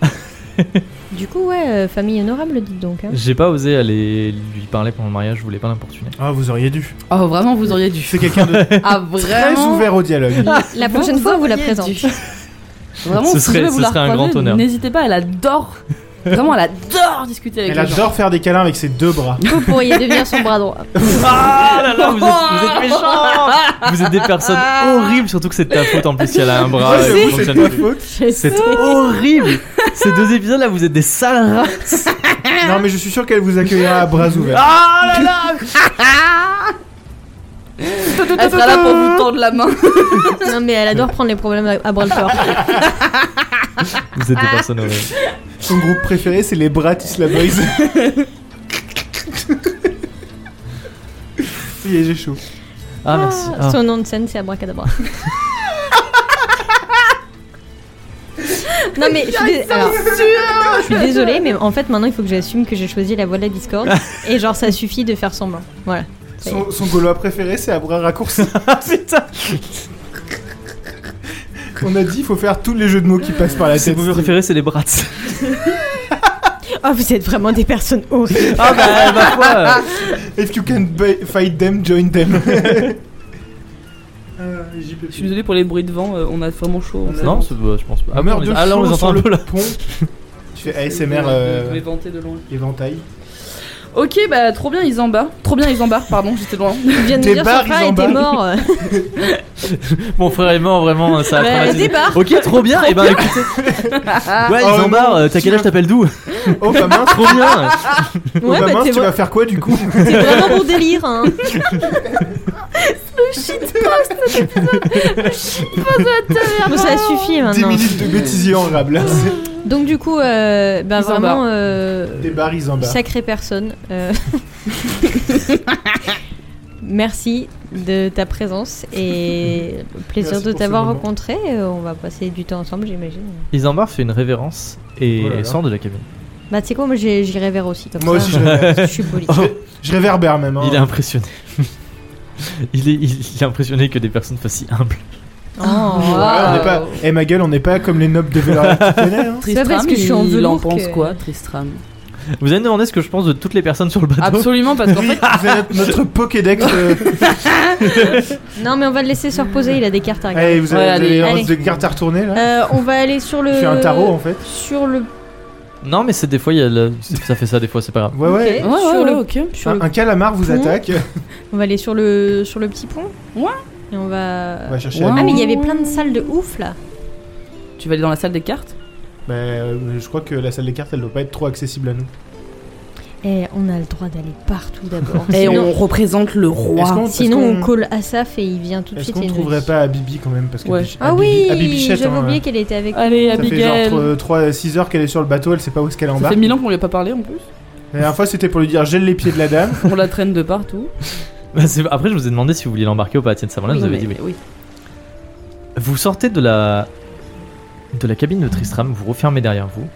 [SPEAKER 2] Du coup, ouais, euh, famille honorable, dites donc. hein.
[SPEAKER 1] J'ai pas osé aller lui parler pendant le mariage, je voulais pas l'importuner.
[SPEAKER 3] Ah, vous auriez dû.
[SPEAKER 4] Oh, vraiment, vous auriez dû.
[SPEAKER 3] C'est quelqu'un de
[SPEAKER 4] Ah,
[SPEAKER 3] très
[SPEAKER 4] vraiment
[SPEAKER 3] ouvert au dialogue.
[SPEAKER 2] La prochaine fois, on vous la
[SPEAKER 4] auriez
[SPEAKER 2] présente.
[SPEAKER 4] dû. Vraiment,
[SPEAKER 1] Ce
[SPEAKER 4] si
[SPEAKER 1] serait-
[SPEAKER 4] jamais
[SPEAKER 1] ce
[SPEAKER 4] vous la
[SPEAKER 1] serait un
[SPEAKER 4] recroisez,
[SPEAKER 1] grand honneur.
[SPEAKER 4] N'hésitez pas, elle adore. Vraiment, elle adore discuter avec
[SPEAKER 3] Elle
[SPEAKER 4] les gens.
[SPEAKER 3] adore faire des câlins avec ses deux bras.
[SPEAKER 2] Vous pourriez devenir son bras droit.
[SPEAKER 1] Ah là là, vous êtes, vous êtes méchants Vous êtes des personnes horribles, surtout que c'est de ta faute en plus si elle a un bras. euh, qui
[SPEAKER 3] Ouais, j'avoue, c'est
[SPEAKER 1] fonctionne
[SPEAKER 3] ta
[SPEAKER 1] plus.
[SPEAKER 3] faute.
[SPEAKER 1] C'est horrible Ces deux épisodes là, vous êtes des sales rats
[SPEAKER 3] Non, mais je suis sûr qu'elle vous accueillera à bras ouverts.
[SPEAKER 1] Ah là là
[SPEAKER 4] Ah Elle sera là pour vous tendre la main.
[SPEAKER 2] non, mais elle adore prendre les problèmes à, à bras le corps.
[SPEAKER 1] Vous êtes des personnes horribles.
[SPEAKER 3] Son groupe préféré, c'est les Bratisla Boys. Ça y est, j'ai chaud.
[SPEAKER 1] Ah merci. Ah.
[SPEAKER 2] Son nom de scène, c'est Abracadabra. non, mais je suis, dé- alors, je suis désolée, mais en fait, maintenant, il faut que j'assume que j'ai choisi la voie de la Discord. et genre, ça suffit de faire semblant. Voilà. Ça y est.
[SPEAKER 3] Son, son Gaulois préféré, c'est à bras raccourci.
[SPEAKER 1] Ah putain
[SPEAKER 3] On a dit, il faut faire tous les jeux de mots qui passent par la
[SPEAKER 1] C'est
[SPEAKER 3] tête.
[SPEAKER 1] mon jeu préféré, c'est les brats.
[SPEAKER 2] Oh, vous êtes vraiment des personnes horribles.
[SPEAKER 1] ah bah, bah quoi
[SPEAKER 3] If you can ba- fight them, join them. Euh, j'y peux
[SPEAKER 4] Je
[SPEAKER 3] plus.
[SPEAKER 4] suis désolé pour les bruits de vent, euh, on a vraiment chaud. on
[SPEAKER 3] On a-
[SPEAKER 4] sait.
[SPEAKER 1] Non, c'est- bah, je pense pas. Ah, mais
[SPEAKER 3] Meurs
[SPEAKER 1] on les-
[SPEAKER 3] de
[SPEAKER 1] ah, là, on les
[SPEAKER 3] chaud
[SPEAKER 1] entend
[SPEAKER 3] sur
[SPEAKER 1] un
[SPEAKER 3] le
[SPEAKER 1] peu là.
[SPEAKER 3] pont. Tu fais ASMR
[SPEAKER 4] Je vais
[SPEAKER 3] euh,
[SPEAKER 4] vanter de loin.
[SPEAKER 3] éventail.
[SPEAKER 4] Ok, bah trop bien, ils en bas. Trop bien, ils en bas. Pardon, j'étais loin.
[SPEAKER 2] Ils viennent de
[SPEAKER 3] Tes
[SPEAKER 2] dire
[SPEAKER 3] barres,
[SPEAKER 2] son frère
[SPEAKER 3] ils en
[SPEAKER 2] était
[SPEAKER 3] barrent.
[SPEAKER 2] mort.
[SPEAKER 1] Mon frère est mort, vraiment, euh, ça a
[SPEAKER 2] Ouais,
[SPEAKER 1] traumatisé.
[SPEAKER 4] débarque.
[SPEAKER 1] Ok, trop bien, et ben écoutez. Ouais, ils
[SPEAKER 3] Oh,
[SPEAKER 1] en barrent,
[SPEAKER 3] non.
[SPEAKER 1] euh, t'as quel âge, t'appelles d'où
[SPEAKER 3] Oh, bah mince,
[SPEAKER 1] Trop bien
[SPEAKER 2] Ouais,
[SPEAKER 3] oh, bah
[SPEAKER 2] bah,
[SPEAKER 3] mince,
[SPEAKER 2] c'est
[SPEAKER 3] tu vas
[SPEAKER 2] vra-
[SPEAKER 3] faire quoi du coup
[SPEAKER 2] c'est vraiment mon délire. Hein. Bon, ça suffit
[SPEAKER 1] Ah,
[SPEAKER 3] 10
[SPEAKER 2] maintenant.
[SPEAKER 3] minutes de bêtisier en rab, là. c'est-
[SPEAKER 2] Donc, du coup, euh, bah,
[SPEAKER 4] Ils en
[SPEAKER 2] vraiment,
[SPEAKER 4] barrent.
[SPEAKER 2] euh,
[SPEAKER 3] Des barres, ils en bas.
[SPEAKER 2] sacrée personne. euh, Merci de ta présence et le plaisir
[SPEAKER 3] Merci
[SPEAKER 2] de
[SPEAKER 3] pour ce
[SPEAKER 2] t'avoir
[SPEAKER 3] moment.
[SPEAKER 2] rencontré. Euh, On va passer du temps ensemble, j'imagine.
[SPEAKER 1] Ils en barrent, fait une révérence et
[SPEAKER 3] Oh là là.
[SPEAKER 1] sort de la cabine.
[SPEAKER 2] Bah, tu sais quoi, moi j'ai- j'irai vers aussi. Comme
[SPEAKER 3] Moi
[SPEAKER 2] ça,
[SPEAKER 3] aussi, je réverbère.
[SPEAKER 2] je suis
[SPEAKER 1] Oh,
[SPEAKER 2] polie.
[SPEAKER 3] Je réverbère même. hein.
[SPEAKER 1] Il est impressionné. il, est, il- il est impressionné que des personnes fassent si humbles.
[SPEAKER 2] Oh,
[SPEAKER 3] Ouais, on
[SPEAKER 2] wow.
[SPEAKER 3] n'est pas... Eh, ma gueule, on n'est pas comme les nobles de Veloria qui connaît, hein.
[SPEAKER 2] pas parce que je suis en
[SPEAKER 4] il en
[SPEAKER 2] velours
[SPEAKER 4] pense
[SPEAKER 2] que-
[SPEAKER 4] quoi, Tristram
[SPEAKER 1] Vous avez demandé ce que je pense de toutes les personnes sur le bateau
[SPEAKER 4] Absolument, parce qu'en
[SPEAKER 3] Oui,
[SPEAKER 4] fait,
[SPEAKER 3] c'est notre- notre Pokédex. euh,
[SPEAKER 2] Non, mais on va le laisser se reposer, il a des cartes à regarder.
[SPEAKER 3] Allez, eh, vous avez,
[SPEAKER 4] Ouais,
[SPEAKER 3] vous avez
[SPEAKER 4] allez,
[SPEAKER 3] un
[SPEAKER 2] allez.
[SPEAKER 3] de cartes à retourner là
[SPEAKER 2] Euh, on va aller sur le.
[SPEAKER 3] Je fais un tarot en fait.
[SPEAKER 2] Sur le.
[SPEAKER 1] Non, mais c'est des fois, il y a le- c'est- ça fait ça des fois, c'est pas grave.
[SPEAKER 3] Ouais, ouais.
[SPEAKER 2] Ok. Mmh. Euh,
[SPEAKER 4] ouais,
[SPEAKER 2] Sur
[SPEAKER 4] ouais,
[SPEAKER 2] le-
[SPEAKER 4] ouais, ok.
[SPEAKER 2] sur
[SPEAKER 3] Un,
[SPEAKER 2] le-
[SPEAKER 3] un calamar vous
[SPEAKER 2] Pont.
[SPEAKER 3] attaque.
[SPEAKER 2] On va aller sur le sur le petit pont.
[SPEAKER 4] Ouais.
[SPEAKER 2] Et on va.
[SPEAKER 3] On va chercher
[SPEAKER 4] Ouais.
[SPEAKER 3] Annie.
[SPEAKER 2] Ah mais il y avait plein de salles de ouf là.
[SPEAKER 4] Ah, Tu vas aller dans la salle des cartes
[SPEAKER 3] Bah, euh, je crois que la salle des cartes elle doit pas être trop accessible à nous.
[SPEAKER 2] Et Eh, on a le droit d'aller partout d'abord.
[SPEAKER 4] Et
[SPEAKER 2] sinon,
[SPEAKER 4] on représente le
[SPEAKER 3] Est-ce
[SPEAKER 4] roi.
[SPEAKER 3] qu'on- est-ce
[SPEAKER 2] sinon,
[SPEAKER 3] qu'on-
[SPEAKER 2] on colle Asaf et il vient tout de
[SPEAKER 3] Est-ce
[SPEAKER 2] suite.
[SPEAKER 3] qu'on
[SPEAKER 2] et il nous
[SPEAKER 3] trouverait
[SPEAKER 2] dit.
[SPEAKER 3] pas Abibi quand même parce que
[SPEAKER 4] Ouais.
[SPEAKER 3] Bibi-
[SPEAKER 2] Ah
[SPEAKER 3] Abibi- Abibi
[SPEAKER 2] oui,
[SPEAKER 3] Bichette,
[SPEAKER 2] j'avais
[SPEAKER 3] hein,
[SPEAKER 2] oublié qu'elle était avec.
[SPEAKER 4] Allez,
[SPEAKER 3] Ça fait
[SPEAKER 4] Abigail.
[SPEAKER 3] genre 3, 6 heures qu'elle est sur le bateau, elle sait pas où est-ce qu'elle est en
[SPEAKER 4] Ça
[SPEAKER 3] bas.
[SPEAKER 4] fait mille ans qu'on lui a pas parlé en plus.
[SPEAKER 3] La dernière fois c'était pour lui dire gèle les pieds de la dame.
[SPEAKER 4] On la traîne de partout.
[SPEAKER 1] Bah, c'est- Après, je vous ai demandé si vous vouliez l'embarquer ou pas. Tiens, Sabrina,
[SPEAKER 4] Oui,
[SPEAKER 1] Ah, vous avez
[SPEAKER 4] mais-
[SPEAKER 1] dit oui.
[SPEAKER 4] oui.
[SPEAKER 1] Vous sortez de la de la cabine de Tristram, vous refermez derrière vous,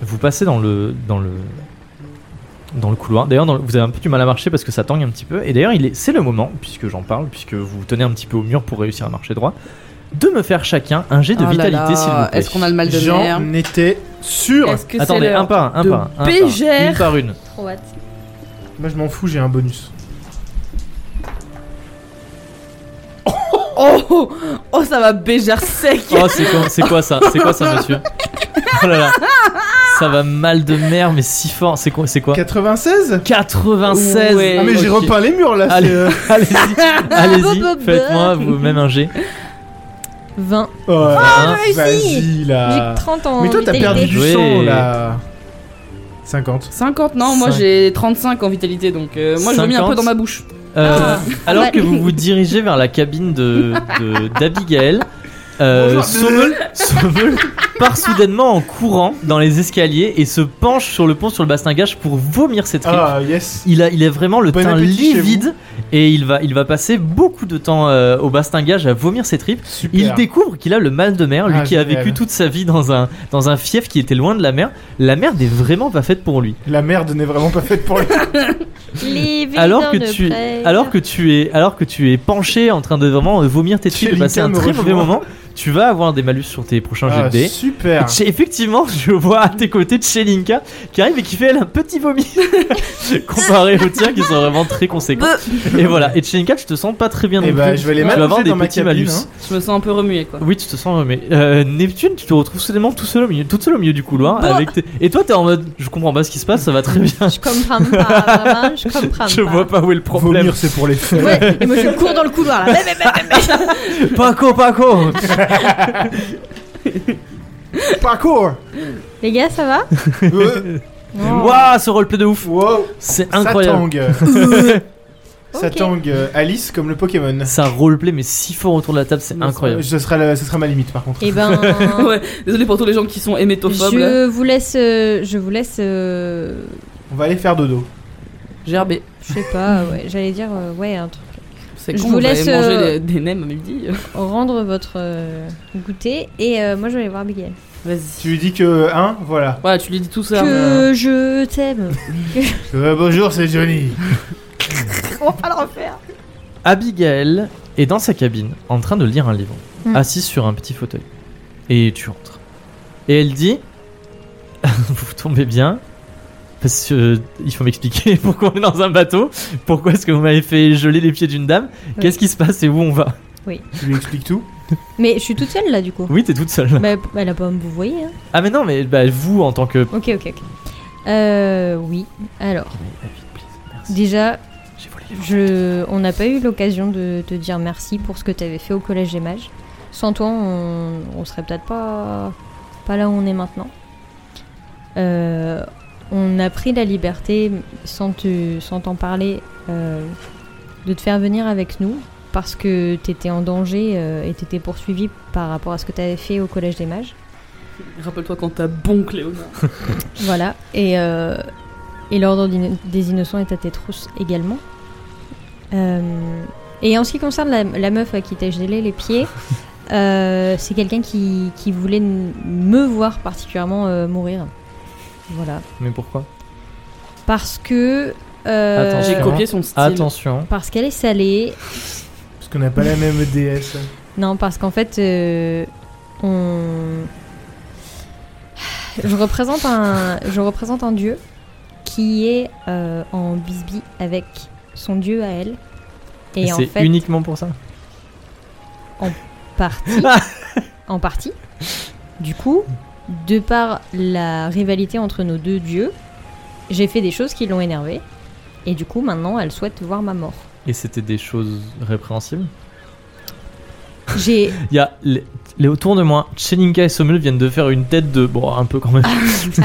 [SPEAKER 1] vous passez dans le dans le dans le couloir. D'ailleurs, dans le- vous avez un peu du mal à marcher parce que ça tangue un petit peu. Et d'ailleurs, il est c'est le moment puisque j'en parle, puisque vous vous tenez un petit peu au mur pour réussir à marcher droit, de me faire chacun un jet de
[SPEAKER 4] Oh là là,
[SPEAKER 1] vitalité, s'il vous plaît.
[SPEAKER 4] Est-ce qu'on a le mal de mer
[SPEAKER 3] J'en étais sûr.
[SPEAKER 4] Est-ce que c'est
[SPEAKER 1] Attendez, un
[SPEAKER 4] l'heure
[SPEAKER 1] par un, un
[SPEAKER 4] de
[SPEAKER 1] par un, un, par un,
[SPEAKER 4] PGR.
[SPEAKER 1] une par une.
[SPEAKER 2] Trop hâte.
[SPEAKER 3] Moi je m'en fous, j'ai un bonus.
[SPEAKER 4] Oh, oh, oh, ça va bégère sec
[SPEAKER 1] Oh, c'est quoi, c'est quoi ça C'est quoi ça, monsieur Oh là là, ça va mal de mer, mais si fort. C'est quoi C'est quoi
[SPEAKER 3] 96
[SPEAKER 1] 96
[SPEAKER 4] Ouais.
[SPEAKER 3] Ah mais j'ai
[SPEAKER 1] Ok.
[SPEAKER 3] repeint les murs là.
[SPEAKER 1] Allez.
[SPEAKER 3] c'est, euh,
[SPEAKER 1] Allez-y, allez-y,
[SPEAKER 2] Bob,
[SPEAKER 1] faites-moi vous-même un G.
[SPEAKER 2] 20.
[SPEAKER 3] oh,
[SPEAKER 1] Ah,
[SPEAKER 2] réussi
[SPEAKER 3] Vas-y
[SPEAKER 2] J'ai
[SPEAKER 3] là.
[SPEAKER 2] que 30 ans.
[SPEAKER 3] Ah. Mais toi t'as
[SPEAKER 2] vitalité.
[SPEAKER 3] perdu du
[SPEAKER 1] Oui.
[SPEAKER 3] sang là. 50.
[SPEAKER 4] 50, non, moi
[SPEAKER 1] Cinq.
[SPEAKER 4] j'ai 35 en vitalité, donc euh, moi je l'ai mis un
[SPEAKER 1] 50.
[SPEAKER 4] peu dans ma bouche.
[SPEAKER 1] Euh, alors
[SPEAKER 2] Ouais.
[SPEAKER 1] que vous vous dirigez vers la cabine de de- d'Abigail, euh,
[SPEAKER 3] Bonjour.
[SPEAKER 1] Sommel Sommel part soudainement en courant dans les escaliers et se penche sur le pont sur le bastingage pour vomir ses tripes.
[SPEAKER 3] Ah yes.
[SPEAKER 1] Il a, il a vraiment le
[SPEAKER 3] Bon
[SPEAKER 1] teint
[SPEAKER 3] appétit chez
[SPEAKER 1] livide et il va, il va passer beaucoup de temps euh, au bastingage à vomir ses tripes.
[SPEAKER 3] Super.
[SPEAKER 1] Il découvre qu'il a le mal de mer, lui
[SPEAKER 3] Ah,
[SPEAKER 1] qui a
[SPEAKER 3] génial.
[SPEAKER 1] vécu toute sa vie dans un, dans un fief qui était loin de la mer. La mer n'est vraiment pas faite pour lui.
[SPEAKER 3] La merde n'est vraiment pas faite pour lui.
[SPEAKER 2] Les
[SPEAKER 1] alors que
[SPEAKER 2] vénères de
[SPEAKER 1] tu
[SPEAKER 2] près.
[SPEAKER 1] alors que tu es alors que tu es penché en train de vraiment vomir tes tripes et
[SPEAKER 3] Lincoln
[SPEAKER 1] passer un
[SPEAKER 3] me
[SPEAKER 1] très
[SPEAKER 3] rejoint.
[SPEAKER 1] mauvais moment tu vas avoir des malus sur tes prochains jets
[SPEAKER 3] Ah,
[SPEAKER 1] de dés
[SPEAKER 3] super.
[SPEAKER 1] Et effectivement je vois à tes côtés Chelinka qui arrive et qui fait elle un petit vomi comparé aux tiens qui sont vraiment très conséquents et voilà et Chelinka tu te sens pas très bien
[SPEAKER 3] Eh
[SPEAKER 1] non
[SPEAKER 3] bah,
[SPEAKER 1] plus.
[SPEAKER 3] je vais les
[SPEAKER 1] tu vas
[SPEAKER 3] manger
[SPEAKER 1] avoir
[SPEAKER 3] dans
[SPEAKER 1] des
[SPEAKER 3] ma
[SPEAKER 1] petits
[SPEAKER 3] cabine,
[SPEAKER 1] malus
[SPEAKER 3] hein.
[SPEAKER 4] Je me sens un peu remué quoi.
[SPEAKER 1] oui, tu te sens remué. Euh, Neptune, tu te retrouves soudainement tout seul au milieu, toute seule au milieu du couloir. Avec tes- Et toi, t'es en mode, je comprends pas ce qui se passe, ça va très bien.
[SPEAKER 2] Je comprends pas, vraiment, je comprends
[SPEAKER 1] Je
[SPEAKER 2] pas.
[SPEAKER 1] vois pas où est le problème.
[SPEAKER 3] Vomir, c'est pour les feux.
[SPEAKER 2] Ouais, et moi je cours dans le couloir là.
[SPEAKER 1] Paco, Paco
[SPEAKER 3] Parcours.
[SPEAKER 2] Les gars, ça va
[SPEAKER 3] Euh,
[SPEAKER 2] Oh.
[SPEAKER 1] Waouh, ce roleplay de ouf
[SPEAKER 3] wow.
[SPEAKER 1] C'est incroyable
[SPEAKER 3] Ça tangue. ça
[SPEAKER 2] Ok.
[SPEAKER 3] tangue. euh, Alice comme le Pokémon.
[SPEAKER 1] Ça roleplay, mais si fort autour de la table, c'est incroyable.
[SPEAKER 3] Ce sera, la- ce sera ma limite par contre.
[SPEAKER 2] Et ben,
[SPEAKER 4] Ouais, désolé pour tous les gens qui sont hémétophobes.
[SPEAKER 2] je
[SPEAKER 4] là.
[SPEAKER 2] vous laisse, euh, je vous laisse, euh,
[SPEAKER 3] On va aller faire dodo.
[SPEAKER 4] Gerbé.
[SPEAKER 2] je sais pas, ouais, j'allais dire, euh, ouais, un truc.
[SPEAKER 4] C'est
[SPEAKER 2] Je
[SPEAKER 4] con,
[SPEAKER 2] vous
[SPEAKER 4] vous
[SPEAKER 2] laisse,
[SPEAKER 4] laisse manger
[SPEAKER 2] euh,
[SPEAKER 4] des, des nems à midi.
[SPEAKER 2] Rendre votre euh, goûter et euh, moi je vais aller voir Abigail.
[SPEAKER 4] Vas-y.
[SPEAKER 3] Tu lui dis que hein, voilà.
[SPEAKER 4] Voilà, tu lui dis tout ça. euh,
[SPEAKER 2] Que je t'aime.
[SPEAKER 3] Euh, bonjour, c'est Johnny.
[SPEAKER 2] Oh pourront pas le refaire.
[SPEAKER 1] Abigail est dans sa cabine en train de lire un livre,
[SPEAKER 2] Hmm.
[SPEAKER 1] assise sur un petit fauteuil. Et tu entres. Et elle dit Vous tombez bien parce que euh, il faut m'expliquer pourquoi on est dans un bateau, pourquoi est-ce que vous m'avez fait geler les pieds d'une dame,
[SPEAKER 2] Oui.
[SPEAKER 1] qu'est-ce qui se passe et où on va
[SPEAKER 3] Tu lui expliques tout
[SPEAKER 2] Mais je suis toute seule là du coup.
[SPEAKER 1] Oui, t'es toute seule.
[SPEAKER 2] Bah, p- elle a pas à me vous voyez. Hein.
[SPEAKER 1] Ah mais non, mais bah, vous en tant que...
[SPEAKER 2] Ok, ok, ok. Euh, oui. Alors,
[SPEAKER 1] Merci.
[SPEAKER 2] déjà,
[SPEAKER 1] J'ai volé
[SPEAKER 2] je, on n'a pas eu l'occasion de te dire merci pour ce que tu avais fait au collège des mages. Sans toi, on, on serait peut-être pas, pas là où on est maintenant. Euh, on a pris la liberté, sans te- sans t'en parler, euh, de te faire venir avec nous parce que t'étais en danger euh, et t'étais poursuivi par rapport à ce que t'avais fait au collège des mages.
[SPEAKER 4] Rappelle-toi quand t'as bon Cléonard.
[SPEAKER 2] Voilà, et, euh, et l'ordre d'Inno- des innocents est à tes trousses également. Euh, et en ce qui concerne la, la meuf à qui t'as gelé les pieds, euh, c'est quelqu'un qui, qui voulait n- me voir particulièrement euh, mourir. Voilà.
[SPEAKER 1] Mais pourquoi
[SPEAKER 2] Parce que. euh,
[SPEAKER 1] Attention.
[SPEAKER 4] J'ai copié son style.
[SPEAKER 1] Attention.
[SPEAKER 2] Parce qu'elle est salée.
[SPEAKER 3] Parce qu'on n'a pas la même E déesse.
[SPEAKER 2] Non, parce qu'en fait, euh, on. Je représente un, je représente un dieu qui est euh, en bisbis avec son dieu à elle. Et,
[SPEAKER 1] Et
[SPEAKER 2] en
[SPEAKER 1] c'est
[SPEAKER 2] fait,
[SPEAKER 1] uniquement pour ça
[SPEAKER 2] partie, en partie. Du coup, de par la rivalité entre nos deux dieux, j'ai fait des choses qui l'ont énervée. Et du coup, maintenant, elle souhaite voir ma mort.
[SPEAKER 1] Et c'était des choses répréhensibles
[SPEAKER 2] J'ai
[SPEAKER 1] Il y a les, les autour de moi, Cheninka et Sommel viennent de faire une tête de bon, un peu quand même.
[SPEAKER 2] Ah,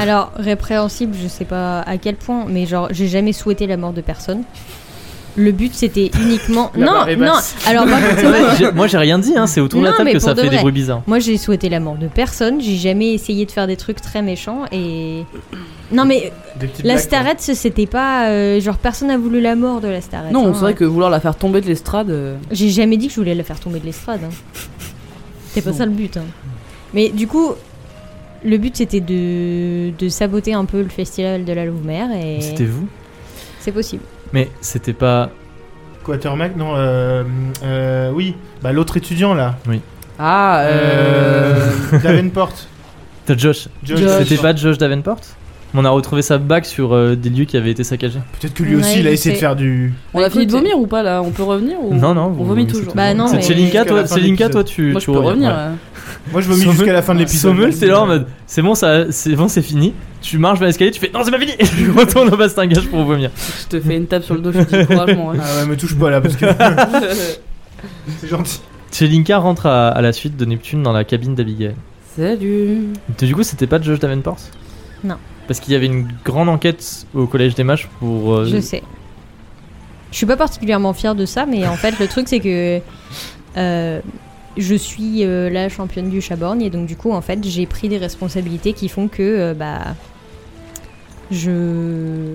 [SPEAKER 2] Alors, répréhensible, je sais pas à quel point, mais genre, j'ai jamais souhaité la mort de personne. Le but, c'était uniquement.
[SPEAKER 3] La
[SPEAKER 2] non,
[SPEAKER 3] barre est
[SPEAKER 2] non,
[SPEAKER 3] basse.
[SPEAKER 2] alors moi, c'est vrai,
[SPEAKER 1] J'ai- moi j'ai rien dit, hein, c'est autour de
[SPEAKER 2] Non,
[SPEAKER 1] la table
[SPEAKER 2] mais
[SPEAKER 1] que ça
[SPEAKER 2] pour de
[SPEAKER 1] fait des
[SPEAKER 2] vrai.
[SPEAKER 1] bruits bizarres.
[SPEAKER 2] moi j'ai souhaité la mort de personne, j'ai jamais essayé de faire des trucs très méchants et. Non, mais
[SPEAKER 3] Des petites
[SPEAKER 2] la
[SPEAKER 3] blagues, quoi.
[SPEAKER 2] starette, c'était pas. euh, genre, personne n'a voulu la mort de la starette.
[SPEAKER 4] Non,
[SPEAKER 2] hein.
[SPEAKER 4] c'est vrai que vouloir la faire tomber de l'estrade. euh,
[SPEAKER 2] J'ai jamais dit que je voulais la faire tomber de l'estrade. hein. C'est pas
[SPEAKER 4] Non.
[SPEAKER 2] ça le but. hein. Mais du coup, le but c'était de... de saboter un peu le festival de la Louvre-Mère et.
[SPEAKER 1] C'était vous
[SPEAKER 2] C'est possible.
[SPEAKER 1] Mais c'était pas.
[SPEAKER 3] Quatermac, non, euh, euh, oui, bah l'autre étudiant là,
[SPEAKER 4] Ah, euh.
[SPEAKER 3] euh, Davenport,
[SPEAKER 1] T'as Josh
[SPEAKER 3] Josh.
[SPEAKER 4] Josh.
[SPEAKER 1] C'était pas Josh Davenport On a retrouvé sa bague sur euh, des lieux qui avaient été saccagés.
[SPEAKER 3] Peut-être que lui
[SPEAKER 2] Ouais,
[SPEAKER 3] aussi il a
[SPEAKER 2] je
[SPEAKER 3] essayé de
[SPEAKER 2] sais.
[SPEAKER 3] faire du.
[SPEAKER 4] on a fini de
[SPEAKER 2] bah, Écoute,
[SPEAKER 4] vomir ou pas là On peut revenir ou...
[SPEAKER 1] Non, non,
[SPEAKER 4] On
[SPEAKER 1] vous-
[SPEAKER 4] vomit
[SPEAKER 1] c'est
[SPEAKER 4] toujours.
[SPEAKER 1] tout.
[SPEAKER 2] Bah non,
[SPEAKER 1] c'est
[SPEAKER 2] mais-
[SPEAKER 1] Chelinka,
[SPEAKER 3] Jusqu'à
[SPEAKER 1] toi,
[SPEAKER 3] la fin de
[SPEAKER 1] Chelinka, toi
[SPEAKER 3] l'épisode.
[SPEAKER 1] tu.
[SPEAKER 4] Moi
[SPEAKER 1] tu
[SPEAKER 4] je peux
[SPEAKER 1] reviens,
[SPEAKER 4] revenir.
[SPEAKER 1] ouais.
[SPEAKER 4] euh.
[SPEAKER 3] Moi je vomis
[SPEAKER 1] Sommel-
[SPEAKER 3] jusqu'à la fin de l'épisode.
[SPEAKER 1] Sommel, c'est là en mode c'est bon, ça, c'est bon, c'est fini. Tu marches vers l'escalier, tu fais non, c'est pas fini Et tu retournes au bastingage pour vomir.
[SPEAKER 4] Je te fais une tape sur le dos, je te dis courage, mon
[SPEAKER 3] Ah ouais, me touche pas là parce que
[SPEAKER 1] Ah
[SPEAKER 4] ref.
[SPEAKER 3] c'est gentil.
[SPEAKER 1] Chelinka rentre à, à la suite de Neptune dans la cabine d'Abigail.
[SPEAKER 4] Salut.
[SPEAKER 1] Du coup, c'était pas Josh Davenport
[SPEAKER 2] Non.
[SPEAKER 1] Parce qu'il y avait une grande enquête au collège des matchs pour. euh,
[SPEAKER 2] Je sais. Je suis pas particulièrement fière de ça, mais en fait, le truc, c'est que euh, je suis euh, la championne du Chaborgne, et donc, du coup, en fait, j'ai pris des responsabilités qui font que, euh, bah, je,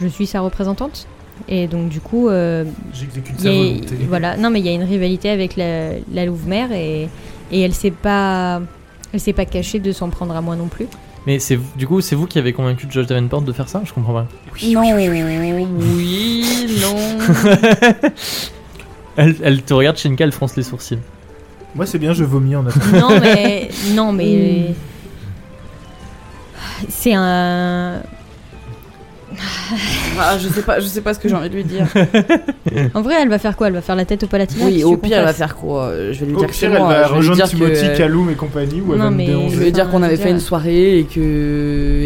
[SPEAKER 2] je suis sa représentante. Et donc, du coup, euh,
[SPEAKER 3] J'exécute
[SPEAKER 2] il y
[SPEAKER 3] sa
[SPEAKER 2] a-
[SPEAKER 3] volonté.
[SPEAKER 2] voilà. Non, mais il y a une rivalité avec la, la Louve-Mère, et, et elle s'est pas, elle s'est pas cachée de s'en prendre à moi non plus.
[SPEAKER 1] Mais c'est vous- du coup, c'est vous qui avez convaincu Josh Davenport de faire ça Je comprends pas.
[SPEAKER 4] Non. Oui, non.
[SPEAKER 1] Elle, elle te regarde, Shinka, elle fronce les sourcils.
[SPEAKER 3] Moi c'est bien, je vomis en attendant.
[SPEAKER 2] Non, mais. Non,
[SPEAKER 4] Hmm.
[SPEAKER 2] mais. C'est un.
[SPEAKER 4] Ah, je sais pas, je sais pas ce que j'ai envie de lui dire.
[SPEAKER 2] En vrai, elle va faire quoi Elle va faire la tête au palatinat
[SPEAKER 4] Oui,
[SPEAKER 2] qu'est-ce
[SPEAKER 4] au
[SPEAKER 2] que
[SPEAKER 4] pire,
[SPEAKER 2] qu'on
[SPEAKER 4] elle va
[SPEAKER 2] fasse
[SPEAKER 4] faire quoi Euh, Je vais lui
[SPEAKER 3] Au
[SPEAKER 4] dire que c'est
[SPEAKER 3] pire, elle
[SPEAKER 4] moi,
[SPEAKER 3] va
[SPEAKER 4] je vais lui
[SPEAKER 3] rejoindre
[SPEAKER 4] dire que,
[SPEAKER 3] Timothy,
[SPEAKER 4] euh,
[SPEAKER 3] Caloum et compagnie ou elle
[SPEAKER 2] Non,
[SPEAKER 3] va me
[SPEAKER 2] mais-
[SPEAKER 4] Je
[SPEAKER 3] déranger.
[SPEAKER 4] vais lui dire
[SPEAKER 2] Enfin,
[SPEAKER 4] qu'on
[SPEAKER 2] je
[SPEAKER 4] avait
[SPEAKER 2] veux
[SPEAKER 4] fait
[SPEAKER 2] dire-
[SPEAKER 4] une soirée et que.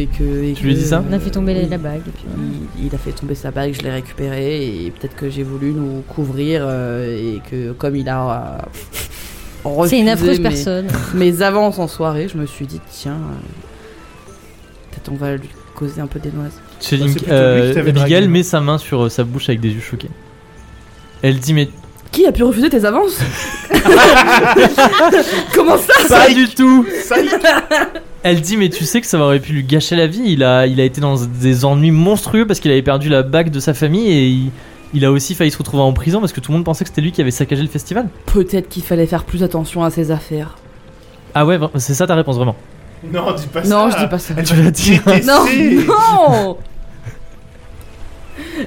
[SPEAKER 4] Et que et
[SPEAKER 1] Tu lui
[SPEAKER 4] que-
[SPEAKER 1] dis ça
[SPEAKER 2] On a fait tomber
[SPEAKER 4] Oui.
[SPEAKER 2] la bague. et puis voilà.
[SPEAKER 4] Il, il a fait tomber sa bague, je l'ai récupérée et peut-être que j'ai voulu nous couvrir euh, et que comme il a euh, refusé
[SPEAKER 2] C'est une affreuse
[SPEAKER 4] mes,
[SPEAKER 2] personne.
[SPEAKER 4] mes avances en soirée, je me suis dit tiens, euh, peut-être on va lui causer un peu des noises.
[SPEAKER 1] Chelinka-
[SPEAKER 3] Ah, plutôt lui
[SPEAKER 1] euh,
[SPEAKER 3] qui t'avait
[SPEAKER 1] Abigail
[SPEAKER 3] dragué.
[SPEAKER 1] met sa main sur euh, sa bouche avec des yeux choqués. Elle dit mais
[SPEAKER 4] Qui a pu refuser tes avances Comment ça
[SPEAKER 1] pas du tout. Elle dit mais tu sais que ça aurait pu lui gâcher la vie. Il a, il a été dans des ennuis monstrueux parce qu'il avait perdu la bague de sa famille et il, il a aussi failli se retrouver en prison parce que tout le monde pensait que c'était lui qui avait saccagé le festival.
[SPEAKER 4] Peut-être qu'il fallait faire plus attention à ses affaires.
[SPEAKER 1] Ah ouais, vra- c'est ça ta réponse vraiment.
[SPEAKER 3] Non, dis pas ça. Eh
[SPEAKER 4] non, je dis pas ça.
[SPEAKER 3] Elle
[SPEAKER 1] Tu l'as dit.
[SPEAKER 3] va
[SPEAKER 4] Non,
[SPEAKER 3] détester.
[SPEAKER 4] non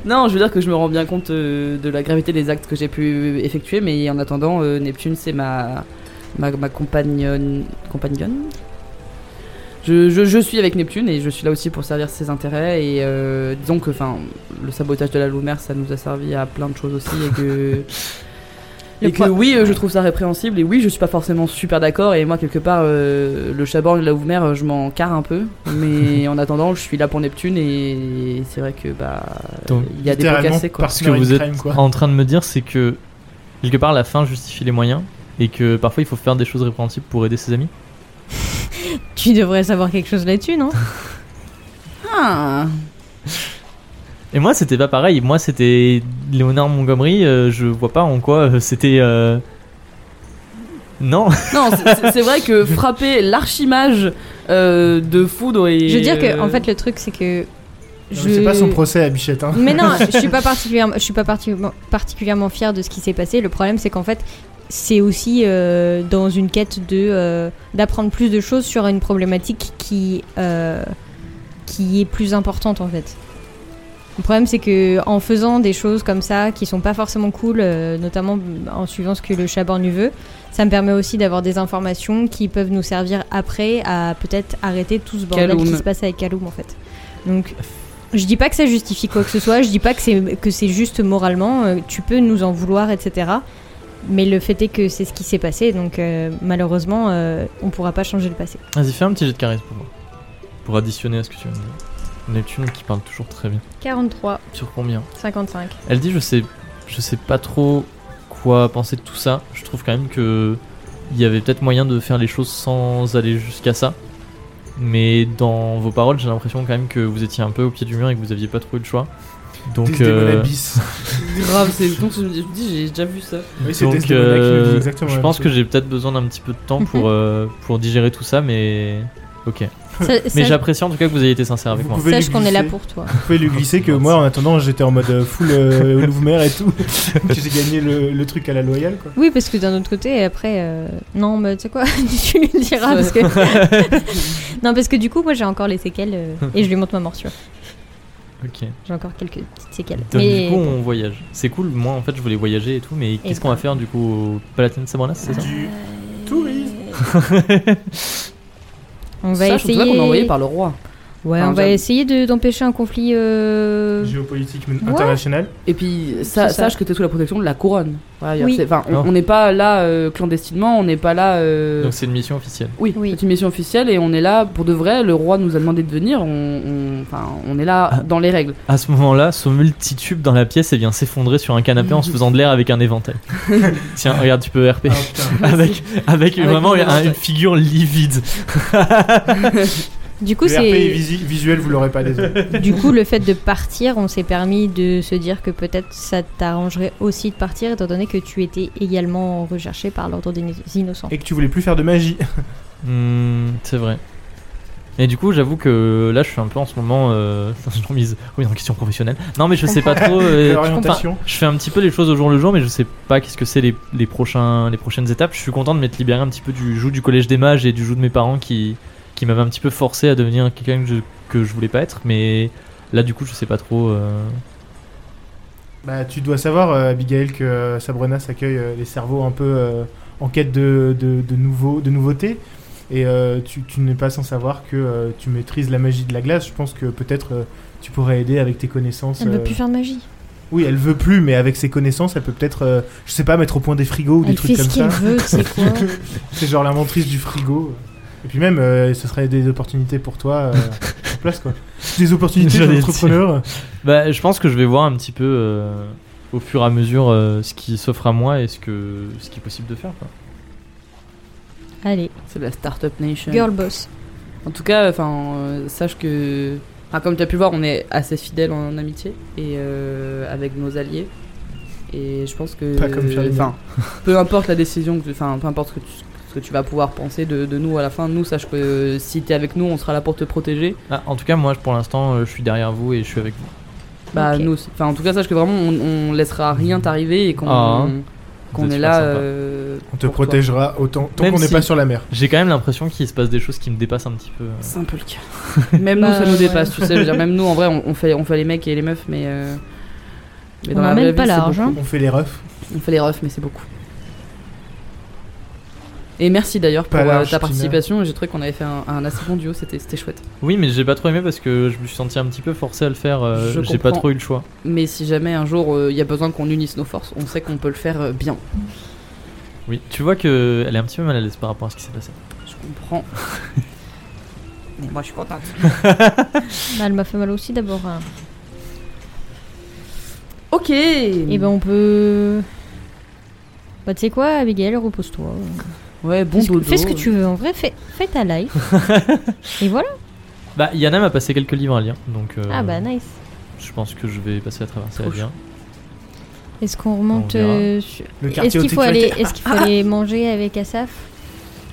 [SPEAKER 4] Non, je veux dire que je me rends bien compte euh, de la gravité des actes que j'ai pu effectuer, mais en attendant, euh, Neptune, c'est ma, ma, ma compagnonne. Compagnonne je, je- je suis avec Neptune et je suis là aussi pour servir ses intérêts. Et euh, disons que enfin, le sabotage de la Loumère, ça nous a servi à plein de choses aussi. Et que.
[SPEAKER 2] Le
[SPEAKER 4] Et que
[SPEAKER 2] point-
[SPEAKER 4] oui, euh, je trouve ça répréhensible, et oui, je suis pas forcément super d'accord, et moi, quelque part, euh, le Chaborn et la Oumer, euh, je m'en carre un peu, mais en attendant, je suis là pour Neptune, et c'est vrai que, bah,
[SPEAKER 1] Donc,
[SPEAKER 4] il y a des pots
[SPEAKER 3] littéralement,
[SPEAKER 4] cassés, quoi.
[SPEAKER 1] Ce que
[SPEAKER 3] Euh, Partner in
[SPEAKER 1] vous êtes
[SPEAKER 3] crime, quoi.
[SPEAKER 1] en train de me dire, c'est que quelque part la fin justifie les moyens et que parfois il faut faire des choses répréhensibles pour aider ses amis.
[SPEAKER 2] Tu devrais savoir quelque chose là-dessus, non
[SPEAKER 4] Ah
[SPEAKER 1] Et moi, c'était pas pareil. Moi, c'était Léonard Montgomery. euh, je vois pas en quoi euh, c'était. euh, Non.
[SPEAKER 4] Non, c'est- c'est- c'est vrai que frapper l'archimage euh, de foudre et.
[SPEAKER 2] Je veux dire que, en
[SPEAKER 4] euh,
[SPEAKER 2] fait, le truc, c'est que.
[SPEAKER 3] Non,
[SPEAKER 2] Je...
[SPEAKER 3] mais C'est pas son procès à Bichette. Hein.
[SPEAKER 2] Mais non, je suis pas particulièrement, je suis pas particulièrement, particulièrement fière de ce qui s'est passé. Le problème, c'est qu'en fait, c'est aussi euh, dans une quête de euh, d'apprendre plus de choses sur une problématique qui euh, qui est plus importante en fait. Le problème, c'est que en faisant des choses comme ça, qui sont pas forcément cool, euh, notamment en suivant ce que le Chaborn lui veut, ça me permet aussi d'avoir des informations qui peuvent nous servir après à peut-être arrêter tout ce bordel
[SPEAKER 4] Kaloum.
[SPEAKER 2] qui se passe avec Kaloum en fait. Donc, je dis pas que ça justifie quoi que ce soit, je dis pas que c'est que c'est juste moralement. euh, tu peux nous en vouloir, etc. Mais le fait est que c'est ce qui s'est passé, donc euh, malheureusement, euh, on pourra pas changer le passé.
[SPEAKER 1] Vas-y, fais un petit jet de charisme pour moi. Pour additionner à ce que tu viens de dire. Neptune qui parle toujours très bien.
[SPEAKER 2] 43,
[SPEAKER 1] Sur combien
[SPEAKER 2] 55.
[SPEAKER 1] Elle dit je sais je sais pas trop quoi penser de tout ça. Je trouve quand même que il y avait peut-être moyen de faire les choses sans aller jusqu'à ça. Mais dans vos paroles, j'ai l'impression quand même que vous étiez un peu au pied du mur et que vous aviez pas trop eu le choix. Donc
[SPEAKER 3] Desdemona
[SPEAKER 1] euh,
[SPEAKER 3] bis.
[SPEAKER 4] Grave, c'est. donc, je me dis- je me dis, j'ai déjà vu ça.
[SPEAKER 3] Oui, c'est
[SPEAKER 1] donc
[SPEAKER 3] Desdemona qui nous dit
[SPEAKER 1] euh,
[SPEAKER 3] exactement la
[SPEAKER 1] je
[SPEAKER 3] même
[SPEAKER 1] pense
[SPEAKER 3] chose.
[SPEAKER 1] que j'ai peut-être besoin d'un petit peu de temps pour euh, pour digérer tout ça mais OK.
[SPEAKER 2] Ça-
[SPEAKER 1] Mais
[SPEAKER 2] ça-
[SPEAKER 1] j'apprécie en tout cas que vous ayez été sincère avec
[SPEAKER 3] Vous
[SPEAKER 1] moi.
[SPEAKER 3] pouvez
[SPEAKER 2] sache
[SPEAKER 3] lui
[SPEAKER 2] qu'on est là
[SPEAKER 3] glisser.
[SPEAKER 2] pour toi.
[SPEAKER 3] Vous pouvez lui glisser que moi, en attendant, j'étais en mode euh, full euh, Louvre-Mer et tout. que j'ai gagné le, le truc à la loyale, quoi.
[SPEAKER 2] Oui, parce que d'un autre côté, après, euh, non, mais tu sais quoi, tu lui diras parce que non, parce que du coup, moi, j'ai encore les séquelles euh, et je lui montre ma morsure.
[SPEAKER 1] OK.
[SPEAKER 2] J'ai encore quelques petites séquelles.
[SPEAKER 1] Donc,
[SPEAKER 2] mais
[SPEAKER 1] du coup, on voyage. C'est cool. Moi, en fait, je voulais voyager et tout, mais qu'est-ce qu'on va
[SPEAKER 2] ben.
[SPEAKER 1] faire du coup au Palatine de Sabornas, c'est ça
[SPEAKER 3] Du tourisme.
[SPEAKER 2] on va
[SPEAKER 4] ça, je trouve ça qu'on
[SPEAKER 2] essayer.
[SPEAKER 4] est envoyé par le roi.
[SPEAKER 2] Ouais,
[SPEAKER 4] Enfin,
[SPEAKER 2] on va
[SPEAKER 4] j'aime.
[SPEAKER 2] essayer de- d'empêcher un conflit. euh,
[SPEAKER 3] Géopolitique mais
[SPEAKER 2] Ouais.
[SPEAKER 3] internationale.
[SPEAKER 4] Et puis, ça,
[SPEAKER 2] C'est ça.
[SPEAKER 4] sache que t'es sous la protection de la couronne. Voilà, il y a-
[SPEAKER 2] Oui.
[SPEAKER 4] c'est- Enfin, on-
[SPEAKER 1] Non.
[SPEAKER 4] on n'est pas là euh, clandestinement, on n'est pas là. euh,
[SPEAKER 1] Donc c'est une mission officielle.
[SPEAKER 4] Oui,
[SPEAKER 2] Oui.
[SPEAKER 4] c'est une mission officielle et on est là pour de vrai. Le roi nous a demandé de venir. On, on- enfin, on est là
[SPEAKER 1] Ah.
[SPEAKER 4] dans les règles.
[SPEAKER 1] À ce moment-là, Sommel titube dans la pièce et vient s'effondrer sur un canapé en se faisant de l'air avec un éventail. Tiens, regarde, tu peux RP.
[SPEAKER 3] Ah, putain.
[SPEAKER 1] avec, avec vraiment
[SPEAKER 4] une
[SPEAKER 1] un-
[SPEAKER 4] éventail.
[SPEAKER 1] une figure livide.
[SPEAKER 2] Du coup,
[SPEAKER 3] Le RP est
[SPEAKER 2] c'est.
[SPEAKER 3] visi- visuel, vous l'aurez pas désolé.
[SPEAKER 2] Du coup, le fait de partir, on s'est permis de se dire que peut-être ça t'arrangerait aussi de partir, étant donné que tu étais également recherché par l'ordre des innocents.
[SPEAKER 3] Et que tu voulais plus faire de magie.
[SPEAKER 1] Hmm, c'est vrai. Et du coup, j'avoue que là, je suis un peu en ce moment euh, dans une remise, oui, en question professionnelle. Non, mais je sais pas trop. euh,
[SPEAKER 3] L'orientation.
[SPEAKER 1] Je fais un petit peu les choses au jour le jour, mais je sais pas qu'est-ce que c'est les, les prochains, les prochaines étapes. Je suis content de m'être libéré un petit peu du joug du collège des mages et du joug de mes parents qui, qui m'avaient un petit peu forcé à devenir quelqu'un que je, que je voulais pas être. Mais là, du coup, je sais pas trop. euh,
[SPEAKER 3] Bah, tu dois savoir, euh, Abigail, que euh, Sabrina s'accueille euh, les cerveaux un peu euh, en quête de, de, de, nouveaux- de nouveautés. Et euh, tu, tu n'es pas sans savoir que euh, tu maîtrises la magie de la glace. Je pense que peut-être euh, tu pourrais aider avec tes connaissances.
[SPEAKER 2] Elle ne
[SPEAKER 3] euh,
[SPEAKER 2] veut plus faire de magie.
[SPEAKER 3] Oui, elle veut plus, mais avec ses connaissances, elle peut peut-être, euh, je sais pas, mettre au point des frigos ou des
[SPEAKER 2] Elle
[SPEAKER 3] trucs
[SPEAKER 2] fait
[SPEAKER 3] comme
[SPEAKER 2] ce
[SPEAKER 3] ça.
[SPEAKER 2] qu'elle veut, tu sais quoi.
[SPEAKER 3] C'est genre l'inventrice du frigo. Et puis même, euh, ce serait des opportunités pour toi euh, sur place, quoi. Des opportunités
[SPEAKER 1] J'allais
[SPEAKER 3] d'entrepreneur.
[SPEAKER 1] Bah, je pense que je vais voir un petit peu euh, au fur et à mesure euh, ce qui s'offre à moi et ce, que, ce qui est possible de faire. quoi.
[SPEAKER 2] Allez,
[SPEAKER 4] C'est de la startup nation.
[SPEAKER 2] girl boss.
[SPEAKER 4] En tout cas, enfin, euh, sache que, enfin, comme tu as pu le voir, on est assez fidèles en amitié et euh, avec nos alliés. Et je pense que,
[SPEAKER 3] Pas comme Ferdinand.
[SPEAKER 4] enfin, peu importe la décision, que tu- enfin, peu importe ce que tu, ce que tu vas pouvoir penser de, de nous à la fin, nous sache que euh, si t'es avec nous, on sera là pour te protéger.
[SPEAKER 1] Ah, en tout cas, moi, pour l'instant, euh, je suis derrière vous et je suis avec vous.
[SPEAKER 4] Bah
[SPEAKER 2] Ok.
[SPEAKER 4] nous, aussi. enfin, en tout cas, sache que vraiment, on, on laissera rien t'arriver et qu'on
[SPEAKER 1] Ah.
[SPEAKER 4] qu'on
[SPEAKER 1] Vous
[SPEAKER 4] est
[SPEAKER 1] êtes
[SPEAKER 4] là.
[SPEAKER 1] super sympa.
[SPEAKER 4] euh,
[SPEAKER 3] On te
[SPEAKER 4] pour toi.
[SPEAKER 3] protégera autant tant
[SPEAKER 1] Même
[SPEAKER 3] qu'on n'est
[SPEAKER 1] si-
[SPEAKER 3] pas sur la mer.
[SPEAKER 1] J'ai quand même l'impression qu'il se passe des choses qui me dépassent un petit peu. euh.
[SPEAKER 4] C'est un peu le cas. Même nous,
[SPEAKER 2] Bah,
[SPEAKER 4] ça nous
[SPEAKER 2] ouais.
[SPEAKER 4] dépasse, tu sais. je veux dire, même nous, en vrai, on, on fait, on fait les mecs et les meufs, mais euh, Mais
[SPEAKER 2] On
[SPEAKER 4] la
[SPEAKER 2] n'emmène
[SPEAKER 4] vraie
[SPEAKER 2] pas
[SPEAKER 4] vie, c'est
[SPEAKER 2] l'argent.
[SPEAKER 4] beaucoup.
[SPEAKER 3] On fait les refs.
[SPEAKER 4] On fait les refs, mais c'est beaucoup. Et merci d'ailleurs pour
[SPEAKER 3] Pas
[SPEAKER 4] euh,
[SPEAKER 3] large,
[SPEAKER 4] ta
[SPEAKER 3] Tina.
[SPEAKER 4] participation. J'ai trouvé qu'on avait fait un, un assez bon duo, c'était c'était chouette.
[SPEAKER 1] Oui, mais j'ai pas trop aimé parce que je me suis senti un petit peu forcé à le faire. euh,
[SPEAKER 4] Je
[SPEAKER 1] j'ai pas
[SPEAKER 4] comprends.
[SPEAKER 1] trop eu le choix.
[SPEAKER 4] Mais si jamais un jour euh, il y a besoin qu'on unisse nos forces, on sait qu'on peut le faire euh, bien.
[SPEAKER 1] Oui, tu vois que elle est un petit peu mal à l'aise par rapport à ce qui s'est passé.
[SPEAKER 4] Je comprends. mais moi je suis contente.
[SPEAKER 2] Bah, elle m'a fait mal aussi d'abord. hein.
[SPEAKER 4] Ok
[SPEAKER 2] Et ben on peut. Bah tu sais quoi, Abigail, repose-toi.
[SPEAKER 4] Ouais, bon
[SPEAKER 2] Fais ce que-
[SPEAKER 4] dodo.
[SPEAKER 2] Fais ce que tu veux en vrai, fais, fais ta life. Et voilà.
[SPEAKER 1] Bah, Yana m'a passé quelques livres à lire, donc euh,
[SPEAKER 2] Ah bah nice.
[SPEAKER 1] je pense que je vais passer à traverser à
[SPEAKER 4] Trop
[SPEAKER 1] lire.
[SPEAKER 2] Est-ce qu'on remonte
[SPEAKER 1] On verra.
[SPEAKER 2] euh, sur-
[SPEAKER 3] Le
[SPEAKER 2] Est-ce
[SPEAKER 3] quartier
[SPEAKER 2] qu'il
[SPEAKER 3] haute
[SPEAKER 2] faut
[SPEAKER 3] sécurité.
[SPEAKER 2] aller Est-ce qu'il faut aller manger avec Asaf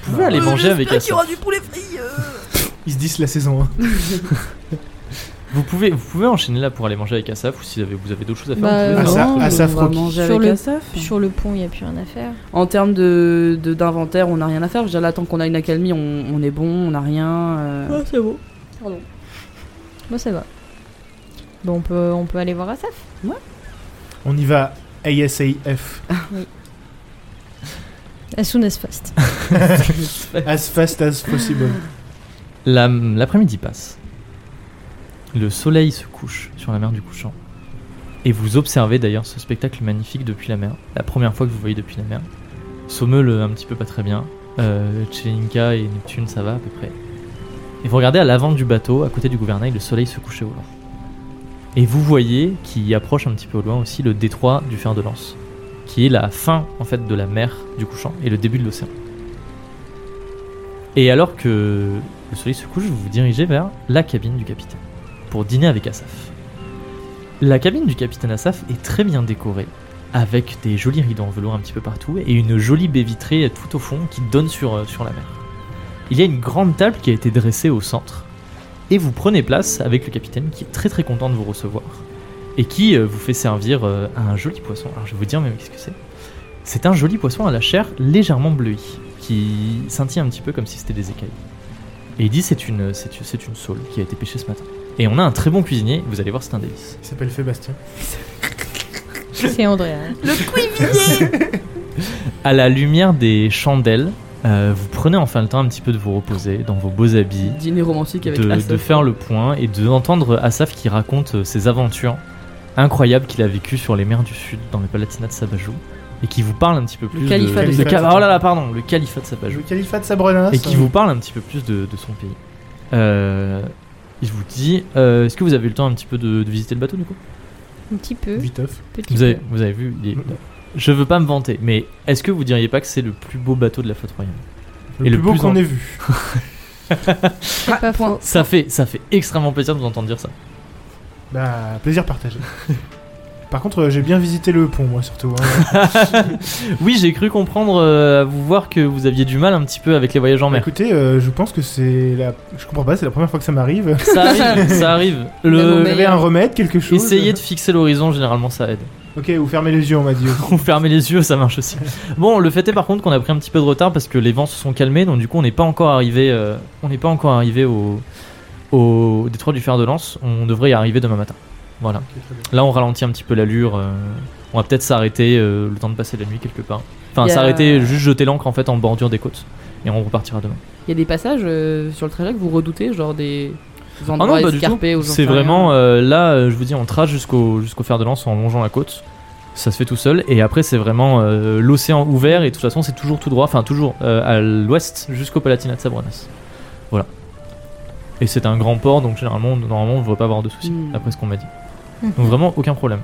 [SPEAKER 1] Vous
[SPEAKER 2] Bah,
[SPEAKER 1] pouvez
[SPEAKER 4] Euh,
[SPEAKER 1] aller manger avec Assa.
[SPEAKER 4] du poulet frit
[SPEAKER 3] Ils se disent la saison 1.
[SPEAKER 1] Vous pouvez, vous pouvez enchaîner là pour aller manger avec Asaf ou si vous avez, vous avez d'autres choses à faire.
[SPEAKER 2] Bah,
[SPEAKER 1] vous pouvez
[SPEAKER 2] euh,
[SPEAKER 1] faire Ah, ça.
[SPEAKER 3] Assa-
[SPEAKER 2] non,
[SPEAKER 3] Assaf Rocky.
[SPEAKER 4] manger
[SPEAKER 2] Sur
[SPEAKER 4] avec
[SPEAKER 2] le-
[SPEAKER 4] Assaf.
[SPEAKER 2] Sur le pont, il n'y a plus rien à faire.
[SPEAKER 4] En termes de de- d'inventaire, on n'a rien à faire. Je veux dire, là, tant qu'on a une accalmie, on, on est bon, on n'a rien. euh,
[SPEAKER 2] c'est bon. Pardon. Bon, ça va. Bon, on peut, on peut aller voir Asaf.
[SPEAKER 3] On y va. ASAF.
[SPEAKER 2] As soon as fast.
[SPEAKER 3] As fast as possible.
[SPEAKER 1] La- L'après-midi passe. Le soleil se couche sur la mer du couchant. Et vous observez d'ailleurs ce spectacle magnifique depuis la mer. La première fois que vous voyez depuis la mer. Sommeul euh, un petit peu pas très bien. Euh, Tchelinka et Neptune ça va à peu près. Et vous regardez à l'avant du bateau, à côté du gouvernail, le soleil se couchait au loin. Et vous voyez qui approche un petit peu au loin aussi le détroit du fer de lance, qui est la fin en fait de la mer du couchant et le début de l'océan. Et alors que le soleil se couche, vous vous dirigez vers la cabine du capitaine pour dîner avec Asaf. La cabine du capitaine Asaf est très bien décorée, avec des jolis rideaux en velours un petit peu partout et une jolie baie vitrée tout au fond qui donne sur, euh, sur la mer. Il y a une grande table qui a été dressée au centre et vous prenez place avec le capitaine qui est très très content de vous recevoir et qui euh, vous fait servir euh, un joli poisson. Alors je vais vous dire même qu'est-ce que c'est. C'est un joli poisson à la chair légèrement bleuie qui scintille un petit peu comme si c'était des écailles. Et il dit c'est une, c'est une, c'est une saule qui a été pêchée ce matin. Et on a un très bon cuisinier, vous allez voir, c'est un délice.
[SPEAKER 3] Il s'appelle Fébastien.
[SPEAKER 2] C'est André. hein.
[SPEAKER 1] À la lumière des chandelles, euh, vous prenez enfin le temps un petit peu de vous reposer dans vos beaux habits,
[SPEAKER 4] Dîner romantique avec
[SPEAKER 1] de,
[SPEAKER 4] Assaf.
[SPEAKER 1] de faire le point et d'entendre Asaf qui raconte euh, ses aventures incroyables qu'il a vécues sur les mers du Sud, dans le Palatinat de Sabajou, et qui vous parle un petit peu plus
[SPEAKER 4] califat
[SPEAKER 1] de...
[SPEAKER 3] de
[SPEAKER 1] le ca-
[SPEAKER 3] Sabajou.
[SPEAKER 1] Oh là là, pardon, le califat de
[SPEAKER 3] Je
[SPEAKER 1] Sabajou.
[SPEAKER 3] le califat de Sabrona.
[SPEAKER 1] Bah,
[SPEAKER 2] Ah,
[SPEAKER 1] et qui vous parle un petit peu plus de, de son pays. Euh, il vous dit, euh, est-ce que vous avez eu le temps un petit peu de, de visiter le bateau du coup
[SPEAKER 2] Un petit peu.
[SPEAKER 3] hein. Viteuf.
[SPEAKER 2] Petit
[SPEAKER 1] vous avez,
[SPEAKER 2] peu. Mm.
[SPEAKER 1] vous avez vu, il est- je veux pas me vanter, mais est-ce que vous diriez pas que c'est le plus beau bateau de la flotte royale
[SPEAKER 3] Le
[SPEAKER 1] Et
[SPEAKER 3] plus
[SPEAKER 1] le
[SPEAKER 3] beau
[SPEAKER 1] plus
[SPEAKER 3] qu'on
[SPEAKER 1] en-
[SPEAKER 3] ait vu.
[SPEAKER 2] C'est pas faux.
[SPEAKER 1] Ça fait, ça fait extrêmement plaisir de vous entendre dire ça.
[SPEAKER 3] Bah, plaisir partagé. Par contre, euh, j'ai bien visité le pont, moi surtout. hein.
[SPEAKER 1] Oui, j'ai cru comprendre euh, à vous voir que vous aviez du mal un petit peu avec les voyages en
[SPEAKER 2] Bah,
[SPEAKER 1] mer.
[SPEAKER 3] Écoutez, euh, je pense que c'est la. Je comprends pas, c'est la première fois que ça m'arrive.
[SPEAKER 1] Ça arrive, ça arrive.
[SPEAKER 4] Même au
[SPEAKER 1] Le...
[SPEAKER 3] Vous avez un remède, quelque chose
[SPEAKER 1] Essayez de fixer l'horizon, généralement ça aide.
[SPEAKER 3] Ok, ou fermez les yeux, on m'a dit. aussi.
[SPEAKER 1] Ou fermer les yeux, ça marche aussi. Bon, le fait est par contre qu'on a pris un petit peu de retard parce que les vents se sont calmés, donc du coup on n'est pas encore arrivé, euh, on n'est pas encore arrivé au, au détroit du fer de lance. On devrait y arriver demain matin. Voilà. Là, on ralentit un petit peu l'allure. euh, on va peut-être s'arrêter euh, le temps de passer la nuit quelque part. Enfin,
[SPEAKER 4] Il y a-
[SPEAKER 1] s'arrêter, juste jeter l'ancre en fait en bordure des côtes. Et on repartira demain.
[SPEAKER 4] Il y a des passages euh, sur le trajet que vous redoutez, genre des des
[SPEAKER 1] Ah
[SPEAKER 4] endroits
[SPEAKER 1] non, pas du tout.
[SPEAKER 4] escarpés ou j'en
[SPEAKER 1] C'est
[SPEAKER 4] sais rien.
[SPEAKER 1] vraiment euh, là, euh, je vous dis, on trace jusqu'au jusqu'au fer de lance en longeant la côte. Ça se fait tout seul. Et après, c'est vraiment euh, l'océan ouvert. Et de toute façon, c'est toujours tout droit. Enfin, toujours euh, à l'ouest jusqu'au Palatinat de Sabronas. Voilà. Et c'est un grand port, donc généralement, normalement, on ne devrait pas avoir de soucis,
[SPEAKER 4] Mm.
[SPEAKER 1] après ce qu'on m'a dit.
[SPEAKER 2] Mhm.
[SPEAKER 1] Donc vraiment, aucun problème.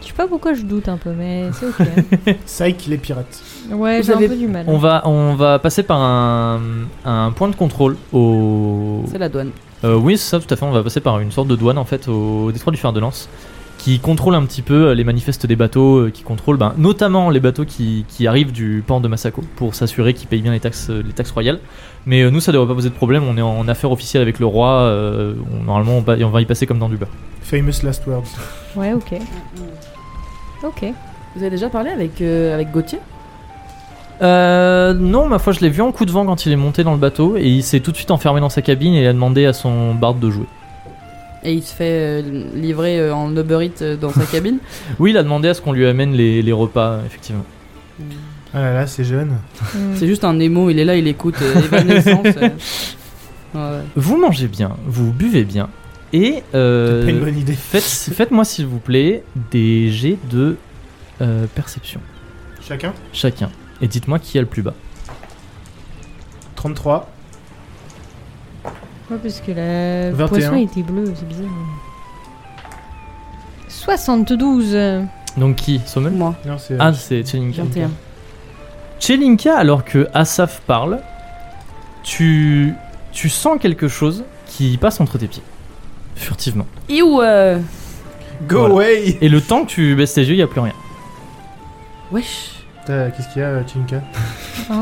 [SPEAKER 2] Je sais pas pourquoi je doute un peu, mais c'est ok.
[SPEAKER 3] Psych, les pirates.
[SPEAKER 2] Ouais,
[SPEAKER 4] Vous
[SPEAKER 2] j'ai
[SPEAKER 4] avez-
[SPEAKER 2] un peu du mal.
[SPEAKER 1] On va, on va passer par un, un point de contrôle au.
[SPEAKER 4] C'est la douane.
[SPEAKER 1] Euh, oui, c'est ça, tout à fait. On va passer par une sorte de douane en fait au détroit du fer de lance qui contrôle un petit peu euh, les manifestes des bateaux, euh, qui contrôle ben, notamment les bateaux qui, qui arrivent du port de Masako pour s'assurer qu'ils payent bien les taxes, euh, les taxes royales. Mais euh, nous, ça devrait pas poser de problème. On est en affaire officielle avec le roi. euh, on- normalement, on va, on va y passer comme dans du beurre.
[SPEAKER 3] Famous last words.
[SPEAKER 2] Ouais, ok. Ok.
[SPEAKER 4] Vous avez déjà parlé avec, euh, avec Gauthier
[SPEAKER 1] Euh, non, ma foi, je l'ai vu en coup de vent quand il est monté dans le bateau et il s'est tout de suite enfermé dans sa cabine et il a demandé à son barde de jouer.
[SPEAKER 4] et il se fait euh, livrer euh, en Uber Eats euh, dans sa cabine.
[SPEAKER 1] Oui, il a demandé à ce qu'on lui amène les, les repas, effectivement.
[SPEAKER 3] Ah là là, c'est jeune.
[SPEAKER 2] Mm.
[SPEAKER 4] C'est juste un émo, il est là, il écoute euh, Evanescence. euh. Ouais.
[SPEAKER 1] Vous mangez bien, vous buvez bien, et euh,
[SPEAKER 3] C'est pas une bonne idée.
[SPEAKER 1] faites, faites-moi s'il vous plaît des jets de euh, perception,
[SPEAKER 3] Chacun
[SPEAKER 1] chacun. Et dites-moi qui a le plus bas.
[SPEAKER 3] 33.
[SPEAKER 2] Ouais, parce que la- le
[SPEAKER 3] 21.
[SPEAKER 2] poisson était bleu, c'est bizarre. 72 euh,
[SPEAKER 1] Donc qui Sommel
[SPEAKER 4] Moi,
[SPEAKER 3] Non, c'est. euh,
[SPEAKER 1] Ah, c'est Chelinka.
[SPEAKER 4] 21.
[SPEAKER 1] Chelinka, alors que Asaf parle, tu, tu sens quelque chose qui passe entre tes pieds, furtivement.
[SPEAKER 4] Et où euh,
[SPEAKER 3] Go
[SPEAKER 1] Voilà.
[SPEAKER 3] away
[SPEAKER 1] Et le temps que tu baisses tes yeux, il n'y a plus rien.
[SPEAKER 4] Wesh
[SPEAKER 3] Putain, Qu'est-ce qu'il y a, euh, Chinka
[SPEAKER 2] oh.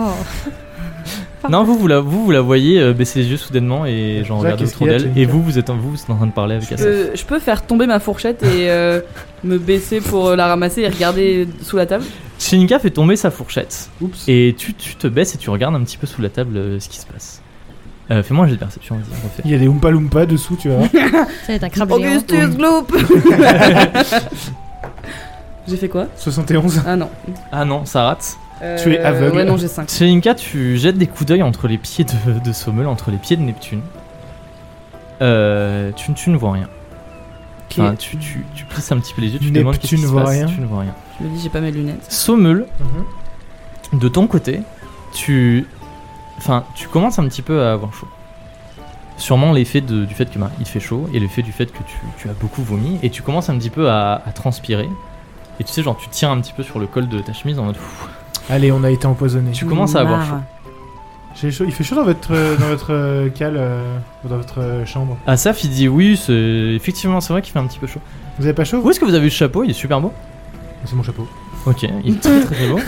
[SPEAKER 1] Non, vous, vous la, vous, vous la voyez euh, baisser les yeux soudainement et genre
[SPEAKER 3] Jacques,
[SPEAKER 1] regarder
[SPEAKER 3] qu'est-ce
[SPEAKER 1] autour
[SPEAKER 3] qu'il y a,
[SPEAKER 1] d'elle.
[SPEAKER 3] Chelinka
[SPEAKER 1] Et vous, vous êtes, en- vous, vous êtes en train de parler avec
[SPEAKER 4] je
[SPEAKER 1] Asaf.
[SPEAKER 4] peux, je peux faire tomber ma fourchette et euh, me baisser pour euh, la ramasser et regarder sous la table
[SPEAKER 1] Chelinka fait tomber sa fourchette.
[SPEAKER 3] Oups.
[SPEAKER 1] Et tu, tu te baisses et tu regardes un petit peu sous la table euh, ce qui se passe. Euh, Fais-moi un jet de perception, vas-y, refais.
[SPEAKER 3] Il y a des Oompa Loompa dessous, tu vois.
[SPEAKER 2] Ça va être un crabe géant.
[SPEAKER 4] Augustus Gloop J'ai fait quoi
[SPEAKER 3] 71.
[SPEAKER 4] Ah non.
[SPEAKER 1] Ah non, ça rate.
[SPEAKER 3] Tu es
[SPEAKER 4] Euh,
[SPEAKER 3] aveugle.
[SPEAKER 4] Ouais, non, j'ai 5.
[SPEAKER 1] Chelinka, tu jettes des coups d'œil entre les pieds de, de Sommel, entre les pieds de Neptune. Euh, tu, tu ne vois rien. Enfin, tu, tu, tu plisses un petit peu les yeux, tu te demandes
[SPEAKER 3] Neptune
[SPEAKER 1] qu'est-ce qui se
[SPEAKER 3] voit
[SPEAKER 1] passe,
[SPEAKER 3] rien.
[SPEAKER 1] tu ne vois rien.
[SPEAKER 4] Je me dis, j'ai pas mes lunettes.
[SPEAKER 1] Sommel,
[SPEAKER 3] Mhm.
[SPEAKER 1] de ton côté, tu. Enfin, tu commences un petit peu à avoir chaud. Sûrement l'effet de- du fait que bah, il fait chaud et l'effet du fait que tu, tu as beaucoup vomi et tu commences un petit peu à, à transpirer. Et tu sais, genre, tu tires un petit peu sur le col de ta chemise en mode. Pff,
[SPEAKER 3] Allez, on a été empoisonné.
[SPEAKER 1] Tu commences à avoir
[SPEAKER 4] Marre.
[SPEAKER 1] chaud.
[SPEAKER 3] J'ai chaud. Il fait chaud dans votre, euh, dans votre euh, cale, euh, dans votre euh, chambre.
[SPEAKER 1] Asaf, il dit oui, c'est- effectivement, c'est vrai qu'il fait un petit peu chaud.
[SPEAKER 3] Vous avez pas chaud vous
[SPEAKER 1] Où est-ce que vous avez le chapeau Il est super beau.
[SPEAKER 3] Ah, C'est mon chapeau.
[SPEAKER 1] Ok, il est très très, très beau.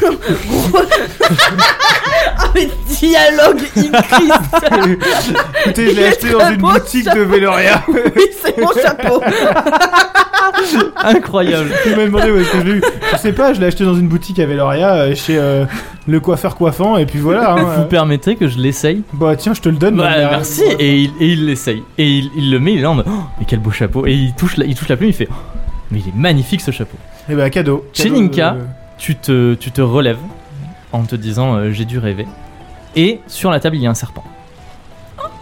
[SPEAKER 4] Ah, mais dialogue increase
[SPEAKER 3] Écoutez, je l'ai acheté dans une
[SPEAKER 4] beau,
[SPEAKER 3] boutique de Veloria.
[SPEAKER 4] Oui, c'est mon chapeau
[SPEAKER 1] Incroyable.
[SPEAKER 3] Il m'a demandé où est-ce que je l'ai eu. Je sais pas, je l'ai acheté dans une boutique à Veloria, euh, chez euh, le coiffeur coiffant, et puis voilà. hein,
[SPEAKER 1] Vous
[SPEAKER 3] euh.
[SPEAKER 1] permettez que je l'essaye
[SPEAKER 3] Bah tiens, je te le donne.
[SPEAKER 1] Bah,
[SPEAKER 3] ma-
[SPEAKER 1] merci Et il et il l'essaye. Et il, il le met, il est là en mode Oh, mais quel beau chapeau Et il touche la, il touche la plume, il fait Oh, mais il est magnifique ce chapeau.
[SPEAKER 3] Et bah cadeau.
[SPEAKER 1] Chez
[SPEAKER 3] Cadeau euh, de-
[SPEAKER 1] Ninka. Tu te, tu te relèves en te disant euh, J'ai dû rêver. Et sur la table, il y a un serpent.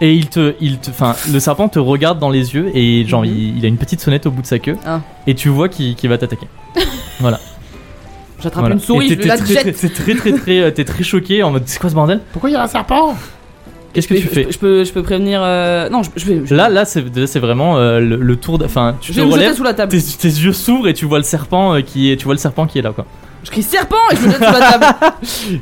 [SPEAKER 1] Et il te, il te, enfin, le serpent te regarde dans les yeux et genre
[SPEAKER 4] Mhm.
[SPEAKER 1] il, il a une petite sonnette au bout de sa queue
[SPEAKER 4] Ah.
[SPEAKER 1] et tu vois qu'il qu'il va t'attaquer.
[SPEAKER 4] J'attrape
[SPEAKER 1] Voilà.
[SPEAKER 4] une souris,
[SPEAKER 1] Et
[SPEAKER 4] je
[SPEAKER 1] t'es-
[SPEAKER 4] la
[SPEAKER 1] t'es très-
[SPEAKER 4] jette
[SPEAKER 1] t'es très très très, euh, t'es très choqué en mode c'est quoi ce bordel
[SPEAKER 3] Pourquoi il y a un serpent
[SPEAKER 1] Qu'est-ce que
[SPEAKER 4] Mais
[SPEAKER 1] tu
[SPEAKER 4] je-
[SPEAKER 1] fais
[SPEAKER 4] je, peux, je peux prévenir. euh, Non, je, je vais. je-
[SPEAKER 1] Là, là, c'est c'est vraiment euh, le, le tour. de- Enfin, tu te
[SPEAKER 4] je vais me jeter
[SPEAKER 1] relèves,
[SPEAKER 4] sous la table.
[SPEAKER 1] tes, tes yeux s'ouvrent et tu vois le serpent euh, qui est, tu vois le serpent qui est là quoi.
[SPEAKER 4] Je crie serpent et je me jette sous la table.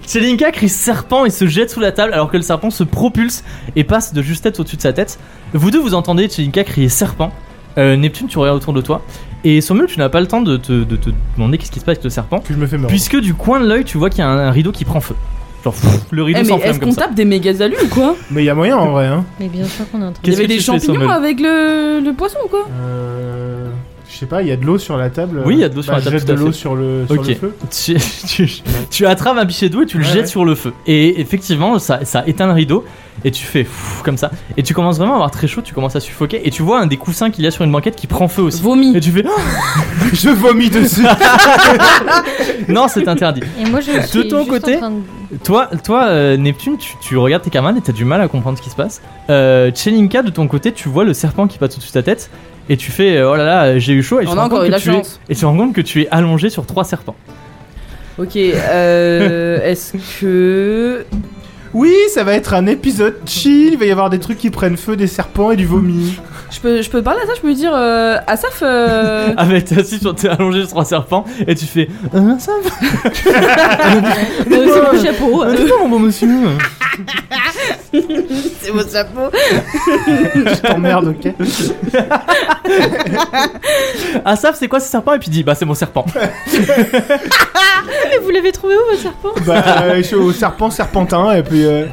[SPEAKER 1] Chelinka crie serpent et se jette sous la table alors que le serpent se propulse et passe de justesse au-dessus de sa tête. Vous deux vous entendez Chelinka crier serpent. Euh, Neptune, tu regardes autour de toi et Sommel, tu n'as pas le temps de te, de te demander qu'est-ce qui se passe avec le serpent
[SPEAKER 3] Que je me fais mordre.
[SPEAKER 1] puisque du coin de l'œil tu vois qu'il y a un, un rideau qui prend feu. Genre pff, le
[SPEAKER 4] Eh,
[SPEAKER 1] rideau
[SPEAKER 4] mais
[SPEAKER 1] s'enflamme
[SPEAKER 4] est-ce
[SPEAKER 1] comme
[SPEAKER 4] qu'on
[SPEAKER 1] ça.
[SPEAKER 4] tape des méga alus ou quoi
[SPEAKER 3] Mais il y a moyen en vrai. Hein.
[SPEAKER 2] Mais bien sûr qu'on est en train
[SPEAKER 4] Il y
[SPEAKER 1] Qu'est-ce
[SPEAKER 4] avait
[SPEAKER 1] que
[SPEAKER 4] des
[SPEAKER 1] tu fais, Sommel
[SPEAKER 4] champignons avec le, le poisson ou quoi
[SPEAKER 3] Euh, je sais pas, il y a de l'eau sur la table.
[SPEAKER 1] Oui, il y a de l'eau sur
[SPEAKER 3] Bah,
[SPEAKER 1] la table,
[SPEAKER 3] Je jette
[SPEAKER 1] tout à
[SPEAKER 3] de l'eau
[SPEAKER 1] fait.
[SPEAKER 3] sur le, sur
[SPEAKER 1] Ok.
[SPEAKER 3] le feu.
[SPEAKER 1] tu, tu- tu attrapes un pichet d'eau et tu le
[SPEAKER 3] Ouais,
[SPEAKER 1] jettes
[SPEAKER 3] ouais.
[SPEAKER 1] sur le feu. Et effectivement, ça, ça éteint le rideau et tu fais pff, comme ça. Et tu commences vraiment à avoir très chaud, tu commences à suffoquer et tu vois un des coussins qu'il y a sur une banquette qui prend feu aussi. Et
[SPEAKER 4] Vomi.
[SPEAKER 1] tu fais oh,
[SPEAKER 3] je vomis dessus.
[SPEAKER 1] non, c'est interdit.
[SPEAKER 2] Et moi, je suis
[SPEAKER 1] ton
[SPEAKER 2] juste
[SPEAKER 1] côté,
[SPEAKER 2] en train de-
[SPEAKER 1] Toi, toi euh, Neptune, tu, tu regardes tes camarades et t'as du mal à comprendre ce qui se passe. Euh, Chelinka, de ton côté, tu vois le serpent qui passe au-dessus de ta tête et tu fais euh, oh là là, j'ai eu chaud. Et tu
[SPEAKER 4] On
[SPEAKER 1] te
[SPEAKER 4] a
[SPEAKER 1] rends
[SPEAKER 4] encore
[SPEAKER 1] compte
[SPEAKER 4] eu
[SPEAKER 1] que
[SPEAKER 4] la
[SPEAKER 1] tu es-
[SPEAKER 4] chance.
[SPEAKER 1] Et tu te rends compte que tu es allongé sur trois serpents.
[SPEAKER 4] Ok, euh, est-ce que.
[SPEAKER 3] oui, ça va être un épisode chill. Il va y avoir des trucs qui prennent feu, des serpents et du vomi.
[SPEAKER 4] Je peux, je peux parler à ça Je peux lui dire. Euh, Asaf, euh,
[SPEAKER 1] Ah mais t'es assis sur t'es allongé sur trois serpents et tu fais Euh, ça va
[SPEAKER 2] Bah,
[SPEAKER 4] euh, c'est mon chapeau.
[SPEAKER 2] hein.
[SPEAKER 1] Euh, dis donc, mon bon monsieur
[SPEAKER 4] c'est mon chapeau.
[SPEAKER 3] Je t'emmerde, ok
[SPEAKER 1] Asaf, c'est quoi ce serpent Et puis il dit, bah c'est mon serpent.
[SPEAKER 2] Mais vous l'avez trouvé où, votre serpent
[SPEAKER 3] Bah, euh, je suis au serpent, serpentin, et puis. euh,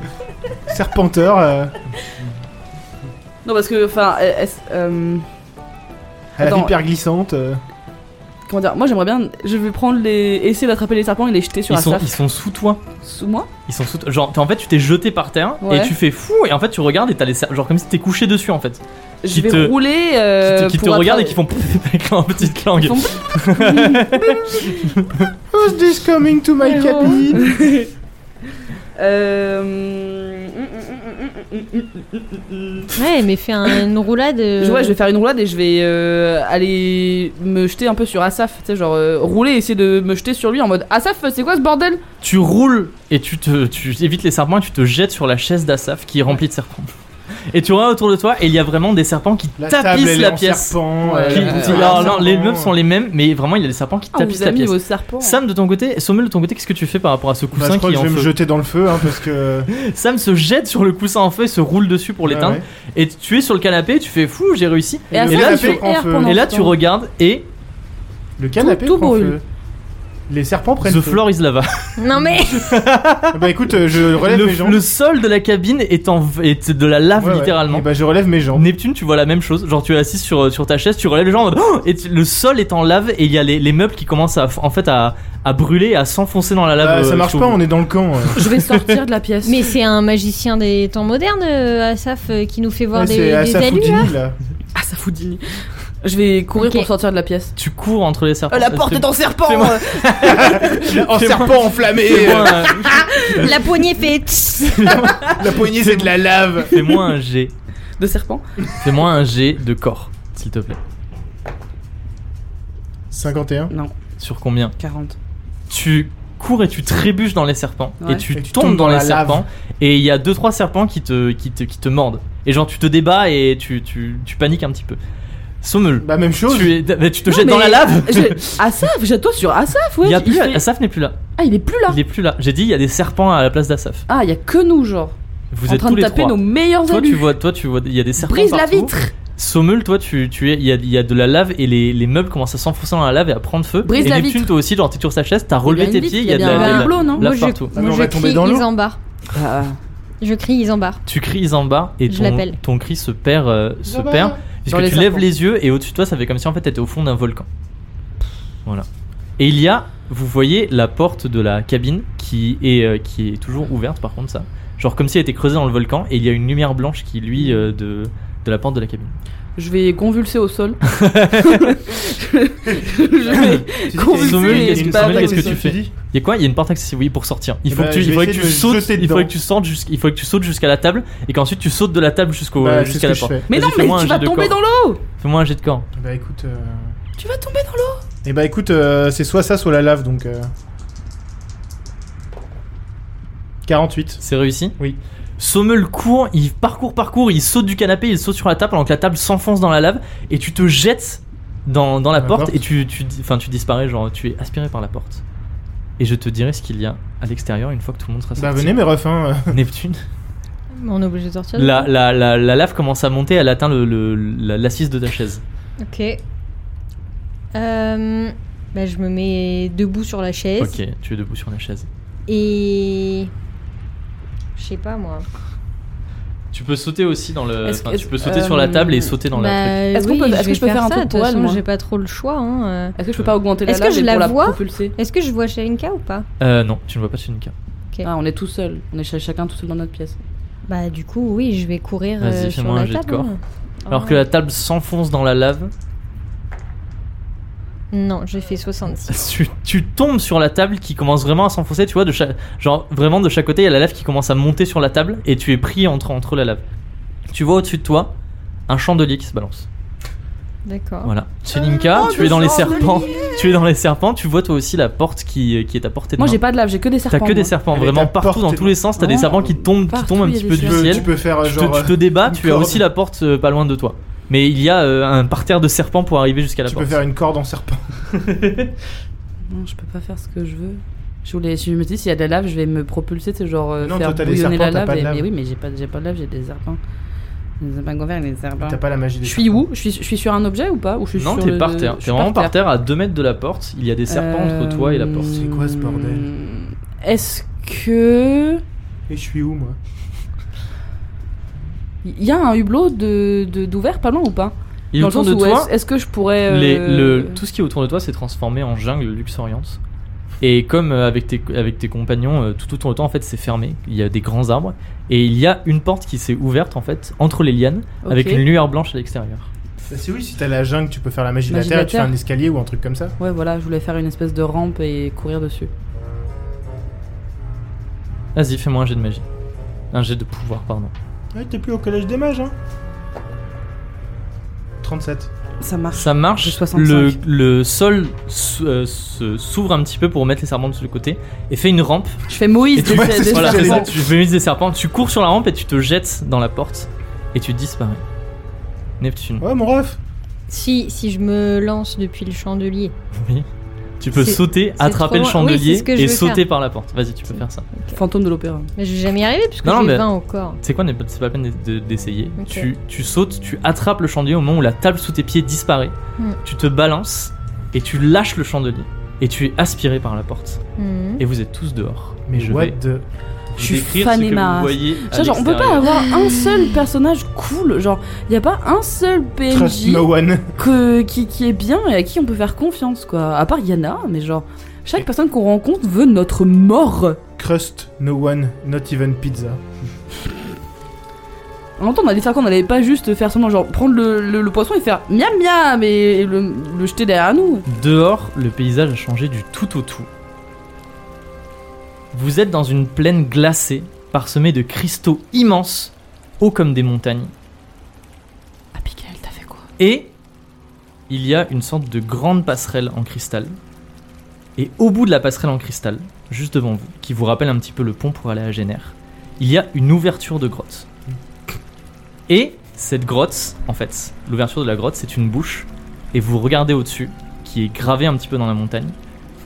[SPEAKER 3] serpenteur. euh,
[SPEAKER 4] Non, parce que. Enfin, est-ce. euh,
[SPEAKER 3] à la
[SPEAKER 4] Attends.
[SPEAKER 3] vipère glissante. euh.
[SPEAKER 4] Comment dire Moi, j'aimerais bien. Je vais prendre les. Essayer d'attraper les serpents et les jeter sur
[SPEAKER 1] Ils
[SPEAKER 4] la
[SPEAKER 1] sont,
[SPEAKER 4] Asaf.
[SPEAKER 1] ils sont sous toi.
[SPEAKER 4] Sous moi
[SPEAKER 1] Ils sont sous toi. Genre, t'es- en fait, tu t'es jeté par terre et
[SPEAKER 4] Ouais.
[SPEAKER 1] tu fais fou. Et en fait, tu regardes et t'as les ser- Genre, comme si t'étais couché dessus en fait. Qui
[SPEAKER 4] Je vais
[SPEAKER 1] te-
[SPEAKER 4] rouler.
[SPEAKER 1] qui
[SPEAKER 4] euh,
[SPEAKER 1] te, qui te
[SPEAKER 4] pour
[SPEAKER 1] regardent et
[SPEAKER 4] attra-
[SPEAKER 1] qui font pfff avec leur petite langue.
[SPEAKER 4] Ils font-
[SPEAKER 3] Who's this coming to my cabin
[SPEAKER 4] Euh,
[SPEAKER 2] Ouais, mais fais un- une roulade. euh,
[SPEAKER 4] Je- ouais, je vais faire une roulade et je vais euh, aller me jeter un peu sur Asaf, tu sais, genre euh, rouler et essayer de me jeter sur lui en mode Asaf, c'est quoi ce bordel Ah,
[SPEAKER 1] Tu roules et tu, te, tu évites les serpents et tu te jettes sur la chaise d'Asaf qui est remplie de serpents. Et tu regardes autour de toi et il y a vraiment des serpents qui
[SPEAKER 3] La table,
[SPEAKER 1] tapissent
[SPEAKER 3] elle
[SPEAKER 1] la
[SPEAKER 3] est en
[SPEAKER 1] pièce.
[SPEAKER 3] serpent.
[SPEAKER 4] Qui-
[SPEAKER 3] euh,
[SPEAKER 1] Qui-
[SPEAKER 3] la-
[SPEAKER 1] qui-
[SPEAKER 3] la-
[SPEAKER 1] alors,
[SPEAKER 3] serpent.
[SPEAKER 1] non, les meubles sont les mêmes, mais vraiment il y a les serpents qui
[SPEAKER 4] Ah, on
[SPEAKER 1] tapissent
[SPEAKER 4] vous
[SPEAKER 1] la
[SPEAKER 4] a mis
[SPEAKER 1] pièce.
[SPEAKER 4] vos serpents.
[SPEAKER 1] Sam, de ton côté, Sommel, de ton côté, qu'est-ce que tu fais par rapport à ce
[SPEAKER 3] Bah,
[SPEAKER 1] coussin
[SPEAKER 3] je crois
[SPEAKER 1] qui
[SPEAKER 3] que
[SPEAKER 1] est
[SPEAKER 3] je
[SPEAKER 1] en
[SPEAKER 3] vais me
[SPEAKER 1] feu
[SPEAKER 3] jeter dans le feu hein, parce que.
[SPEAKER 1] Sam se jette sur le coussin en feu et se roule dessus pour
[SPEAKER 3] Ouais,
[SPEAKER 1] l'éteindre.
[SPEAKER 3] Ah ouais.
[SPEAKER 1] Et tu es sur le canapé, tu fais fou, j'ai réussi.
[SPEAKER 4] Et, Asaf,
[SPEAKER 1] Et là,
[SPEAKER 4] il
[SPEAKER 1] tu-
[SPEAKER 4] fait
[SPEAKER 3] prend
[SPEAKER 4] R
[SPEAKER 3] feu.
[SPEAKER 4] pendant
[SPEAKER 1] Et là,
[SPEAKER 4] ce
[SPEAKER 1] tu
[SPEAKER 4] temps.
[SPEAKER 1] regardes et
[SPEAKER 3] Le canapé
[SPEAKER 4] tout
[SPEAKER 3] prend
[SPEAKER 4] brûle.
[SPEAKER 3] feu. Les serpents prennent
[SPEAKER 1] The
[SPEAKER 3] feu.
[SPEAKER 1] floor is lava.
[SPEAKER 2] Non mais
[SPEAKER 3] Ah Bah écoute, euh, je relève mes
[SPEAKER 1] Le,
[SPEAKER 3] jambes.
[SPEAKER 1] le sol de la cabine est, en, est de la
[SPEAKER 4] Ah,
[SPEAKER 1] lave
[SPEAKER 3] Ouais, ouais.
[SPEAKER 1] littéralement.
[SPEAKER 3] Et bah je relève mes jambes.
[SPEAKER 1] Neptune, tu vois la même chose. Genre, tu es assis sur, sur ta chaise, tu relèves les jambes en mode, Oh et tu- le sol est en lave et il y a les, les meubles qui commencent à, en fait à, à brûler, à s'enfoncer dans la lave.
[SPEAKER 3] Ah,
[SPEAKER 1] euh,
[SPEAKER 3] ça marche
[SPEAKER 1] sous
[SPEAKER 3] pas,
[SPEAKER 1] vous.
[SPEAKER 3] on est dans le camp. euh.
[SPEAKER 4] Je vais sortir de la pièce.
[SPEAKER 2] Mais c'est un magicien des temps modernes, euh, Asaf, euh, qui nous fait voir
[SPEAKER 3] Ouais,
[SPEAKER 2] des,
[SPEAKER 3] C'est à
[SPEAKER 2] des allus. là.
[SPEAKER 3] Safoudini là.
[SPEAKER 4] Ah, ça fout Dini. Je vais courir
[SPEAKER 2] Ok.
[SPEAKER 4] pour sortir de la pièce.
[SPEAKER 1] Tu cours entre les serpents.
[SPEAKER 4] Euh, la porte est en serpent
[SPEAKER 1] fais-moi-
[SPEAKER 4] euh.
[SPEAKER 3] En
[SPEAKER 1] C'est moi.
[SPEAKER 3] Oh, serpent enflammé,
[SPEAKER 1] Fais-moi
[SPEAKER 3] euh,
[SPEAKER 1] un-
[SPEAKER 2] La poignée fait. tss.
[SPEAKER 3] la poignée c'est de la lave.
[SPEAKER 1] Fais-moi un G.
[SPEAKER 4] De serpent
[SPEAKER 1] Fais-moi un G de corps, s'il te plaît.
[SPEAKER 3] 51.
[SPEAKER 4] Non,
[SPEAKER 1] Sur combien
[SPEAKER 4] 40.
[SPEAKER 1] Tu cours et tu trébuches dans les serpents
[SPEAKER 4] Ouais.
[SPEAKER 1] et, tu,
[SPEAKER 3] Et tu
[SPEAKER 1] tombes,
[SPEAKER 3] tombes
[SPEAKER 1] dans,
[SPEAKER 3] dans
[SPEAKER 1] les
[SPEAKER 3] la lave.
[SPEAKER 1] serpents et il y a deux trois serpents qui te, qui te qui te mordent et genre tu te débats et tu, tu, tu paniques un petit peu. Sommel,
[SPEAKER 3] Bah même chose.
[SPEAKER 1] tu, es- bah, tu te
[SPEAKER 4] Non,
[SPEAKER 1] jettes dans
[SPEAKER 4] mais-
[SPEAKER 1] la lave.
[SPEAKER 4] Je- Asaf, jette-toi sur Asaf, ouais.
[SPEAKER 1] Il y a
[SPEAKER 4] il
[SPEAKER 1] plus,
[SPEAKER 4] fait-
[SPEAKER 1] Asaf n'est plus là.
[SPEAKER 4] Ah, il est plus là.
[SPEAKER 1] Il est plus là. J'ai dit, il y a des serpents à la place d'Asaf.
[SPEAKER 4] Ah, il y a que nous, genre.
[SPEAKER 1] Vous
[SPEAKER 4] en
[SPEAKER 1] êtes
[SPEAKER 4] train
[SPEAKER 1] tous
[SPEAKER 4] de
[SPEAKER 1] les
[SPEAKER 4] taper
[SPEAKER 1] trois.
[SPEAKER 4] nos meilleurs
[SPEAKER 1] Toi,
[SPEAKER 4] alus.
[SPEAKER 1] tu vois, toi, tu vois, il y a des serpents.
[SPEAKER 4] Brise la
[SPEAKER 1] partout.
[SPEAKER 4] vitre.
[SPEAKER 1] Sommel, toi, tu, tu es, il y a, il y a de la lave et les, les meubles commencent à s'enfoncer dans la lave et à prendre feu.
[SPEAKER 4] Brise
[SPEAKER 1] et
[SPEAKER 4] la
[SPEAKER 1] Neptune,
[SPEAKER 4] vitre.
[SPEAKER 1] toi aussi, genre, t'es sur sa chaise, t'as
[SPEAKER 4] Il y a
[SPEAKER 1] relevé
[SPEAKER 4] une
[SPEAKER 1] tes
[SPEAKER 4] vitre,
[SPEAKER 1] pieds,
[SPEAKER 4] il y a
[SPEAKER 1] de
[SPEAKER 4] bien
[SPEAKER 1] la,
[SPEAKER 4] un
[SPEAKER 1] la-
[SPEAKER 4] hublot, non
[SPEAKER 1] lave
[SPEAKER 2] Moi, je,
[SPEAKER 1] partout.
[SPEAKER 3] Ah, mais
[SPEAKER 2] moi,
[SPEAKER 3] on
[SPEAKER 2] je
[SPEAKER 3] va tomber
[SPEAKER 2] crie,
[SPEAKER 3] dans l'eau.
[SPEAKER 2] ils en barre.
[SPEAKER 4] Ah,
[SPEAKER 2] Je crie, ils en barre.
[SPEAKER 1] Tu cries ils en bas et
[SPEAKER 2] Je
[SPEAKER 1] ton,
[SPEAKER 2] l'appelle.
[SPEAKER 1] ton cri se perd, euh,
[SPEAKER 3] Bah,
[SPEAKER 1] se perd, puisque
[SPEAKER 4] Dans les
[SPEAKER 1] tu lèves
[SPEAKER 4] serpents.
[SPEAKER 1] les yeux et au-dessus de toi, ça fait comme si en fait t'étais au fond d'un volcan. Voilà. Et il y a, vous voyez la porte de la cabine qui est, euh, qui est toujours ouverte par contre, ça. Genre comme si elle était creusée dans le volcan et il y a une lumière blanche qui lui euh, de, de la porte de la cabine.
[SPEAKER 4] Je vais convulser au sol. je vais... Convulsé,
[SPEAKER 1] Sommel, qu'est-ce que-
[SPEAKER 4] Sommel,
[SPEAKER 1] qu'est-ce que tu fais Il y a quoi Il y a une porte accessible, oui, pour sortir. Il
[SPEAKER 3] Eh
[SPEAKER 1] faut
[SPEAKER 3] ben,
[SPEAKER 1] que tu,
[SPEAKER 3] je
[SPEAKER 1] il
[SPEAKER 3] vais
[SPEAKER 1] faudrait que
[SPEAKER 3] essayer
[SPEAKER 1] tu
[SPEAKER 3] de me
[SPEAKER 1] sautes,
[SPEAKER 3] jeter
[SPEAKER 1] il faudrait que tu
[SPEAKER 3] dedans.
[SPEAKER 1] sortes jusqu'- il faudrait que tu sautes jusqu'à la table et qu'ensuite tu sautes de la table jusqu'au euh,
[SPEAKER 3] Bah, c'est ce
[SPEAKER 1] jusqu'à
[SPEAKER 3] que
[SPEAKER 1] la
[SPEAKER 3] je
[SPEAKER 1] porte.
[SPEAKER 3] fais.
[SPEAKER 4] Mais non,
[SPEAKER 1] Vas-y,
[SPEAKER 4] mais
[SPEAKER 1] fais-moi
[SPEAKER 4] tu
[SPEAKER 1] un
[SPEAKER 4] vas
[SPEAKER 1] jet de
[SPEAKER 4] tomber
[SPEAKER 1] corps.
[SPEAKER 4] dans l'eau
[SPEAKER 1] Fais-moi un jet de corps.
[SPEAKER 3] Bah écoute. euh,
[SPEAKER 4] Tu vas tomber dans l'eau
[SPEAKER 3] Eh bah écoute, euh, c'est soit ça, soit la lave donc. euh, 48.
[SPEAKER 1] C'est réussi
[SPEAKER 3] Oui.
[SPEAKER 1] Sommel court, il parcourt, parcourt, il saute du canapé, il saute sur la table alors que la table s'enfonce dans la lave et tu te jettes dans, dans la
[SPEAKER 3] La
[SPEAKER 1] porte,
[SPEAKER 3] porte.
[SPEAKER 1] et tu, tu, dis- enfin, tu disparais, genre tu es aspiré par la porte. Et je te dirai ce qu'il y a à l'extérieur une fois que tout le monde sera
[SPEAKER 3] Bah
[SPEAKER 1] sorti.
[SPEAKER 3] venez mes refs hein.
[SPEAKER 1] Neptune.
[SPEAKER 2] On est obligé de sortir. du
[SPEAKER 1] La,
[SPEAKER 2] coup.
[SPEAKER 1] la, la, la lave commence à monter, elle atteint l'assise le, la- l'assise de ta chaise.
[SPEAKER 2] Ok. Euh, bah, je me mets debout sur la chaise.
[SPEAKER 1] Ok, tu es debout sur la chaise.
[SPEAKER 2] Et. Je sais pas moi.
[SPEAKER 1] Tu peux sauter aussi dans le.
[SPEAKER 4] Est-ce que-
[SPEAKER 1] enfin, tu peux sauter sur la
[SPEAKER 4] euh, bah,
[SPEAKER 1] table et sauter dans la. truc.
[SPEAKER 4] Est-ce qu'on
[SPEAKER 2] Bah, oui,
[SPEAKER 4] peut- est-ce que
[SPEAKER 2] vais
[SPEAKER 4] je peux faire un
[SPEAKER 2] ça,
[SPEAKER 4] truc
[SPEAKER 2] de toute
[SPEAKER 4] pour elle,
[SPEAKER 2] façon,
[SPEAKER 4] moi
[SPEAKER 2] J'ai pas trop le choix. hein, euh.
[SPEAKER 4] Est-ce que je peux pas augmenter la
[SPEAKER 2] Est-ce que
[SPEAKER 4] lave
[SPEAKER 2] je
[SPEAKER 4] et
[SPEAKER 2] la
[SPEAKER 4] pour
[SPEAKER 2] vois
[SPEAKER 4] la propulser
[SPEAKER 2] Est-ce que je vois Shainka ou pas
[SPEAKER 1] Euh, non, tu ne vois pas Sunika.
[SPEAKER 4] Ah, on est tout seul. On est ch- chacun tout seul dans notre pièce.
[SPEAKER 2] Bah du coup oui, je vais courir
[SPEAKER 1] Vas-y,
[SPEAKER 2] euh, sur
[SPEAKER 1] fais-moi un
[SPEAKER 2] la
[SPEAKER 1] jet de
[SPEAKER 2] table.
[SPEAKER 1] corps.
[SPEAKER 2] hein.
[SPEAKER 1] Alors que la table s'enfonce dans la lave,
[SPEAKER 2] Non, j'ai fait 66.
[SPEAKER 1] tu, tu tombes sur la table qui commence vraiment à s'enfoncer, tu vois, de chaque, genre vraiment de chaque côté, il y a la lave qui commence à monter sur la table et tu es pris entre, entre la lave. Tu vois au-dessus de toi un chandelier qui se balance.
[SPEAKER 2] D'accord.
[SPEAKER 1] Voilà. Chelinka, tu es dans les serpents, tu es dans les serpents, tu vois toi aussi la porte qui, qui est à portée de
[SPEAKER 4] Moi,
[SPEAKER 1] main.
[SPEAKER 4] j'ai pas de lave, j'ai que des serpents.
[SPEAKER 1] T'as que
[SPEAKER 4] moi.
[SPEAKER 1] des serpents,
[SPEAKER 3] Elle est
[SPEAKER 1] vraiment
[SPEAKER 3] à
[SPEAKER 1] partout
[SPEAKER 3] portée
[SPEAKER 1] dans
[SPEAKER 3] de
[SPEAKER 1] tous
[SPEAKER 3] main.
[SPEAKER 1] les sens, t'as des
[SPEAKER 4] Ouais.
[SPEAKER 1] serpents qui tombent, qui
[SPEAKER 4] Partout,
[SPEAKER 1] tombent un
[SPEAKER 4] il y a
[SPEAKER 1] petit
[SPEAKER 4] des
[SPEAKER 1] peu du
[SPEAKER 3] Tu
[SPEAKER 4] serpents.
[SPEAKER 3] peux,
[SPEAKER 1] ciel.
[SPEAKER 3] tu peux faire euh,
[SPEAKER 1] Tu te-
[SPEAKER 3] genre.
[SPEAKER 1] tu te débats,
[SPEAKER 3] une
[SPEAKER 1] tu as
[SPEAKER 3] corde.
[SPEAKER 1] aussi la porte euh, pas loin de toi. Mais il y a euh, un parterre de serpents pour arriver jusqu'à
[SPEAKER 3] euh,
[SPEAKER 1] la
[SPEAKER 3] tu peux
[SPEAKER 1] porte.
[SPEAKER 3] faire une corde en serpent.
[SPEAKER 4] Non, je peux pas faire ce que je veux. Je, voulais, je me dis, s'il y a de la lave, je vais me propulser, tu sais, genre euh,
[SPEAKER 3] Non,
[SPEAKER 4] faire
[SPEAKER 3] toi, t'as des
[SPEAKER 4] bouillonner
[SPEAKER 3] serpents,
[SPEAKER 4] la
[SPEAKER 3] t'as
[SPEAKER 4] lave.
[SPEAKER 3] pas de
[SPEAKER 4] et-
[SPEAKER 3] lave.
[SPEAKER 4] Mais oui, mais j'ai pas, j'ai pas de lave, j'ai des serpents. Des serpents couverts, des serpents.
[SPEAKER 3] T'as pas la magie des
[SPEAKER 4] Je suis où je suis, je suis sur un objet ou pas ou je suis
[SPEAKER 1] Non,
[SPEAKER 4] sur
[SPEAKER 1] t'es
[SPEAKER 4] le-
[SPEAKER 1] par terre.
[SPEAKER 4] je
[SPEAKER 1] T'es
[SPEAKER 4] suis
[SPEAKER 1] vraiment par terre à 2 mètres de la porte. Il y a des serpents
[SPEAKER 4] Euh,
[SPEAKER 1] entre toi et la porte.
[SPEAKER 3] C'est quoi ce bordel
[SPEAKER 4] Est-ce que.
[SPEAKER 3] Et je suis où moi
[SPEAKER 4] Il y a un hublot d'ouvert de, d'ouvert pas loin ou pas
[SPEAKER 1] Et
[SPEAKER 4] Dans le
[SPEAKER 1] autour
[SPEAKER 4] sens
[SPEAKER 1] de
[SPEAKER 4] où
[SPEAKER 1] toi,
[SPEAKER 4] est-ce- Est-ce que je pourrais. euh,
[SPEAKER 1] les- le, tout ce qui est autour de toi s'est transformé en jungle luxuriante. Et comme euh, avec tes, avec tes compagnons, euh, tout autour de toi en fait c'est fermé. Il y a des grands arbres et il y a une porte qui s'est ouverte en fait entre les lianes
[SPEAKER 4] ok.
[SPEAKER 1] avec une lueur blanche à l'extérieur.
[SPEAKER 3] Bah, si oui, si t'as la jungle, tu peux faire la magie,
[SPEAKER 4] Magie
[SPEAKER 3] de la terre et
[SPEAKER 4] de la
[SPEAKER 3] tu fais un
[SPEAKER 4] terre.
[SPEAKER 3] escalier ou un truc comme ça.
[SPEAKER 4] Ouais, voilà, je voulais faire une espèce de rampe et courir dessus.
[SPEAKER 1] Vas-y, fais-moi un jet de magie. Un jet de pouvoir, pardon.
[SPEAKER 3] Ouais, t'es plus au collège des mages, hein 37.
[SPEAKER 4] Ça marche.
[SPEAKER 1] Ça
[SPEAKER 4] J'ai
[SPEAKER 1] marche,
[SPEAKER 4] 65.
[SPEAKER 1] le, le sol s- euh, se- s'ouvre un petit peu pour mettre les serpents de le côté et fait une rampe.
[SPEAKER 4] Je fais Moïse
[SPEAKER 1] Et
[SPEAKER 4] des,
[SPEAKER 1] tu
[SPEAKER 3] ouais,
[SPEAKER 4] des-
[SPEAKER 3] c'est
[SPEAKER 4] des
[SPEAKER 3] ce que
[SPEAKER 1] Voilà,
[SPEAKER 3] j'allais
[SPEAKER 1] c'est
[SPEAKER 4] serpents.
[SPEAKER 1] ça,
[SPEAKER 3] dire.
[SPEAKER 1] tu fais une des serpents, tu cours sur la rampe et tu te jettes dans la porte et tu disparais. Neptune.
[SPEAKER 3] Ouais, mon ref
[SPEAKER 2] Si, si je me lance depuis le chandelier.
[SPEAKER 1] Oui. Tu peux
[SPEAKER 2] C'est-
[SPEAKER 1] sauter,
[SPEAKER 2] c'est
[SPEAKER 1] attraper
[SPEAKER 2] trop
[SPEAKER 1] le
[SPEAKER 2] loin. Oui,
[SPEAKER 1] chandelier
[SPEAKER 2] c'est ce que je
[SPEAKER 1] et
[SPEAKER 2] veux
[SPEAKER 1] sauter
[SPEAKER 2] faire.
[SPEAKER 1] par la porte. Vas-y, tu peux faire ça.
[SPEAKER 4] Fantôme de l'opéra.
[SPEAKER 2] Mais je vais jamais y arriver puisque
[SPEAKER 1] Non, non,
[SPEAKER 2] j'ai
[SPEAKER 1] mais-
[SPEAKER 2] 20 au corps.
[SPEAKER 1] C'est quoi, n'est- c'est pas la peine d'e- de- d'essayer.
[SPEAKER 2] Ok.
[SPEAKER 1] Tu, tu sautes, tu attrapes le chandelier au moment où la table sous tes pieds disparaît.
[SPEAKER 2] Hmm.
[SPEAKER 1] Tu te balances et tu lâches le chandelier. Et tu es aspiré par la porte.
[SPEAKER 2] Mhm.
[SPEAKER 1] Et vous êtes tous dehors.
[SPEAKER 3] Mais
[SPEAKER 1] Et je
[SPEAKER 3] what
[SPEAKER 1] vais
[SPEAKER 3] the...
[SPEAKER 1] vous
[SPEAKER 4] Je suis
[SPEAKER 1] décrire
[SPEAKER 4] fan
[SPEAKER 1] ce
[SPEAKER 4] et
[SPEAKER 1] que vous
[SPEAKER 4] marre.
[SPEAKER 1] voyez. à
[SPEAKER 4] Ça, genre, on peut pas
[SPEAKER 1] l'extérieur.
[SPEAKER 4] avoir un seul personnage cool. Genre, il y a pas un seul
[SPEAKER 3] Trust
[SPEAKER 4] PNJ
[SPEAKER 3] no one.
[SPEAKER 4] que- qui, qui est bien et à qui on peut faire confiance, quoi. À part Yana, mais genre, chaque personne qu'on rencontre veut notre mort.
[SPEAKER 3] Crust no one, not even pizza.
[SPEAKER 4] En même temps, on allait faire quoi On allait pas juste faire seulement genre prendre le, le- le poisson et faire miam miam et le, le jeter derrière nous.
[SPEAKER 1] Dehors, le paysage a changé du tout au tout. Vous êtes dans une plaine glacée, parsemée de cristaux immenses, hauts comme des montagnes.
[SPEAKER 4] Ah, Piquel, t'as fait quoi
[SPEAKER 1] Et il y a une sorte de grande passerelle en cristal. Et au bout de la passerelle en cristal, juste devant vous, qui vous rappelle un petit peu le pont pour aller à Génère, il y a une ouverture de grotte. Et cette grotte, en fait, l'ouverture de la grotte, c'est une bouche. Et vous regardez au-dessus, qui est gravée un petit peu dans la montagne.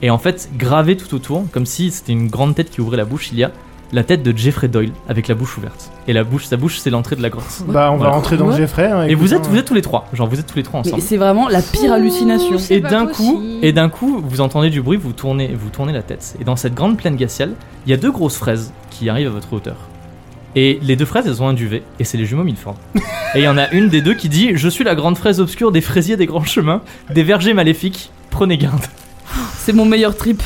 [SPEAKER 1] Et en fait, gravée tout autour, comme si c'était une grande tête qui ouvrait la bouche, il y a la tête de Jeffrey Doyle avec la bouche ouverte. Et la bouche, sa bouche, c'est l'entrée de la grotte.
[SPEAKER 3] Bah, on
[SPEAKER 1] Voilà.
[SPEAKER 3] va rentrer dans
[SPEAKER 4] Ouais.
[SPEAKER 3] Jeffrey. hein,
[SPEAKER 1] Et vous
[SPEAKER 3] écoute,
[SPEAKER 1] êtes,
[SPEAKER 3] hein.
[SPEAKER 1] vous êtes tous les trois. Genre, vous êtes tous les trois ensemble.
[SPEAKER 4] Mais c'est vraiment la pire hallucination.
[SPEAKER 2] Ouh, c'est
[SPEAKER 1] Et
[SPEAKER 2] pas
[SPEAKER 1] d'un coup,
[SPEAKER 2] possible.
[SPEAKER 1] et d'un coup, vous entendez du bruit, vous tournez, vous tournez la tête. Et dans cette grande plaine glaciale, il y a deux grosses fraises qui arrivent à votre hauteur. Et les deux fraises, elles ont un duvet, et c'est les jumeaux Milford. et il y en a une des deux qui dit Je suis la grande fraise obscure des fraisiers des grands chemins, des vergers maléfiques, prenez garde.
[SPEAKER 4] C'est mon meilleur trip.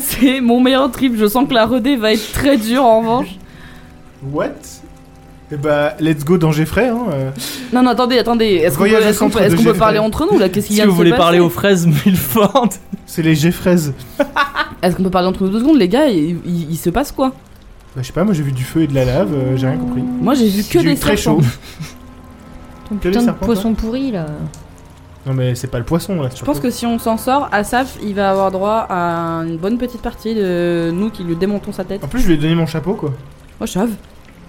[SPEAKER 4] c'est mon meilleur trip. Je sens que la redé va être très dure en revanche.
[SPEAKER 3] What Et bah, let's go dans Jeffrey, hein. euh.
[SPEAKER 4] Non, non, attendez, attendez. Est-ce qu'on peut,
[SPEAKER 3] Voyage au
[SPEAKER 4] est-ce qu'on
[SPEAKER 3] centre
[SPEAKER 4] peut- est-ce
[SPEAKER 3] de
[SPEAKER 4] qu'on peut
[SPEAKER 3] Jeffrey.
[SPEAKER 4] parler entre nous là Qu'est-ce qu'il
[SPEAKER 1] Si
[SPEAKER 4] vient de
[SPEAKER 1] vous
[SPEAKER 4] se
[SPEAKER 1] voulez
[SPEAKER 4] passer
[SPEAKER 1] parler aux fraises Milford,
[SPEAKER 3] C'est les Jeffreys.
[SPEAKER 4] Est-ce qu'on peut parler entre nous deux secondes, les gars il, il- il se passe quoi
[SPEAKER 3] Bah, je sais pas, moi j'ai vu du feu et de la lave, euh, j'ai rien compris.
[SPEAKER 4] Moi, j'ai vu que
[SPEAKER 3] J'ai eu
[SPEAKER 4] des hein.
[SPEAKER 3] très
[SPEAKER 4] serpents.
[SPEAKER 3] chaud.
[SPEAKER 2] Ton
[SPEAKER 3] Que les
[SPEAKER 2] putain de
[SPEAKER 3] serpents,
[SPEAKER 2] poisson pourri là.
[SPEAKER 3] Non, mais c'est pas le poisson là.
[SPEAKER 4] Je pense que si on s'en sort, Asaf, il va avoir droit à une bonne petite partie de nous qui lui démontons sa tête.
[SPEAKER 3] En plus, je lui ai donné mon chapeau quoi.
[SPEAKER 4] Moi, chave.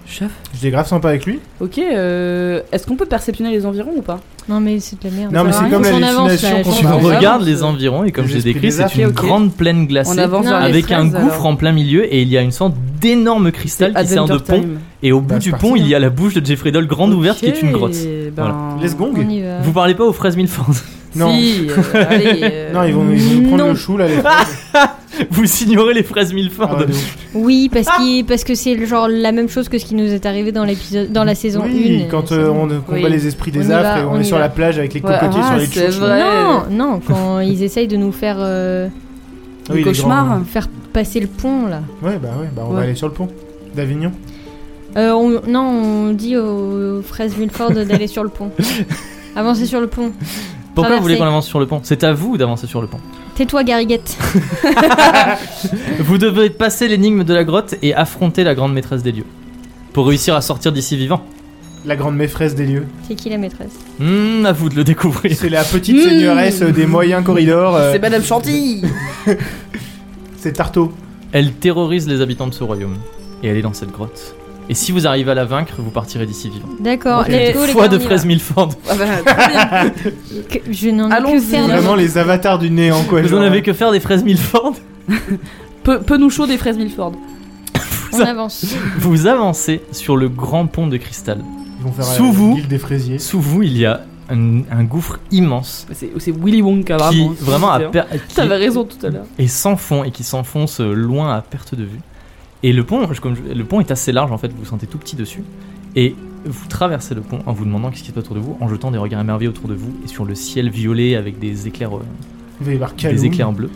[SPEAKER 4] Chave.
[SPEAKER 3] J'étais grave sympa avec lui.
[SPEAKER 4] Ok, euh, est-ce qu'on peut perceptionner les environs ou pas
[SPEAKER 2] Non mais c'est de la merde.
[SPEAKER 3] Non,
[SPEAKER 2] ça
[SPEAKER 3] mais
[SPEAKER 2] sert à
[SPEAKER 3] c'est comme
[SPEAKER 2] rien.
[SPEAKER 3] la
[SPEAKER 2] On avance, là,
[SPEAKER 3] hallucination qu'on
[SPEAKER 2] je
[SPEAKER 1] tu
[SPEAKER 3] Ah,
[SPEAKER 2] pense.
[SPEAKER 3] ouais.
[SPEAKER 1] regardes les environs, et comme
[SPEAKER 3] Les
[SPEAKER 1] j'ai
[SPEAKER 3] esprits
[SPEAKER 1] décrit,
[SPEAKER 3] des
[SPEAKER 1] c'est
[SPEAKER 3] arcs,
[SPEAKER 1] une
[SPEAKER 4] ok.
[SPEAKER 1] grande plaine glacée
[SPEAKER 4] Bah, On avance
[SPEAKER 2] Non,
[SPEAKER 4] vers les
[SPEAKER 1] Ah, avec un
[SPEAKER 4] fraises,
[SPEAKER 1] gouffre
[SPEAKER 4] alors.
[SPEAKER 1] en plein milieu, et il y a une sorte d'énorme cristal qui sert de
[SPEAKER 4] Adventure
[SPEAKER 1] pont.
[SPEAKER 4] Time.
[SPEAKER 1] Et au bout
[SPEAKER 3] Bah,
[SPEAKER 1] du
[SPEAKER 3] c'est
[SPEAKER 1] pont,
[SPEAKER 3] parti,
[SPEAKER 1] il y a la bouche de Jeffrey Doll grande ouverte qui est une
[SPEAKER 4] Ok,
[SPEAKER 1] grotte. Hein.
[SPEAKER 4] ben-
[SPEAKER 3] Let's gong.
[SPEAKER 2] On y va.
[SPEAKER 1] Vous parlez pas aux fraises Milford.
[SPEAKER 3] Non.
[SPEAKER 4] Si, euh, allez, euh,
[SPEAKER 3] Non, ils vont, ils vont prendre
[SPEAKER 2] Non.
[SPEAKER 3] le chou là, les fraises.
[SPEAKER 1] Vous ignorez les fraises
[SPEAKER 3] Ah
[SPEAKER 1] Milford.
[SPEAKER 3] ouais, de ouf.
[SPEAKER 2] Oui, parce, qu'il- parce que c'est le genre la même chose que ce qui nous est arrivé dans l'épisode, dans la saison 1.
[SPEAKER 3] Oui, quand euh, on combat
[SPEAKER 4] Oui.
[SPEAKER 3] les esprits
[SPEAKER 2] On
[SPEAKER 3] des
[SPEAKER 2] y
[SPEAKER 3] affres
[SPEAKER 2] va,
[SPEAKER 3] et on,
[SPEAKER 2] on
[SPEAKER 3] est
[SPEAKER 2] y
[SPEAKER 3] sur
[SPEAKER 2] va.
[SPEAKER 3] la plage avec les
[SPEAKER 4] Ouais,
[SPEAKER 3] cocotiers
[SPEAKER 4] ah,
[SPEAKER 3] sur les
[SPEAKER 4] c'est
[SPEAKER 3] tchouches.
[SPEAKER 4] vrai.
[SPEAKER 2] Non, non, quand ils essayent de nous faire euh,
[SPEAKER 3] Ah oui, les
[SPEAKER 4] le cauchemar.
[SPEAKER 3] grands-
[SPEAKER 2] faire passer le pont là.
[SPEAKER 3] Ouais, bah ouais, bah on va
[SPEAKER 4] Ouais.
[SPEAKER 3] aller sur le pont d'Avignon.
[SPEAKER 2] Euh, on- non, on dit aux, aux fraises Milford d'aller sur le pont. Avancez sur le pont.
[SPEAKER 1] Pourquoi vous voulez
[SPEAKER 2] Traverser.
[SPEAKER 1] qu'on avance sur le pont C'est à vous d'avancer sur le pont.
[SPEAKER 2] Tais-toi, Gariguette.
[SPEAKER 1] Vous devez passer l'énigme de la grotte et affronter la grande maîtresse des lieux. Pour réussir à sortir d'ici vivant.
[SPEAKER 3] La grande maîtresse des lieux.
[SPEAKER 2] C'est qui la maîtresse
[SPEAKER 1] Hmm, à vous de le découvrir.
[SPEAKER 3] C'est la petite
[SPEAKER 4] Mmh.
[SPEAKER 3] seigneuresse des moyens corridors. euh,
[SPEAKER 4] C'est Madame Chantilly
[SPEAKER 3] C'est Tarto.
[SPEAKER 1] Elle terrorise les habitants de ce royaume. Et elle est dans cette grotte. Et si vous arrivez à la vaincre, vous partirez d'ici vivant.
[SPEAKER 2] D'accord,
[SPEAKER 4] Ok.
[SPEAKER 2] let's go les
[SPEAKER 1] Foi
[SPEAKER 2] gars,
[SPEAKER 1] de
[SPEAKER 2] on y
[SPEAKER 1] fraises Milford.
[SPEAKER 4] Ah bah, très bien.
[SPEAKER 2] va. Que- Je n'en ai
[SPEAKER 4] Allons-y.
[SPEAKER 2] que faire de
[SPEAKER 3] Vraiment les avatars du néant quoi.
[SPEAKER 1] Vous en
[SPEAKER 3] genre.
[SPEAKER 1] avez que faire des fraises Milford.
[SPEAKER 4] peu, peu nous chaud des fraises Milford.
[SPEAKER 2] On avance.
[SPEAKER 1] Vous avancez sur le grand pont de cristal.
[SPEAKER 3] Ils vont faire
[SPEAKER 1] Sous
[SPEAKER 3] euh,
[SPEAKER 1] vous.
[SPEAKER 3] l'île des fraisiers.
[SPEAKER 1] Sous vous, il y a un, un gouffre immense
[SPEAKER 4] C'est c'est Willy
[SPEAKER 3] Ah,
[SPEAKER 4] Wonka
[SPEAKER 1] qui
[SPEAKER 4] vraiment.
[SPEAKER 1] vraiment a per- qui-
[SPEAKER 4] T'avais raison tout à l'heure.
[SPEAKER 1] et s'enfonce et qui s'enfonce loin à euh, perte de vue. Et le pont, je- comme je- le pont est assez large en fait, vous vous sentez tout petit dessus. Et vous traversez le pont en vous demandant qu'est-ce qui se passe autour de vous, en jetant des regards émerveillés autour de vous et sur le ciel violet avec des éclairs, euh,
[SPEAKER 3] Il va y avoir Kaloum.
[SPEAKER 1] des éclairs en bleu.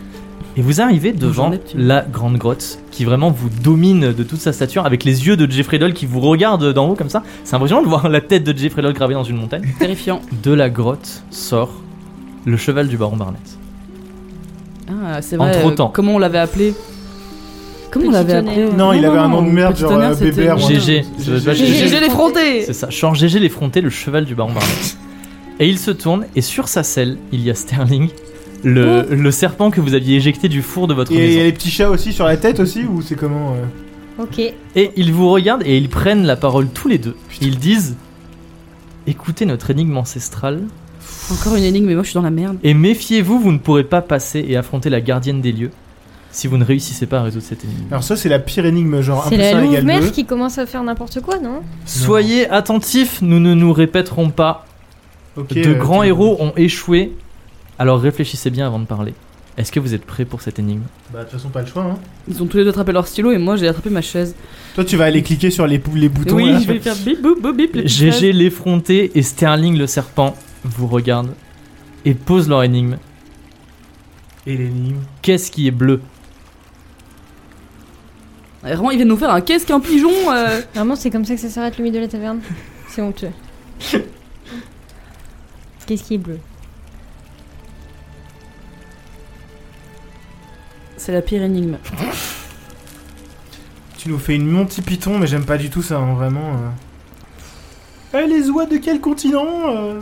[SPEAKER 1] Et vous arrivez devant
[SPEAKER 4] Neptune.
[SPEAKER 1] la grande grotte qui vraiment vous domine de toute sa stature avec les yeux de Jeffrey Doll qui vous regarde d'en haut comme ça. C'est impressionnant de voir la tête de Jeffrey Doll gravée dans une montagne.
[SPEAKER 4] Terrifiant.
[SPEAKER 1] De la grotte sort le cheval du baron Barnett.
[SPEAKER 4] Ah, c'est vrai.
[SPEAKER 1] Entre
[SPEAKER 4] euh,
[SPEAKER 1] autant.
[SPEAKER 4] Comment on l'avait appelé Comment on
[SPEAKER 2] Petit
[SPEAKER 4] l'avait appelé euh
[SPEAKER 2] tonnerre.
[SPEAKER 3] Non, il avait un nom de merde,
[SPEAKER 4] Petit
[SPEAKER 3] genre,
[SPEAKER 4] tonnerre,
[SPEAKER 3] euh,
[SPEAKER 4] c'était-
[SPEAKER 3] Bébert, euh,
[SPEAKER 1] moi. GG, ça doit être pas GG.
[SPEAKER 4] GG les frontés
[SPEAKER 1] C'est ça, Jean GG l'effronté, le cheval du baron Barnett. Et il se tourne et sur sa selle, il y a Sterling, le, le serpent que vous aviez éjecté du four de votre
[SPEAKER 3] Oh. Et il y a
[SPEAKER 1] maison.
[SPEAKER 3] les petits chats aussi sur la tête aussi ou c'est comment euh
[SPEAKER 2] Ok.
[SPEAKER 1] Et ils vous regardent et ils prennent la parole tous les deux. Ils disent Écoutez notre énigme ancestrale
[SPEAKER 4] Encore une énigme, mais moi je suis dans la merde.
[SPEAKER 1] et méfiez-vous, vous ne pourrez pas passer et affronter la gardienne des lieux si vous ne réussissez pas à résoudre cette énigme.
[SPEAKER 3] Alors ça c'est la pire énigme genre un
[SPEAKER 2] C'est
[SPEAKER 3] plus
[SPEAKER 2] la
[SPEAKER 3] un
[SPEAKER 2] louve
[SPEAKER 3] égale
[SPEAKER 2] mère
[SPEAKER 3] deux.
[SPEAKER 2] qui commence à faire n'importe quoi, non
[SPEAKER 1] Soyez attentifs, nous ne nous répéterons pas
[SPEAKER 3] Ok,
[SPEAKER 1] De
[SPEAKER 3] euh,
[SPEAKER 1] grands
[SPEAKER 3] tu-
[SPEAKER 1] héros ont échoué. Alors réfléchissez bien avant de parler. Est-ce que vous êtes prêts pour cette énigme
[SPEAKER 3] Bah de toute façon pas le choix hein.
[SPEAKER 4] Ils ont tous les deux attrapé leur stylo et moi j'ai attrapé ma chaise.
[SPEAKER 3] Toi tu vas aller cliquer sur les, pou- les boutons
[SPEAKER 4] oui,
[SPEAKER 3] là.
[SPEAKER 4] je vais faire bip boop boop bip. les petites
[SPEAKER 1] GG l'effronté et Sterling le serpent vous regardent et posent leur énigme.
[SPEAKER 3] Et l'énigme.
[SPEAKER 1] Qu'est-ce qui est bleu
[SPEAKER 4] chaises. Et Vraiment, ils viennent nous faire un qu'est-ce qu'un pigeon euh.
[SPEAKER 2] Vraiment, c'est comme ça que ça s'arrête le mythe de la taverne. C'est honteux. Qu'est-ce qui est bleu
[SPEAKER 4] C'est la pire énigme.
[SPEAKER 3] Tu nous fais une Monty Python mais j'aime pas du tout ça hein, vraiment. euh. Eh, les oies de quel continent euh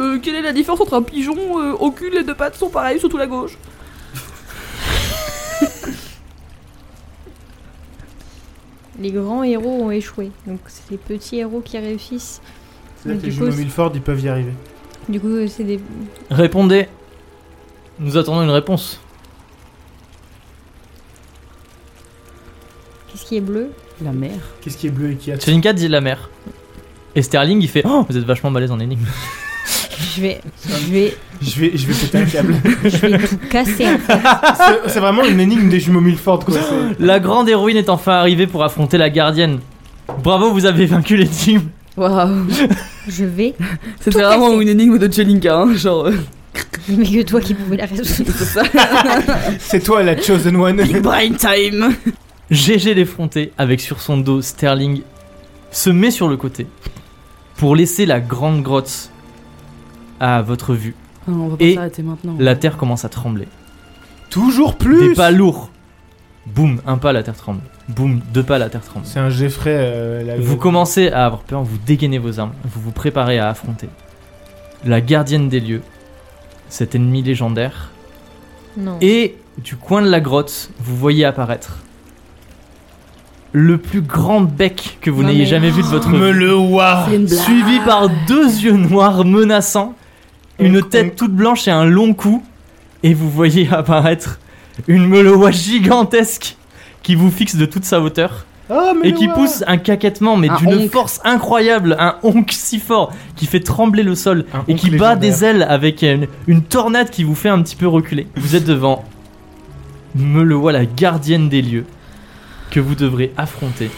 [SPEAKER 4] Euh, quelle est la différence entre un pigeon euh, au cul Les deux pattes sont pareilles, surtout la gauche.
[SPEAKER 2] Les grands héros ont échoué, donc c'est les petits héros qui réussissent.
[SPEAKER 3] C'est-à-dire
[SPEAKER 2] Donc,
[SPEAKER 3] que les
[SPEAKER 2] du coup,
[SPEAKER 3] jumeaux Milford ils peuvent y arriver.
[SPEAKER 2] Du coup, c'est des.
[SPEAKER 1] Répondez. Nous attendons une réponse.
[SPEAKER 2] Qu'est-ce qui est bleu
[SPEAKER 4] La mère.
[SPEAKER 3] Qu'est-ce qui est bleu et qui a
[SPEAKER 1] Chelinka dit la mer. Et Sterling il fait Oh, vous êtes vachement balèze en énigme.
[SPEAKER 2] Je vais, je vais,
[SPEAKER 3] Je vais, je vais péter un câble.
[SPEAKER 2] je vais tout casser. en fait.
[SPEAKER 3] c'est c'est vraiment une énigme des jumeaux Milford quoi. c'est-
[SPEAKER 1] La grande héroïne est enfin arrivée pour affronter la gardienne. Bravo, vous avez vaincu l'énigme.
[SPEAKER 4] Waouh.
[SPEAKER 2] Je vais.
[SPEAKER 4] C'était
[SPEAKER 2] Tout
[SPEAKER 4] vraiment
[SPEAKER 2] cassé.
[SPEAKER 4] une énigme de Chelinka, hein, genre. euh,
[SPEAKER 2] Mais que toi qui pouvais la résoudre.
[SPEAKER 4] c'est ça.
[SPEAKER 3] C'est toi la chosen one.
[SPEAKER 4] Big brain time.
[SPEAKER 1] GG l'effronté, avec sur son dos Sterling, se met sur le côté pour laisser la grande grotte à votre vue.
[SPEAKER 4] Ah, on va pas
[SPEAKER 1] Et
[SPEAKER 4] s'arrêter maintenant.
[SPEAKER 1] La terre commence à trembler.
[SPEAKER 3] Toujours plus.
[SPEAKER 1] Des pas lourds. Boum, un pas, la terre tremble. Boum, deux pas, la terre tremble.
[SPEAKER 3] C'est un Jeffrey. euh, la-
[SPEAKER 1] Vous commencez à avoir peur, vous dégainez vos armes, vous vous préparez à affronter la gardienne des lieux, cet ennemi légendaire.
[SPEAKER 2] Non.
[SPEAKER 1] Et du coin de la grotte, vous voyez apparaître le plus grand bec que vous
[SPEAKER 2] Non,
[SPEAKER 1] n'ayez
[SPEAKER 2] mais-
[SPEAKER 1] jamais vu de votre
[SPEAKER 3] Me
[SPEAKER 1] vie.
[SPEAKER 3] le war.
[SPEAKER 4] C'est une blague.
[SPEAKER 1] suivi par deux yeux noirs menaçants, une
[SPEAKER 3] Onk,
[SPEAKER 1] tête toute blanche et un long cou, et vous voyez apparaître une melewa gigantesque qui vous fixe de toute sa hauteur
[SPEAKER 3] Ah, mais
[SPEAKER 1] et qui
[SPEAKER 3] ouais.
[SPEAKER 1] pousse un caquettement mais
[SPEAKER 4] Un
[SPEAKER 1] d'une
[SPEAKER 4] onk.
[SPEAKER 1] force incroyable, un onk si fort qui fait trembler le sol
[SPEAKER 3] Un
[SPEAKER 1] et
[SPEAKER 3] onk
[SPEAKER 1] qui bat
[SPEAKER 3] légendaire.
[SPEAKER 1] des ailes avec une, une tornade qui vous fait un petit peu reculer. Vous êtes devant melewa la gardienne des lieux que vous devrez affronter,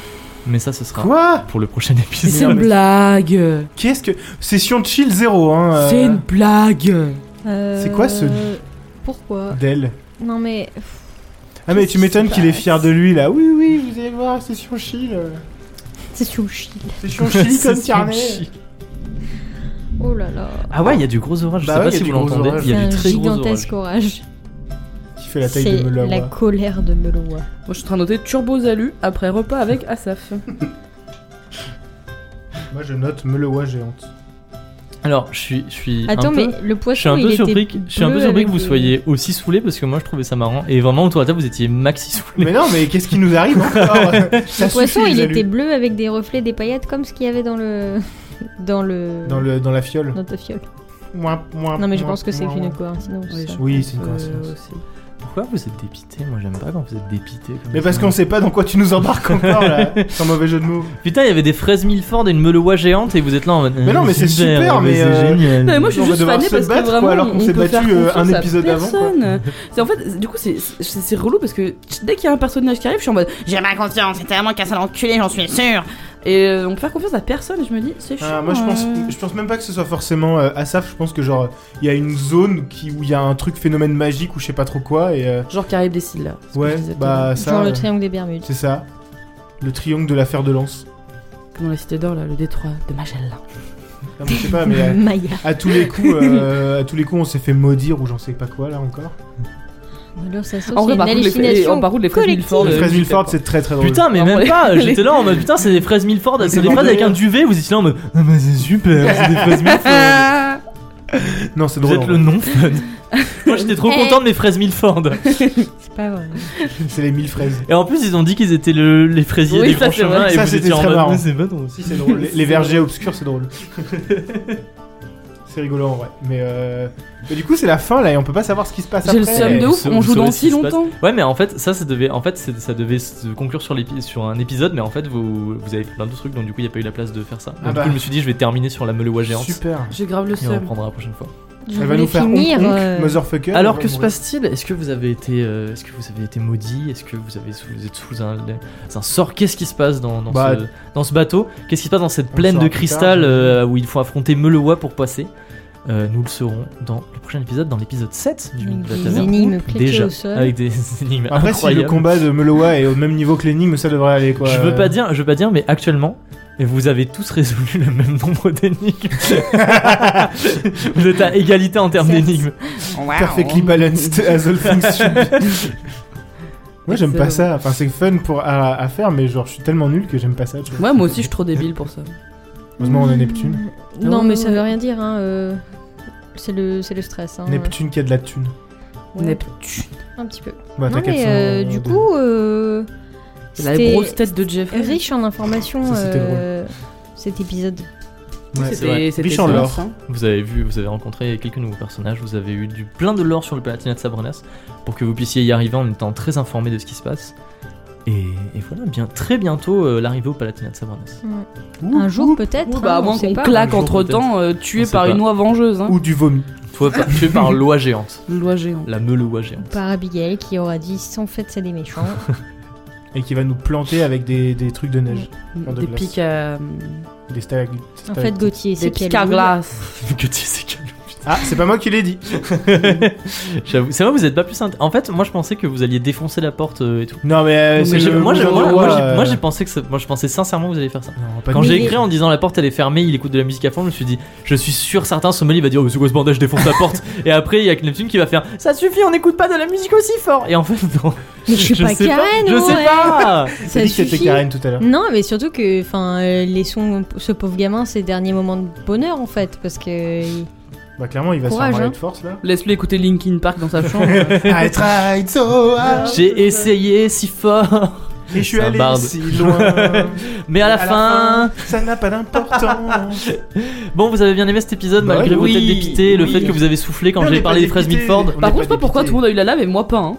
[SPEAKER 1] mais ça ce sera
[SPEAKER 3] Quoi
[SPEAKER 1] pour le prochain
[SPEAKER 4] Mais
[SPEAKER 1] épisode.
[SPEAKER 4] c'est une blague.
[SPEAKER 3] Qu'est-ce que Session chill 0 hein. euh,
[SPEAKER 4] C'est une blague.
[SPEAKER 2] Euh,
[SPEAKER 3] c'est quoi ce-
[SPEAKER 2] Pourquoi
[SPEAKER 3] D'elle.
[SPEAKER 2] Non mais.
[SPEAKER 3] Ah mais tu m'étonnes
[SPEAKER 2] Qu'est-ce
[SPEAKER 3] qu'il est
[SPEAKER 2] qui se
[SPEAKER 3] fier de lui là. Oui oui, vous allez voir, session chill. euh,
[SPEAKER 2] C'est sous chill.
[SPEAKER 3] Session chill
[SPEAKER 1] C'est
[SPEAKER 3] comme
[SPEAKER 1] son
[SPEAKER 3] carnet.
[SPEAKER 1] chi.
[SPEAKER 2] Oh là là.
[SPEAKER 1] Ah ouais, il y a du gros orage. Je
[SPEAKER 3] Bah
[SPEAKER 1] sais
[SPEAKER 3] ouais,
[SPEAKER 1] pas
[SPEAKER 3] il y a
[SPEAKER 1] si
[SPEAKER 3] du
[SPEAKER 1] vous
[SPEAKER 3] gros
[SPEAKER 1] l'entendez.
[SPEAKER 3] orage.
[SPEAKER 1] Il y
[SPEAKER 2] C'est
[SPEAKER 1] a
[SPEAKER 2] un
[SPEAKER 1] du très gros orage.
[SPEAKER 2] gigantesque orage.
[SPEAKER 3] Qui fait la taille
[SPEAKER 2] C'est
[SPEAKER 3] de Melawa.
[SPEAKER 2] la colère de Meloa.
[SPEAKER 4] Moi, je suis en train de noter Turbo Zalu après repas avec Asaf.
[SPEAKER 3] Moi je note Melewa géante.
[SPEAKER 1] Alors, je suis, je suis
[SPEAKER 2] Attends,
[SPEAKER 1] un
[SPEAKER 2] mais
[SPEAKER 1] peu,
[SPEAKER 2] le
[SPEAKER 1] je suis
[SPEAKER 2] poisson,
[SPEAKER 1] un peu
[SPEAKER 2] il
[SPEAKER 1] surpris.
[SPEAKER 2] était
[SPEAKER 1] que- Je suis un peu
[SPEAKER 2] bleu
[SPEAKER 1] surpris que
[SPEAKER 2] avec
[SPEAKER 1] vous
[SPEAKER 2] des-
[SPEAKER 1] soyez aussi saoulé parce que moi je trouvais ça marrant. Et vraiment autour de la table, vous étiez maxi
[SPEAKER 3] Mais
[SPEAKER 1] saoulé.
[SPEAKER 3] non, mais qu'est-ce qui nous arrive encore
[SPEAKER 2] Le poisson, il était bleu avec des reflets, des paillettes, comme ce qu'il y avait dans le. dans le.
[SPEAKER 3] dans le dans la fiole.
[SPEAKER 2] dans ta fiole.
[SPEAKER 3] Moins, moins,
[SPEAKER 2] Non, mais je
[SPEAKER 3] moins,
[SPEAKER 2] pense que c'est
[SPEAKER 3] moins,
[SPEAKER 2] qu'une
[SPEAKER 3] moins.
[SPEAKER 2] coïncidence. ça.
[SPEAKER 3] Oui, c'est une
[SPEAKER 4] Euh,
[SPEAKER 3] coïncidence.
[SPEAKER 4] aussi.
[SPEAKER 1] Pourquoi vous êtes dépité Moi j'aime pas quand vous êtes dépité. comme
[SPEAKER 3] Mais
[SPEAKER 1] ça.
[SPEAKER 3] parce qu'on sait pas dans quoi tu nous embarques encore là, sans mauvais jeu de mots.
[SPEAKER 1] Putain, il y avait des fraises Milford et une meulois géante et vous êtes là en mode.
[SPEAKER 3] Mais non, mais c'est super, mais,
[SPEAKER 1] c'est
[SPEAKER 3] euh,
[SPEAKER 1] génial.
[SPEAKER 4] Non, mais moi je suis
[SPEAKER 3] On va
[SPEAKER 4] juste
[SPEAKER 3] devoir
[SPEAKER 4] fanée
[SPEAKER 3] se
[SPEAKER 4] parce
[SPEAKER 3] battre,
[SPEAKER 4] que
[SPEAKER 3] quoi,
[SPEAKER 4] vraiment
[SPEAKER 3] alors qu'on
[SPEAKER 4] on
[SPEAKER 3] s'est
[SPEAKER 4] peut faire
[SPEAKER 3] battu, euh,
[SPEAKER 4] confiance
[SPEAKER 3] un
[SPEAKER 4] à
[SPEAKER 3] épisode avant, quoi.
[SPEAKER 4] personne. C'est en fait du coup c'est c'est c'est relou parce que dès qu'il y a un personnage qui arrive, je suis en mode
[SPEAKER 5] J'ai ma confiance, c'est tellement qu'un sale enculé, j'en suis sûr.
[SPEAKER 4] et euh, on peut faire confiance à personne, je me dis c'est chiant.
[SPEAKER 3] Ah, moi je pense,
[SPEAKER 4] euh.
[SPEAKER 3] je pense même pas que ce soit forcément euh, Asaf, je pense que genre il y a une zone qui, où il y a un truc phénomène magique ou je sais pas trop quoi et euh,
[SPEAKER 4] genre Caraïbes des Cils là. C'est ce que
[SPEAKER 3] ouais
[SPEAKER 4] je disais tout à l'heure.
[SPEAKER 3] bah ça
[SPEAKER 2] Genre
[SPEAKER 3] euh,
[SPEAKER 2] le triangle des Bermudes.
[SPEAKER 3] c'est ça, le triangle de l'affaire de Lance.
[SPEAKER 4] Comme dans la cité d'or là, le détroit de Magellan.
[SPEAKER 3] Ah, moi, je sais pas mais euh,
[SPEAKER 2] Maya.
[SPEAKER 3] à tous les coups, euh, à tous les coups on s'est fait maudire ou j'en sais pas quoi là encore.
[SPEAKER 2] Alors ça c'est
[SPEAKER 4] En vrai,
[SPEAKER 2] une
[SPEAKER 4] par contre, les, et,
[SPEAKER 2] hallucination.
[SPEAKER 4] oh, par contre, les fraises
[SPEAKER 2] collective.
[SPEAKER 4] Milford.
[SPEAKER 3] Les
[SPEAKER 4] euh,
[SPEAKER 3] fraises
[SPEAKER 4] je
[SPEAKER 3] Milford
[SPEAKER 4] sais
[SPEAKER 3] c'est très très drôle.
[SPEAKER 1] Putain, mais
[SPEAKER 2] Ah
[SPEAKER 4] Non,
[SPEAKER 1] même
[SPEAKER 4] mais-
[SPEAKER 1] pas J'étais là en mode putain, c'est des fraises Milford, c'est des
[SPEAKER 3] bon,
[SPEAKER 1] fraises
[SPEAKER 3] de
[SPEAKER 1] avec
[SPEAKER 3] rien.
[SPEAKER 1] un duvet, vous étiez là en mode ah, mais c'est super, c'est des fraises Milford.
[SPEAKER 4] pas.
[SPEAKER 3] Non c'est
[SPEAKER 1] Vous
[SPEAKER 3] drôle.
[SPEAKER 1] êtes le
[SPEAKER 3] en
[SPEAKER 1] non fun. Moi j'étais
[SPEAKER 2] Eh.
[SPEAKER 1] trop content de mes fraises Milford.
[SPEAKER 2] C'est pas vrai.
[SPEAKER 3] vrai. C'est les mille fraises.
[SPEAKER 1] Et en plus, ils ont dit qu'ils étaient le- les fraisiers
[SPEAKER 4] Oui,
[SPEAKER 1] des
[SPEAKER 4] ça,
[SPEAKER 1] grands
[SPEAKER 4] c'est vrai.
[SPEAKER 1] chemins et
[SPEAKER 3] Ça,
[SPEAKER 1] vous
[SPEAKER 3] c'était
[SPEAKER 1] étiez en
[SPEAKER 3] très
[SPEAKER 1] mode
[SPEAKER 3] marrant.
[SPEAKER 1] mais c'est pas drôle aussi.
[SPEAKER 3] Si c'est drôle, les, les vergers obscurs c'est drôle. c'est rigolo en vrai. Mais, euh, mais du coup c'est la fin là et on peut pas savoir ce qui se passe
[SPEAKER 4] J'ai
[SPEAKER 3] après.
[SPEAKER 4] le seum de
[SPEAKER 1] vous
[SPEAKER 4] ouf,
[SPEAKER 1] saurez-
[SPEAKER 4] on joue
[SPEAKER 1] vous saurez
[SPEAKER 4] dans
[SPEAKER 1] ce qui
[SPEAKER 4] si
[SPEAKER 1] se passe.
[SPEAKER 4] longtemps.
[SPEAKER 1] Ouais, mais en fait, ça, ça devait, en fait, c'est- ça devait se conclure sur, l'épi- sur un épisode, mais en fait, vous, vous avez fait plein de trucs, donc du coup, il n'y a pas eu la place de faire ça. Donc,
[SPEAKER 3] Ah
[SPEAKER 1] du
[SPEAKER 3] bah.
[SPEAKER 1] coup, je me suis dit, je vais terminer sur la meuleoie géante
[SPEAKER 3] Super.
[SPEAKER 4] J'ai grave le
[SPEAKER 1] et on
[SPEAKER 4] seum.
[SPEAKER 1] reprendra la prochaine fois.
[SPEAKER 2] Je
[SPEAKER 3] Elle va
[SPEAKER 2] voulais
[SPEAKER 3] nous faire
[SPEAKER 2] finir.
[SPEAKER 3] honk, honk,
[SPEAKER 2] euh,
[SPEAKER 3] motherfucker.
[SPEAKER 1] Alors
[SPEAKER 3] elle
[SPEAKER 1] que
[SPEAKER 3] va
[SPEAKER 1] se
[SPEAKER 3] mourir.
[SPEAKER 1] passe-t-il Est-ce que vous avez été, euh, est-ce que vous avez été maudit Est-ce que vous avez, vous êtes sous un, un sort Qu'est-ce qui se passe dans, dans,
[SPEAKER 3] Bah,
[SPEAKER 1] ce, dans ce bateau Qu'est-ce qui se passe dans cette
[SPEAKER 3] on
[SPEAKER 1] plaine
[SPEAKER 3] le
[SPEAKER 1] de
[SPEAKER 3] saura plus tard,
[SPEAKER 1] cristal
[SPEAKER 3] j'imagine.
[SPEAKER 1] euh, où il faut affronter Meulewa pour passer Euh, Nous le saurons dans le prochain épisode, dans l'épisode 7 du de la
[SPEAKER 2] Des
[SPEAKER 1] taverne.
[SPEAKER 2] énigmes plaquées
[SPEAKER 1] Déjà,
[SPEAKER 2] au sol.
[SPEAKER 1] avec des énigmes
[SPEAKER 3] Après, si le
[SPEAKER 1] incroyables.
[SPEAKER 3] combat de Meloa est au même niveau que l'énigme, ça devrait aller quoi.
[SPEAKER 1] Je veux pas dire, je veux pas dire, mais actuellement, vous avez tous résolu le même nombre d'énigmes. vous êtes à égalité en termes
[SPEAKER 2] Certes.
[SPEAKER 1] d'énigmes.
[SPEAKER 5] Wow.
[SPEAKER 3] Perfectly balanced as all things should be. Moi, j'aime pas
[SPEAKER 4] Excellent.
[SPEAKER 3] ça. Enfin, c'est fun pour, à, à faire, mais genre, je suis tellement nul que j'aime pas ça. tu vois.
[SPEAKER 4] Ouais, moi aussi je suis trop débile pour ça.
[SPEAKER 3] Heureusement, on a Neptune.
[SPEAKER 2] Non,
[SPEAKER 4] Non,
[SPEAKER 2] mais
[SPEAKER 4] ouais,
[SPEAKER 2] ça
[SPEAKER 4] ouais.
[SPEAKER 2] veut rien dire. Hein. euh, C'est le, c'est le stress. Hein.
[SPEAKER 3] Neptune qui a de la thune.
[SPEAKER 2] Ouais,
[SPEAKER 4] Neptune.
[SPEAKER 2] Un petit peu.
[SPEAKER 3] Bah,
[SPEAKER 2] non,
[SPEAKER 3] t'as
[SPEAKER 2] mais
[SPEAKER 3] 400,
[SPEAKER 2] euh, du
[SPEAKER 3] euh,
[SPEAKER 2] coup, euh,
[SPEAKER 4] La
[SPEAKER 2] c'était
[SPEAKER 4] grosse tête de Jeff.
[SPEAKER 2] riche en informations
[SPEAKER 3] Ça, c'était
[SPEAKER 2] euh, cet épisode.
[SPEAKER 3] Ouais.
[SPEAKER 1] c'est vrai.
[SPEAKER 4] C'était c'était
[SPEAKER 3] Riche en
[SPEAKER 4] dense,
[SPEAKER 3] l'or.
[SPEAKER 4] hein.
[SPEAKER 1] Vous avez vu, vous avez rencontré quelques nouveaux personnages, vous avez eu du plein de lore sur le Palatinat de Sabranas pour que vous puissiez y arriver en étant très informé de ce qui se passe. Et, et voilà, bien, très bientôt euh, l'arrivée au Palatinat de Sabranas.
[SPEAKER 2] Un jour peut-être.
[SPEAKER 4] Ou bah,
[SPEAKER 2] hein,
[SPEAKER 4] à
[SPEAKER 2] on
[SPEAKER 4] moins
[SPEAKER 2] sait
[SPEAKER 4] qu'on
[SPEAKER 2] pas.
[SPEAKER 4] claque
[SPEAKER 1] Un jour,
[SPEAKER 4] entre temps,
[SPEAKER 1] On
[SPEAKER 4] tué
[SPEAKER 1] sait
[SPEAKER 4] par
[SPEAKER 1] pas.
[SPEAKER 4] une oie vengeuse. Hein.
[SPEAKER 3] Ou du vomi.
[SPEAKER 1] Toi, par- tué par loi géante,
[SPEAKER 4] Loi géante.
[SPEAKER 1] la meule
[SPEAKER 2] Ou
[SPEAKER 1] géante.
[SPEAKER 2] Par Abigail qui aura dit sont fait c'est des méchants.
[SPEAKER 1] Ah,
[SPEAKER 3] Et qui va nous planter avec des, des trucs de neige. Pas de
[SPEAKER 4] Des
[SPEAKER 3] glace.
[SPEAKER 4] pics à.
[SPEAKER 3] Des stalagmites.
[SPEAKER 2] en fait Gauthier c'est
[SPEAKER 4] Des
[SPEAKER 2] qu'elle
[SPEAKER 4] pics à
[SPEAKER 2] roule.
[SPEAKER 4] glace.
[SPEAKER 1] que tu sais que-
[SPEAKER 3] Ah, c'est pas moi qui l'ai dit.
[SPEAKER 1] J'avoue, c'est vrai, vous êtes pas plus. int- En fait, moi je pensais que vous alliez défoncer la porte euh, et tout.
[SPEAKER 3] Non, mais euh,
[SPEAKER 1] Mais
[SPEAKER 3] c'est
[SPEAKER 1] j'ai-
[SPEAKER 3] le
[SPEAKER 1] moi, j'ai-
[SPEAKER 3] bouton
[SPEAKER 1] moi,
[SPEAKER 3] de
[SPEAKER 1] moi,
[SPEAKER 3] roi,
[SPEAKER 1] j'ai- moi,
[SPEAKER 3] euh,
[SPEAKER 1] j'ai pensé que ça- moi je pensais sincèrement que vous alliez faire ça.
[SPEAKER 3] Non, pas
[SPEAKER 1] Quand
[SPEAKER 3] de-
[SPEAKER 1] j'ai
[SPEAKER 2] Mais-
[SPEAKER 1] écrit en disant la porte elle est fermée, il écoute de la musique à fond, je me suis dit je suis sûr certain Somali va dire oh, c'est quoi ce bandage, défonce la porte et après il y a que Neptune qui va faire ça suffit, on n'écoute pas de la musique aussi fort et en fait non.
[SPEAKER 2] Mais je suis pas
[SPEAKER 1] sais
[SPEAKER 2] Karen,
[SPEAKER 1] je sais
[SPEAKER 2] ouais.
[SPEAKER 1] pas.
[SPEAKER 3] T'as
[SPEAKER 2] Ça
[SPEAKER 3] dit que c'était
[SPEAKER 2] suffit.
[SPEAKER 3] Karen tout à l'heure.
[SPEAKER 2] Non mais surtout que enfin euh, laissons ce pauvre gamin ses derniers moments de bonheur en fait parce que il-
[SPEAKER 3] Bah, clairement, il va se faire
[SPEAKER 2] Courage,
[SPEAKER 3] marrer
[SPEAKER 2] hein.
[SPEAKER 3] de force là.
[SPEAKER 4] Laisse-le écouter Linkin Park dans sa chambre.
[SPEAKER 3] I tried so hard.
[SPEAKER 1] J'ai essayé si fort,
[SPEAKER 3] Et je suis
[SPEAKER 1] C'est un
[SPEAKER 3] allé
[SPEAKER 1] barde.
[SPEAKER 3] si loin.
[SPEAKER 1] mais à la, fin...
[SPEAKER 3] ça n'a pas d'importance.
[SPEAKER 1] bon vous avez bien aimé cet épisode
[SPEAKER 3] Bah
[SPEAKER 1] malgré
[SPEAKER 3] oui,
[SPEAKER 1] vos
[SPEAKER 3] oui,
[SPEAKER 1] têtes dépitées, le
[SPEAKER 3] oui.
[SPEAKER 1] fait que vous avez soufflé quand
[SPEAKER 3] Non, on
[SPEAKER 1] j'ai
[SPEAKER 3] est
[SPEAKER 1] parlé
[SPEAKER 3] pas
[SPEAKER 1] des fraises
[SPEAKER 3] dépité,
[SPEAKER 1] Milford,
[SPEAKER 3] on est
[SPEAKER 4] Par contre, je sais pas pourquoi tout
[SPEAKER 3] dépité.
[SPEAKER 4] le monde a eu la lave et moi pas. Hein.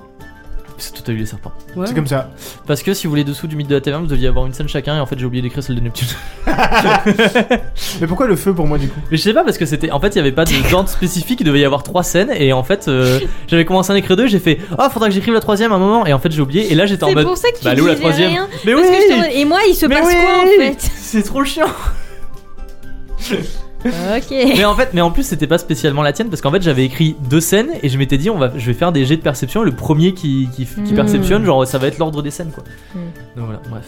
[SPEAKER 1] c'est tout à eu les serpents.
[SPEAKER 4] Ouais.
[SPEAKER 3] C'est comme ça.
[SPEAKER 1] Parce que si vous voulez dessous du mythe de la taverne, vous deviez avoir une scène chacun et en fait j'ai oublié d'écrire celle de Neptune.
[SPEAKER 3] Mais pourquoi le feu pour moi du coup
[SPEAKER 1] Mais je sais pas parce que c'était en fait il y avait pas de d'ordre spécifique, il devait y avoir trois scènes et en fait euh, j'avais commencé à en écrire deux, j'ai fait "Oh, faudra que j'écrive la troisième à un moment" et en fait j'ai oublié et là j'étais en
[SPEAKER 2] C'est
[SPEAKER 1] mode
[SPEAKER 2] pour ça que tu
[SPEAKER 1] bah, allez où la
[SPEAKER 2] disais
[SPEAKER 1] troisième
[SPEAKER 2] rien.
[SPEAKER 1] Mais
[SPEAKER 2] Parce
[SPEAKER 1] oui,
[SPEAKER 2] que je te- Et moi il se
[SPEAKER 1] Mais
[SPEAKER 2] passe quoi en
[SPEAKER 1] oui
[SPEAKER 2] fait
[SPEAKER 1] c'est trop chiant.
[SPEAKER 2] Ok.
[SPEAKER 1] mais en fait, mais en plus c'était pas spécialement la tienne parce qu'en fait j'avais écrit deux scènes et je m'étais dit on va je vais faire des jets de perception et le premier qui qui, qui
[SPEAKER 2] Mm.
[SPEAKER 1] perceptionne genre ça va être l'ordre des scènes quoi.
[SPEAKER 2] Mm.
[SPEAKER 1] Donc voilà, bref.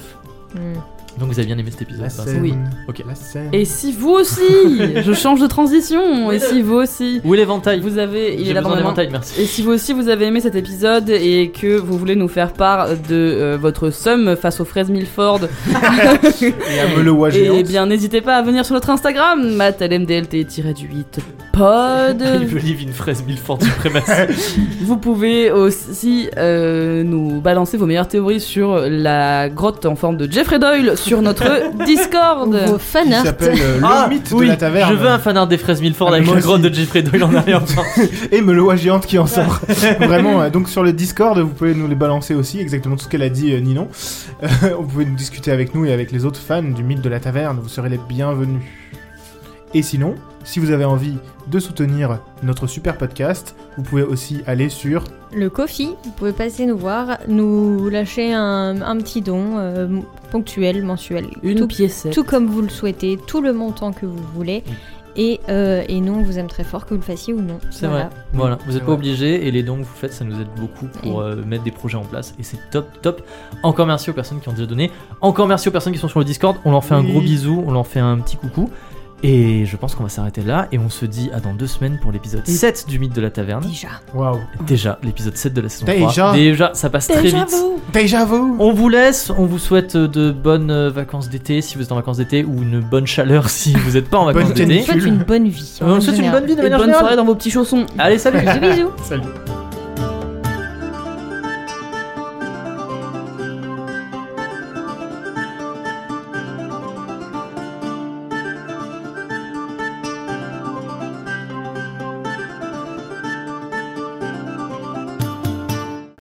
[SPEAKER 2] Hmm.
[SPEAKER 1] Donc vous avez bien aimé cet épisode.
[SPEAKER 3] La
[SPEAKER 1] ça.
[SPEAKER 3] scène.
[SPEAKER 4] oui.
[SPEAKER 1] Ah, bah, Ok.
[SPEAKER 3] La scène.
[SPEAKER 4] Et si vous aussi, je change de transition. Et si vous aussi,
[SPEAKER 1] Où est l'éventail
[SPEAKER 4] vous avez, il
[SPEAKER 1] J'ai
[SPEAKER 4] est là dans
[SPEAKER 1] besoin
[SPEAKER 4] ma main.
[SPEAKER 1] d'éventail, merci.
[SPEAKER 4] Et si vous aussi vous avez aimé cet épisode et que vous voulez nous faire part de euh, votre somme face aux fraises Milford,
[SPEAKER 3] Et à me le
[SPEAKER 4] eh
[SPEAKER 3] géante.
[SPEAKER 4] bien n'hésitez pas à venir sur notre Instagram, matelmdlt-8
[SPEAKER 2] Euh.
[SPEAKER 1] Il
[SPEAKER 4] pod.
[SPEAKER 1] veut live une fraise mille fortes suprématie.
[SPEAKER 4] Vous pouvez aussi euh, nous balancer vos meilleures théories sur la grotte en forme de Jeffrey Doyle sur notre
[SPEAKER 2] Ou Vos
[SPEAKER 4] Discord.
[SPEAKER 3] Qui
[SPEAKER 2] fanarts.
[SPEAKER 3] s'appelle euh,
[SPEAKER 1] Ah,
[SPEAKER 3] Le mythe
[SPEAKER 1] oui,
[SPEAKER 3] de la taverne.
[SPEAKER 1] Je veux un fanart des fraises mille fortes
[SPEAKER 3] Ah,
[SPEAKER 1] avec
[SPEAKER 3] moi
[SPEAKER 1] le
[SPEAKER 3] aussi.
[SPEAKER 1] grotte de Jeffrey Doyle en arrière-plan.
[SPEAKER 3] et Meloa géante qui en sort. Vraiment, euh, donc sur le Discord, vous pouvez nous les balancer aussi, exactement tout ce qu'elle a dit euh, Ninon. Euh, vous pouvez nous discuter avec nous et avec les autres fans du mythe de la taverne, vous serez les bienvenus. Et sinon, si vous avez envie de soutenir notre super podcast, vous pouvez aussi aller sur
[SPEAKER 2] le Kofi, vous pouvez passer nous voir, nous lâcher un, un petit don euh, m- ponctuel, mensuel,
[SPEAKER 4] Une
[SPEAKER 2] tout,
[SPEAKER 4] pièce.
[SPEAKER 2] tout comme vous le souhaitez, tout le montant que vous voulez. Et, euh, et nous, on vous aime très fort, que vous le fassiez ou non.
[SPEAKER 1] C'est
[SPEAKER 2] Voilà.
[SPEAKER 1] vrai. Voilà, vous
[SPEAKER 3] C'est
[SPEAKER 1] n'êtes pas
[SPEAKER 3] vrai.
[SPEAKER 1] obligés et les dons que vous faites, ça nous aide beaucoup pour euh, mettre des projets en place et c'est top, top. Encore merci aux personnes qui ont déjà donné. Encore merci aux personnes qui sont sur le Discord. On leur fait un
[SPEAKER 3] Oui.
[SPEAKER 1] gros bisou, on leur fait un petit coucou. Et je pense qu'on va s'arrêter là et on se dit à dans deux semaines pour l'épisode 7 du mythe de la taverne.
[SPEAKER 2] Déjà.
[SPEAKER 3] Waouh.
[SPEAKER 1] Déjà, l'épisode 7 de la saison
[SPEAKER 3] Déjà.
[SPEAKER 1] 3. Déjà, ça passe très vite.
[SPEAKER 3] Déjà vous
[SPEAKER 1] On vous laisse, on vous souhaite de bonnes euh, vacances d'été si vous êtes en vacances d'été ou une bonne chaleur si vous n'êtes pas en vacances
[SPEAKER 3] Bonne
[SPEAKER 2] On
[SPEAKER 1] d'été.
[SPEAKER 2] vous souhaite
[SPEAKER 3] Jules.
[SPEAKER 2] une bonne vie.
[SPEAKER 1] On vous souhaite une bonne vie de
[SPEAKER 4] Et
[SPEAKER 1] manière
[SPEAKER 4] bonne
[SPEAKER 1] générale.
[SPEAKER 4] soirée dans vos petits chaussons.
[SPEAKER 1] Allez, salut
[SPEAKER 2] Bisous, bisous.
[SPEAKER 3] Salut.